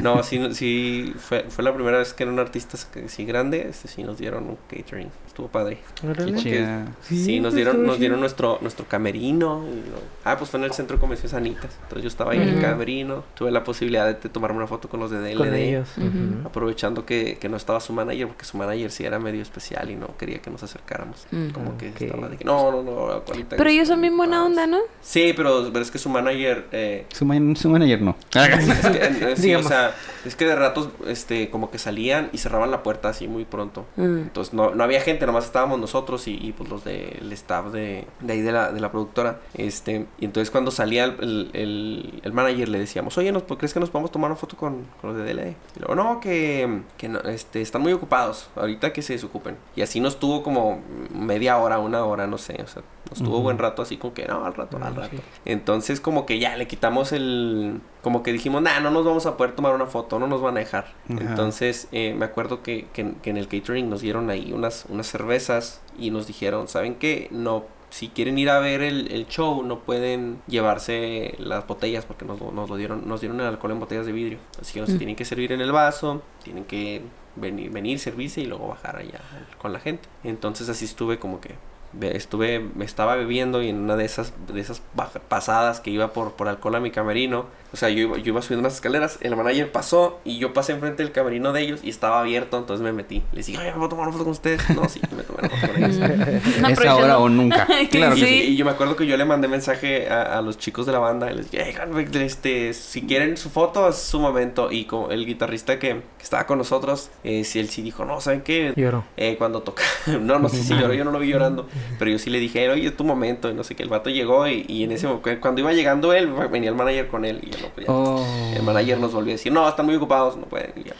[SPEAKER 1] No, sí, no- sí fue, fue la primera vez que era un artista que- sí grande, este, sí nos dieron un catering. Estuvo padre.
[SPEAKER 2] Qué
[SPEAKER 4] Órale.
[SPEAKER 2] chida.
[SPEAKER 1] Sí, nos
[SPEAKER 4] pues,
[SPEAKER 1] dieron,
[SPEAKER 4] está
[SPEAKER 1] nos
[SPEAKER 4] chido.
[SPEAKER 1] dieron nuestro, nuestro camerino. y lo- Ah, pues fue en el centro comercial Sanitas. Entonces yo estaba ahí en el
[SPEAKER 3] Ujú.
[SPEAKER 1] camerino. Tuve la posibilidad de, de tomarme una foto con los de DLD.
[SPEAKER 4] Con ellos.
[SPEAKER 3] Ujú.
[SPEAKER 1] Aprovechando que, que no estaba su manager, porque su manager sí era medio especial y no quería que nos acercáramos.
[SPEAKER 3] Mm.
[SPEAKER 1] Como que
[SPEAKER 4] Ah, Ok.
[SPEAKER 1] estaba de que, no, no, no. ahorita
[SPEAKER 3] Pero
[SPEAKER 1] que
[SPEAKER 3] ellos
[SPEAKER 1] estoy
[SPEAKER 3] son bien buena
[SPEAKER 1] ocupado".
[SPEAKER 3] onda, ¿no?
[SPEAKER 1] Ah, Sí, pero, pero es que su manager... eh,
[SPEAKER 2] Su, man- su manager no.
[SPEAKER 1] es que, eh, sí, o
[SPEAKER 4] Digamos.
[SPEAKER 1] sea, es que de ratos este, como que salían y cerraban la puerta así muy pronto.
[SPEAKER 3] Mm.
[SPEAKER 1] Entonces no, no había gente, nomás estábamos nosotros y, y, pues los del staff de, de ahí de la, de la productora. Este, y entonces cuando salía el, el- el- el manager le decíamos, oye, ¿nos, ¿crees que nos podemos tomar una foto con, con los de DLD? Y luego, no, que, que no, este, están muy ocupados, ahorita que se desocupen. Y así nos tuvo como media hora, una hora, no sé, o sea, nos tuvo
[SPEAKER 4] Ujú.
[SPEAKER 1] buen rato así como que, no, al rato, al
[SPEAKER 4] Ah,
[SPEAKER 1] rato.
[SPEAKER 4] sí.
[SPEAKER 1] Entonces como que ya le quitamos el... Como que dijimos, nah, no nos vamos a poder tomar una foto, no nos van a dejar.
[SPEAKER 2] Ajá.
[SPEAKER 1] Entonces eh, me acuerdo que, que- que en el catering nos dieron ahí unas, unas cervezas y nos dijeron, ¿saben qué? No, si quieren ir a ver el, el show no pueden llevarse las botellas porque nos, lo- nos lo dieron, nos dieron el alcohol en botellas de vidrio. Así que nos
[SPEAKER 3] Mm.
[SPEAKER 1] tienen que servir en el vaso, tienen que venir, venir, servirse y luego bajar allá con la gente. Entonces así estuve como que Ve- estuve me estaba bebiendo y en una de esas de esas baja- pasadas que iba por por alcohol a mi camerino o sea yo iba, yo iba subiendo unas escaleras el manager pasó y yo pasé enfrente del camerino de ellos y estaba abierto entonces me metí les dije oye me voy a tomar una foto con ustedes no sí y me tomé una foto con ellos
[SPEAKER 3] Mm. No,
[SPEAKER 2] es
[SPEAKER 3] pero ellos
[SPEAKER 2] ahora
[SPEAKER 3] no.
[SPEAKER 2] o nunca. Claro
[SPEAKER 1] y,
[SPEAKER 2] que
[SPEAKER 3] Sí.
[SPEAKER 1] y yo me acuerdo que yo le mandé mensaje a, a los chicos de la banda y les dije, "Oigan, güey, este, si quieren su foto, es su momento. Y como el guitarrista que, que estaba con nosotros, eh, si él sí dijo, no, ¿saben qué?
[SPEAKER 4] Lloró.
[SPEAKER 1] Eh, cuando toca, no, no sé si lloró, yo no lo vi llorando, pero yo sí le dije, oye, es tu momento, y no sé qué, el vato llegó y, y en ese momento, cuando iba llegando él, venía el manager con él y yo no podía.
[SPEAKER 2] Oh.
[SPEAKER 1] El manager nos volvió a decir, no, están muy ocupados, no pueden. y ya.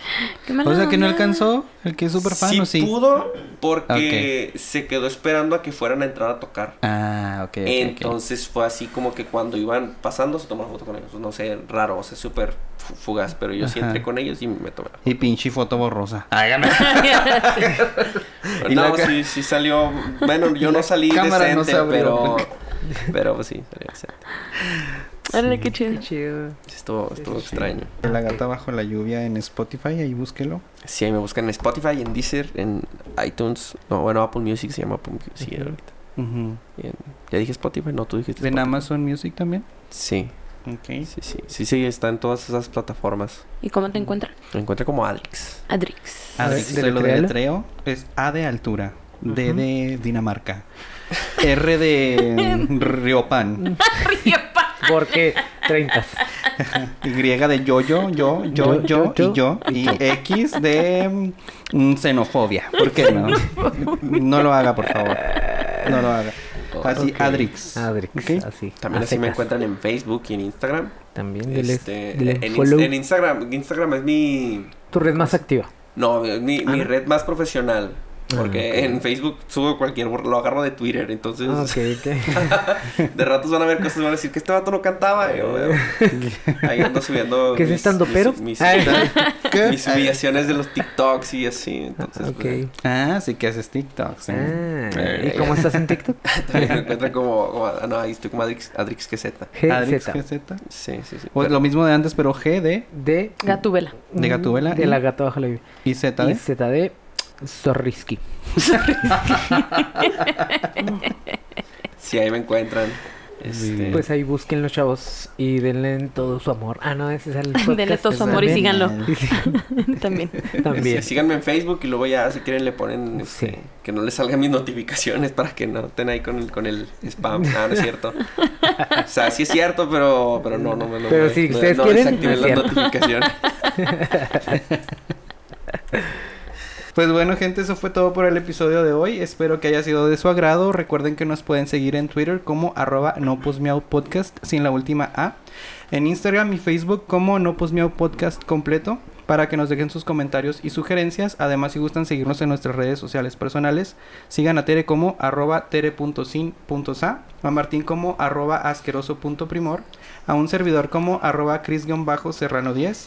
[SPEAKER 3] Qué mala
[SPEAKER 2] O sea que no
[SPEAKER 3] onda.
[SPEAKER 2] alcanzó el que es super fan
[SPEAKER 1] sí
[SPEAKER 2] o sí.
[SPEAKER 1] pudo porque se quedó esperando a que fueran a entrar a tocar.
[SPEAKER 2] Ah, ok. ok, ok.
[SPEAKER 1] Entonces fue así como que cuando iban pasando se tomaron foto con ellos. No sé, raro, o sea, súper fu- fugaz, pero yo sí
[SPEAKER 2] Ajá.
[SPEAKER 1] entré con ellos y me tomé. la
[SPEAKER 2] Y pinche foto borrosa. Hágame.
[SPEAKER 1] foto.
[SPEAKER 2] Y la
[SPEAKER 1] No,
[SPEAKER 2] ca-
[SPEAKER 1] sí, sí salió. Bueno, yo no salí
[SPEAKER 2] cámara
[SPEAKER 1] decente,
[SPEAKER 2] no se abrió.
[SPEAKER 1] pero. Pero pues sí, salió decente.
[SPEAKER 3] Órale, qué chido.
[SPEAKER 4] Qué chido.
[SPEAKER 1] Sí, Estuvo, estuvo extraño.
[SPEAKER 2] La gata bajo la lluvia en Spotify, ahí búsquelo.
[SPEAKER 1] Sí, ahí me buscan en Spotify, en Deezer, en iTunes. No, bueno, Apple Music se llama Apple Music
[SPEAKER 4] Ujú.
[SPEAKER 1] ahorita. Y en- ¿Ya dije Spotify? No, tú dijiste.
[SPEAKER 2] En
[SPEAKER 1] Spotify.
[SPEAKER 2] Amazon Music también.
[SPEAKER 1] Sí,
[SPEAKER 2] Ok.
[SPEAKER 1] sí, sí. Sí, sí, está en todas esas plataformas.
[SPEAKER 3] ¿Y cómo te encuentran?
[SPEAKER 1] Me encuentro como Alex.
[SPEAKER 3] Adrix.
[SPEAKER 4] A ver,
[SPEAKER 2] Así se lo
[SPEAKER 4] deletréalo.
[SPEAKER 2] deletreo. Es A de altura. D
[SPEAKER 4] Ujú.
[SPEAKER 2] de Dinamarca. R de mm, Riopan.
[SPEAKER 4] Porque 30.
[SPEAKER 2] Y de yo, yo, yo, yo,
[SPEAKER 4] Yo,
[SPEAKER 2] yo,
[SPEAKER 4] yo,
[SPEAKER 2] y yo. Y X de mm, xenofobia. ¿Por qué no? No lo haga, por favor. No lo haga. Así,
[SPEAKER 4] Ok.
[SPEAKER 2] Adrix.
[SPEAKER 4] Adrix.
[SPEAKER 2] Ok.
[SPEAKER 4] Ah, Así.
[SPEAKER 1] También
[SPEAKER 4] A
[SPEAKER 1] así me
[SPEAKER 4] secas.
[SPEAKER 1] encuentran en Facebook y en Instagram.
[SPEAKER 4] También dile,
[SPEAKER 1] Este,
[SPEAKER 4] dile
[SPEAKER 1] en,
[SPEAKER 4] follow.
[SPEAKER 1] Ins- en Instagram, Instagram es mi
[SPEAKER 4] Tu red más activa.
[SPEAKER 1] no, es mi, mi
[SPEAKER 4] Ah.
[SPEAKER 1] red más profesional. Porque
[SPEAKER 4] Ah, ok.
[SPEAKER 1] en Facebook subo cualquier, bor- lo agarro de Twitter, entonces
[SPEAKER 4] Ah, ok, ok.
[SPEAKER 1] de ratos van a ver cosas y van a decir que este vato no cantaba. y yo, bueno, ahí ando subiendo.
[SPEAKER 4] ¿Que es
[SPEAKER 1] mis-
[SPEAKER 4] estandopero?
[SPEAKER 1] mis- mis-
[SPEAKER 4] Ah.
[SPEAKER 1] mis humillaciones de los TikToks y así. Entonces,
[SPEAKER 4] ok.
[SPEAKER 1] pues,
[SPEAKER 2] Ah, sí que haces TikToks. ¿eh?
[SPEAKER 4] Ah, ¿Y cómo estás en TikTok?
[SPEAKER 1] también me encuentran como, como- ah, no, ahí estoy como Adrix, Adrix Queseta.
[SPEAKER 4] Ah,
[SPEAKER 2] Adrix
[SPEAKER 4] GZ.
[SPEAKER 2] GZ.
[SPEAKER 1] Sí, sí, sí.
[SPEAKER 2] O
[SPEAKER 1] Pero-
[SPEAKER 2] lo mismo de antes, pero G de
[SPEAKER 4] De. mm,
[SPEAKER 3] Gatúbela.
[SPEAKER 2] De Gatubela
[SPEAKER 4] De
[SPEAKER 2] y-
[SPEAKER 4] la gata bajo la lluvia.
[SPEAKER 2] y Z
[SPEAKER 4] Y
[SPEAKER 2] de.
[SPEAKER 4] ZD. Zorrisky.
[SPEAKER 1] sí, ahí me encuentran. Este,
[SPEAKER 4] Pues ahí busquen los chavos y denle todo su amor. Ah, no, ese es el podcast.
[SPEAKER 3] Denle todo su amor y síganlo. También.
[SPEAKER 4] También.
[SPEAKER 1] este, síganme en Facebook y luego ya, si quieren, le ponen este,
[SPEAKER 4] Sí.
[SPEAKER 1] que no les salgan mis notificaciones para que no estén ahí con el, con el spam. Ah, no es cierto. o sea, sí es cierto, pero, pero no, no me lo
[SPEAKER 4] Pero
[SPEAKER 1] no-
[SPEAKER 4] si
[SPEAKER 1] no-
[SPEAKER 4] ustedes
[SPEAKER 1] no
[SPEAKER 4] quieren,
[SPEAKER 1] desactiven
[SPEAKER 4] no es
[SPEAKER 1] las
[SPEAKER 4] cierto.
[SPEAKER 1] notificaciones.
[SPEAKER 2] Pues bueno, gente, eso fue todo por el episodio de hoy. Espero que haya sido de su agrado. Recuerden que nos pueden seguir en Twitter como arroba no podcast sin la última A. En Instagram y Facebook como no podcast completo para que nos dejen sus comentarios y sugerencias. Además, si gustan seguirnos en nuestras redes sociales personales, sigan a Tere como arroba tere.sin.sa, a Martín como arroba asqueroso.primor, a un servidor como arroba cris-serrano10,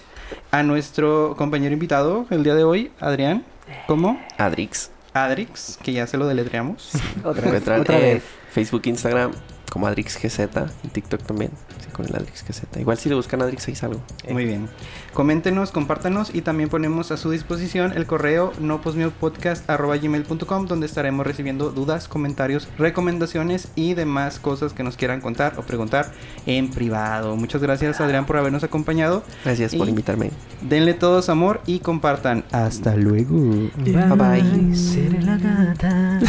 [SPEAKER 2] a nuestro compañero invitado el día de hoy, Adrián, como
[SPEAKER 1] Adrix.
[SPEAKER 2] Adrix, que ya se lo deletreamos.
[SPEAKER 1] Me
[SPEAKER 4] Otra vez.
[SPEAKER 1] encuentran
[SPEAKER 4] Otra
[SPEAKER 1] en
[SPEAKER 4] vez.
[SPEAKER 1] Facebook, Instagram, como Adrix GZ, en TikTok también, sí, con el Adrix GZ. Igual si le buscan Adrix ahí salgo.
[SPEAKER 2] Muy bien. Coméntenos, compártanos y también ponemos a su disposición el correo noposmiopodcast.gmail.com donde estaremos recibiendo dudas, comentarios, recomendaciones y demás cosas que nos quieran contar o preguntar en privado. Muchas gracias Adrián por habernos acompañado.
[SPEAKER 1] Gracias por
[SPEAKER 2] Y-
[SPEAKER 1] invitarme.
[SPEAKER 2] Denle todos amor y compartan. Hasta luego.
[SPEAKER 4] Bye,
[SPEAKER 1] bye.
[SPEAKER 4] Seré la gata.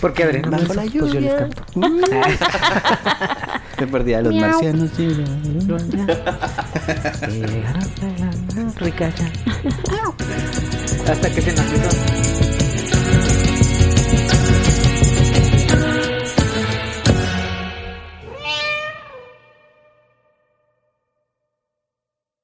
[SPEAKER 4] Porque Adrián,
[SPEAKER 2] Bajo la
[SPEAKER 4] pues yo les
[SPEAKER 2] lluvia.
[SPEAKER 4] canto.
[SPEAKER 2] Te perdí a los marcianos.
[SPEAKER 4] Hasta que se nos hizo.